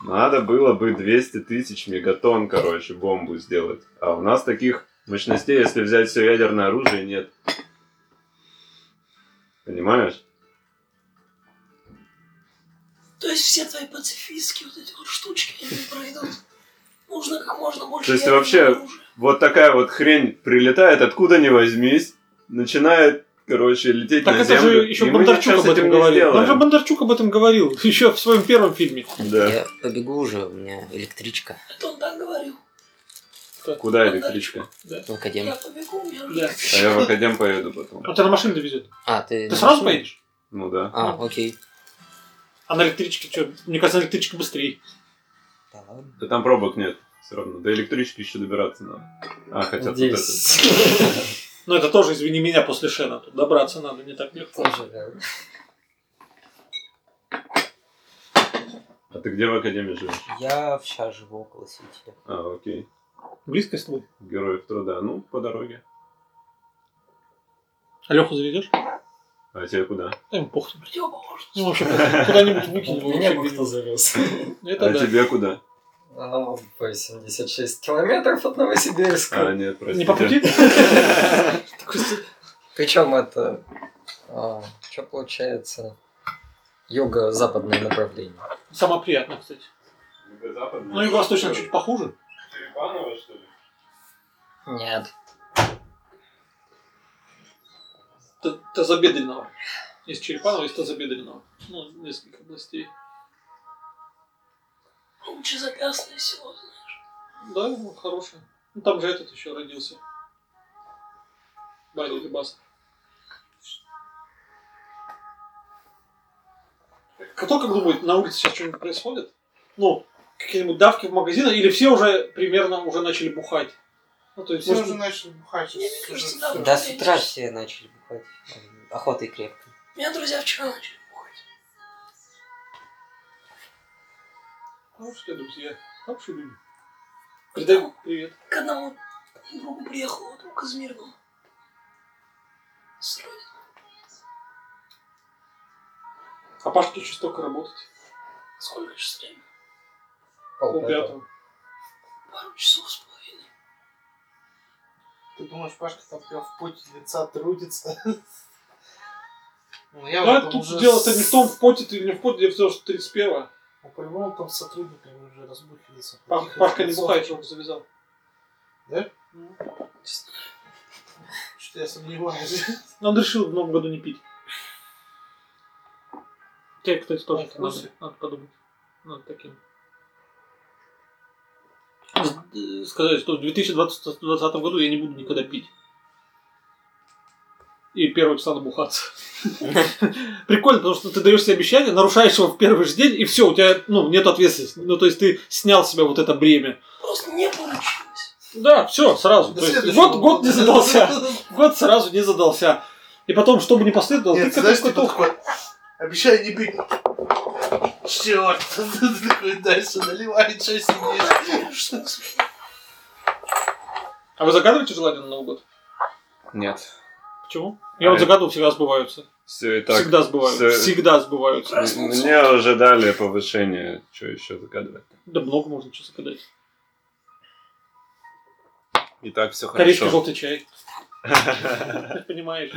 Надо было бы 200 тысяч мегатонн, короче, бомбу сделать. А у нас таких мощностей, если взять все ядерное оружие, нет. Понимаешь? То есть все твои пацифистские вот эти вот штучки они не пройдут. Нужно как можно больше То есть ядерного вообще- оружия. Вот такая вот хрень прилетает, откуда ни возьмись, начинает, короче, лететь Так на это землю. же еще и мы Бондарчук ничего с об этом этим не говорил. сделаем. Он же Бондарчук об этом говорил еще в своем первом фильме. Да. Я побегу уже, у меня электричка Это он так говорил. Куда электричка? в академии. Я побегу, у меня Да. уже... А я в Академ поеду потом. Он тебя на машине довезет. А, ты... Ты на сразу машине? поедешь? Ну да. А, окей. А на электричке что? Мне кажется, на электричке быстрее. Да ладно. Да там пробок нет. Все равно. До электрички еще добираться надо. А, хотя тут это... Но это тоже, извини меня, после Шена. Тут добраться надо не так легко. Тоже, да. А ты где в Академии живешь? Я сейчас живу около Сити. А, окей. Близко с тобой. Героев труда. Ну, по дороге. Алеху заведешь? А тебе куда? А Да им похуй. Противоположно. Ну, в общем, куда-нибудь выкинем. Меня бы кто завез. Это А да. тебе куда? А, 86 километров от А, Новосибирска. нет, простите. Не по пути? Причем это... что получается? Юго-западное направление. Самое приятное, кстати. Ну, и восточно чуть похуже. Черепаново, что ли? Нет. Т- Тазобедренного. Из Черепанова, из Тазобедренного. Ну, несколько областей. Лучше запястное село, знаешь. Да, ну, хорошее. Ну, там же этот еще родился. Барри Лебас. Кто как думает, на улице сейчас что-нибудь происходит? Ну, какие-нибудь давки в магазинах? Или все уже примерно уже начали бухать? Ну, то есть, Все может, уже начали бухать. Мне кажется, Всё. да. Да, с утра все начали бухать. Охотой крепко. Меня друзья вчера начали бухать. ну, что, друзья, хорошие люди. Передаю привет. К одному другу приехал, вот друг из Мирного. С родины. А Пашке еще столько работать? Сколько сейчас времени? Пол Полпятого. Пару часов с половиной. Ты думаешь, Пашка там прям в поте лица трудится? Ну, я Да, вот там тут уже дело-то с- не в том, в поте ты или не в поте, дело в том, что 31 Ну, по-любому там с сотрудниками уже разбухивается. Паш, Таких Пашка не лицо. бухает, руку завязал. Да? Ну, Что-то я сомневаюсь. Ну, Он решил в новом году не пить. Тебе, кстати, тоже Он в надо, курсе? надо подумать. Надо таким. С- э, Сказать, что в 2020 году я не буду никогда пить. И первого числа набухаться. Прикольно, потому что ты даешь себе обещание, нарушаешь его в первый же день, и все, у тебя ну, нет ответственности. Ну, то есть ты снял с себя вот это бремя. Просто не получилось. Да, все, сразу. До То есть следующего год, год не года. задался. Год сразу не задался. И потом, чтобы не последовало, Нет, ты знаешь, какой-то типа такой, обещаю не пить. Черт, ты такой дальше наливай, что сидишь. А вы загадываете желание на Новый год? Нет. Почему? Я вот это- загадывал, всегда сбываются. Все и так. всегда сбываются. всё- Всегда сбываются. М- Мне уже дали повышение. Что еще загадывать? Да много можно что загадать. И так все Корейский хорошо. желтый чай. Ты понимаешь?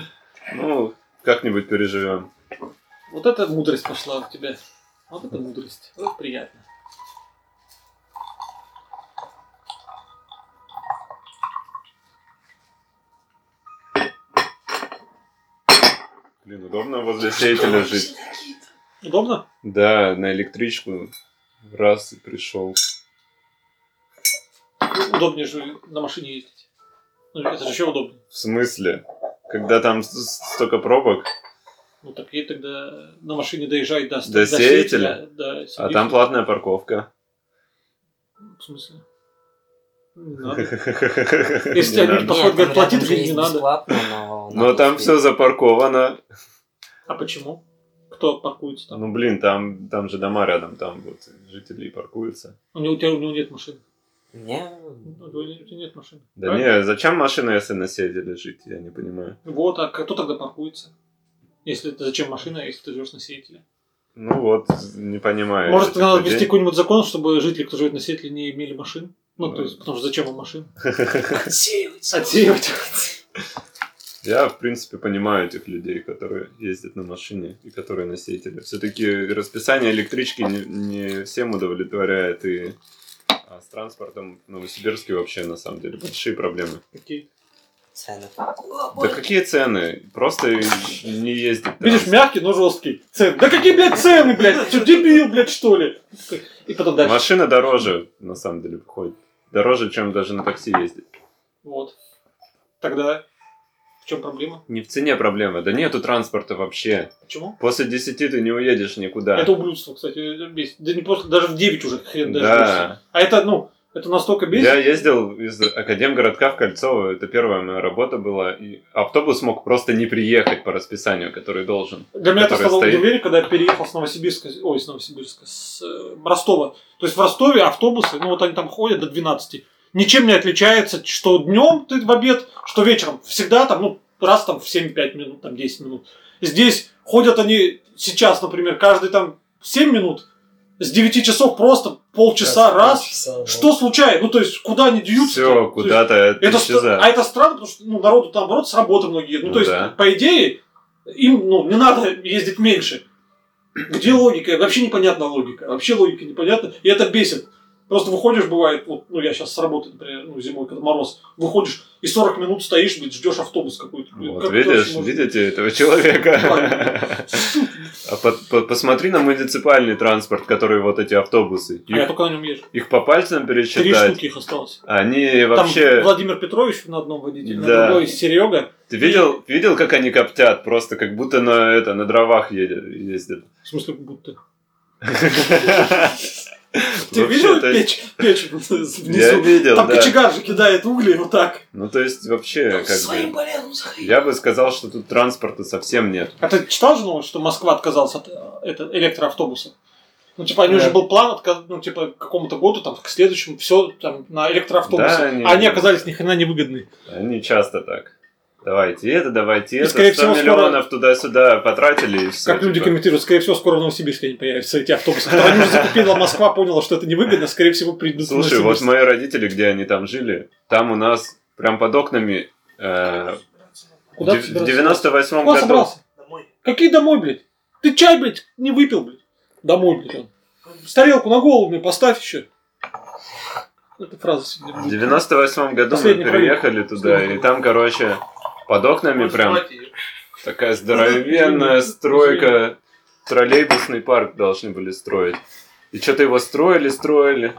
Ну, как-нибудь переживем. Вот эта мудрость пошла у тебя. Вот это мудрость. Вот это приятно. Блин, удобно возле сеятеля жить. Все такие-то. Удобно? Да, на электричку раз и пришел. Удобнее же на машине ездить. Ну, это же еще удобнее. В смысле? Когда там с- с- столько пробок, Ну, так ей тогда на машине доезжай до, До сеятеля? Да, а сидишь. там платная парковка. В смысле? Ну, Не надо. Если тебя люди Поход, Нет, говорит, там платить рядом же деньги есть не надо. бесплатно, но... Но там все запарковано. А почему? Кто паркуется там? Ну блин, там, там же дома рядом, там вот жители и паркуются. У него, у тебя у него нет машины. Не, Ну, У тебя нет машины. Да Правильно? не, зачем машина, если на сеятеле жить, я не понимаю. Вот, а кто тогда паркуется? Если это зачем машина, если ты живешь на сеятеле? Ну вот, не понимаю. Может, этих надо людей. ввести какой-нибудь закон, чтобы жители, кто живет на сеятеле, не имели машин? Ну, то Да. есть, потому что зачем им машин? Отсеивать. Отсеивать. Я, в принципе, понимаю этих людей, которые ездят на машине и которые на сеятеле. Все-таки расписание электрички не, не всем удовлетворяет, и а с транспортом в Новосибирске вообще, на самом деле, большие проблемы. Окей. цены. Да какие цены? Просто не ездит Видишь, транспорт. мягкий, но жесткий. Цены. Да какие, блядь, цены, блядь? Что, дебил, блядь, что ли? И потом дальше. Машина дороже, на самом деле, выходит. Дороже, чем даже на такси ездить. Вот. Тогда в чем проблема? Не в цене проблема. Да нету транспорта вообще. Почему? После 10 ты не уедешь никуда. Это ублюдство, кстати, это бесит. Да не просто, даже в 9 уже хрен даже. бесит. да. А это, ну, это настолько бесит. Я ездил из Академгородка в Кольцово, это первая моя работа была, и автобус мог просто не приехать по расписанию, который должен. Для меня это который стало стоит. удивление, когда я переехал с Новосибирска, ой, с Новосибирска, с э, Ростова. То есть в Ростове автобусы, ну вот они там ходят до 12. Ничем не отличается, что днем ты в обед, что вечером. Всегда там, ну, раз там в 7-5 минут, там 10 минут. Здесь ходят они сейчас, например, каждые там 7 минут, с 9 часов просто полчаса раз. полчаса, да. Что случается? Ну, то есть, куда они деются? Все, куда-то Это ст- исчезает. а это странно, потому что ну, народу там, наоборот, с работы многие. едут. Ну, Ну то есть, да. по идее, им ну, не надо ездить меньше. Где логика? Вообще непонятна логика. Вообще логика непонятна. И это бесит. Просто выходишь, бывает, вот, ну, я сейчас с работы, например, ну, зимой, когда мороз, выходишь и 40 минут стоишь, блядь, ждешь автобус какой-то. блин, А, Вот как ты видишь, вообще можешь- видите этого человека? А по- по- посмотри на муниципальный транспорт, который вот эти автобусы. А я Их, только на нем езжу. их по пальцам Три пересчитать. штуки их осталось. Они Там вообще... Владимир Петрович на одном водителе, Да. на другой Серега. Ты видел, видел, как они коптят? Просто как будто на, это, на дровах едят, ездят. В смысле, как будто. Ты видел Вообще-то- печь, печь внизу? Я видел, Там да. кочегар же кидает угли вот так. Ну, то есть, вообще, Со как своим бы... поленом заходи. Я бы сказал, что тут транспорта совсем нет. А ты читал же новость, что Москва отказалась от э, это, электроавтобуса? Ну, типа, они Да. уже был план, отка- ну, типа, к какому-то году, там, к следующему, все там на электроавтобусы. Да, они- А они оказались ни хрена невыгодны. Они А часто так. Давайте это, давайте И, это. скорее всего, 100 скоро- миллионов туда-сюда потратили и типа. все. как люди комментируют, скорее всего, скоро в Новосибирске не появятся эти автобусы. Которые они уже закупила Москва, поняла, что это невыгодно, а, скорее всего, придут в Слушай, вот Новосибирск. мои родители, где они там жили, там у нас прям под окнами э, в Куда ты дев- в собирался? 98 Куда году. собрался? Домой. Какие домой, блядь? Ты чай, блядь, не выпил, блядь. Домой, блядь. он. С тарелку на голову мне поставь еще. Это фраза сегодня В будет. 98 году мы Последний переехали туда, и там, короче, под окнами Может, прям хватит её. такая здоровенная стройка. Троллейбусный парк должны были строить. И что-то его строили, строили.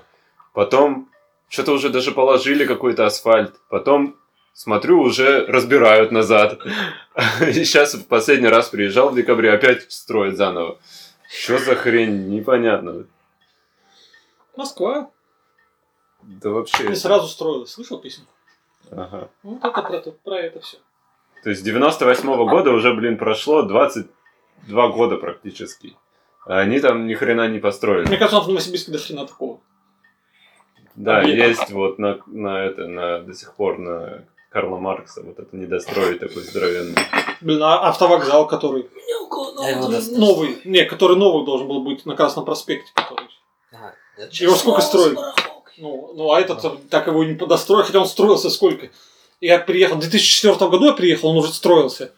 Потом что-то уже даже положили какой-то асфальт. Потом, смотрю, уже разбирают назад. И сейчас в последний раз приезжал в декабре, опять строят заново. Что за хрень, непонятно. Москва. Да вообще... Ты это- Ну, сразу строилась. Слышал песню? Ага. Вот это про, то- про это все. То есть 98 года уже, блин, прошло 22 года практически. А они там ни хрена не Мне построили. кажется, в Новосибирске до хрена такого. Да, А мне- есть вот на, на это, на до сих пор на Карла Маркса вот это недострой такой здоровенный. Блин, а автовокзал, который Меня около Я его дома тоже достану. новый, не, который новый должен был быть на Красном проспекте, который. А, да чё? Его сколько снова строили? барахолкой. Ну, ну а этот э, так его и не подостроил, хотя он строился сколько. Я приехал, в 2004 году я приехал, он уже строился.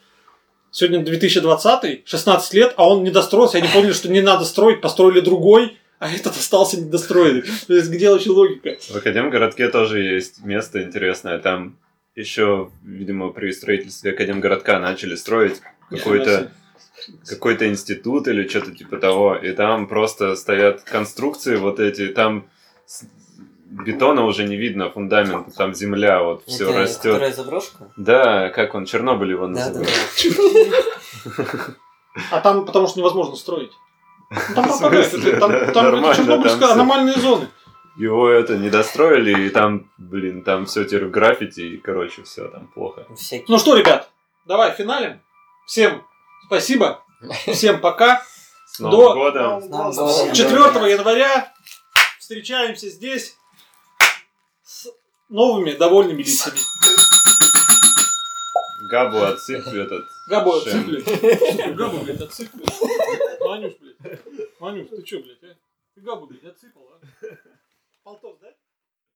Сегодня 2020, 16 лет, а он не достроился, они поняли, что не надо строить, построили другой, а этот остался недостроенный. То есть где вообще логика? В Академгородке тоже есть место интересное. Там еще, видимо, при строительстве Академгородка начали строить какой-то какой-то институт или что-то типа того, и там просто стоят конструкции вот эти, там с- бетона уже не видно, фундамента, там земля, вот все Это, растет. Которая заброшка? Да, как он, Чернобыль его Да, да, называют. да. А там потому что невозможно строить. Ну, Там В пропадает. смысле? это- Там, Да, там нормально, это Чернобыльская там всё. аномальные зоны. Его это не достроили, и там, блин, там все теперь в граффити, и, короче, все там плохо. Всякие. Ну что, ребят, давай финалем. Всем спасибо. Всем пока. С Новым До- годом! Нам Всем было- 4 января встречаемся здесь с новыми довольными лицами. Габу отсыпь этот. Габу Шен. отсыпли. Габу, блядь, отсыпли. Манюш, блядь. Манюш, ты чё, блядь, а? Ты Габу, блядь, отсыпал.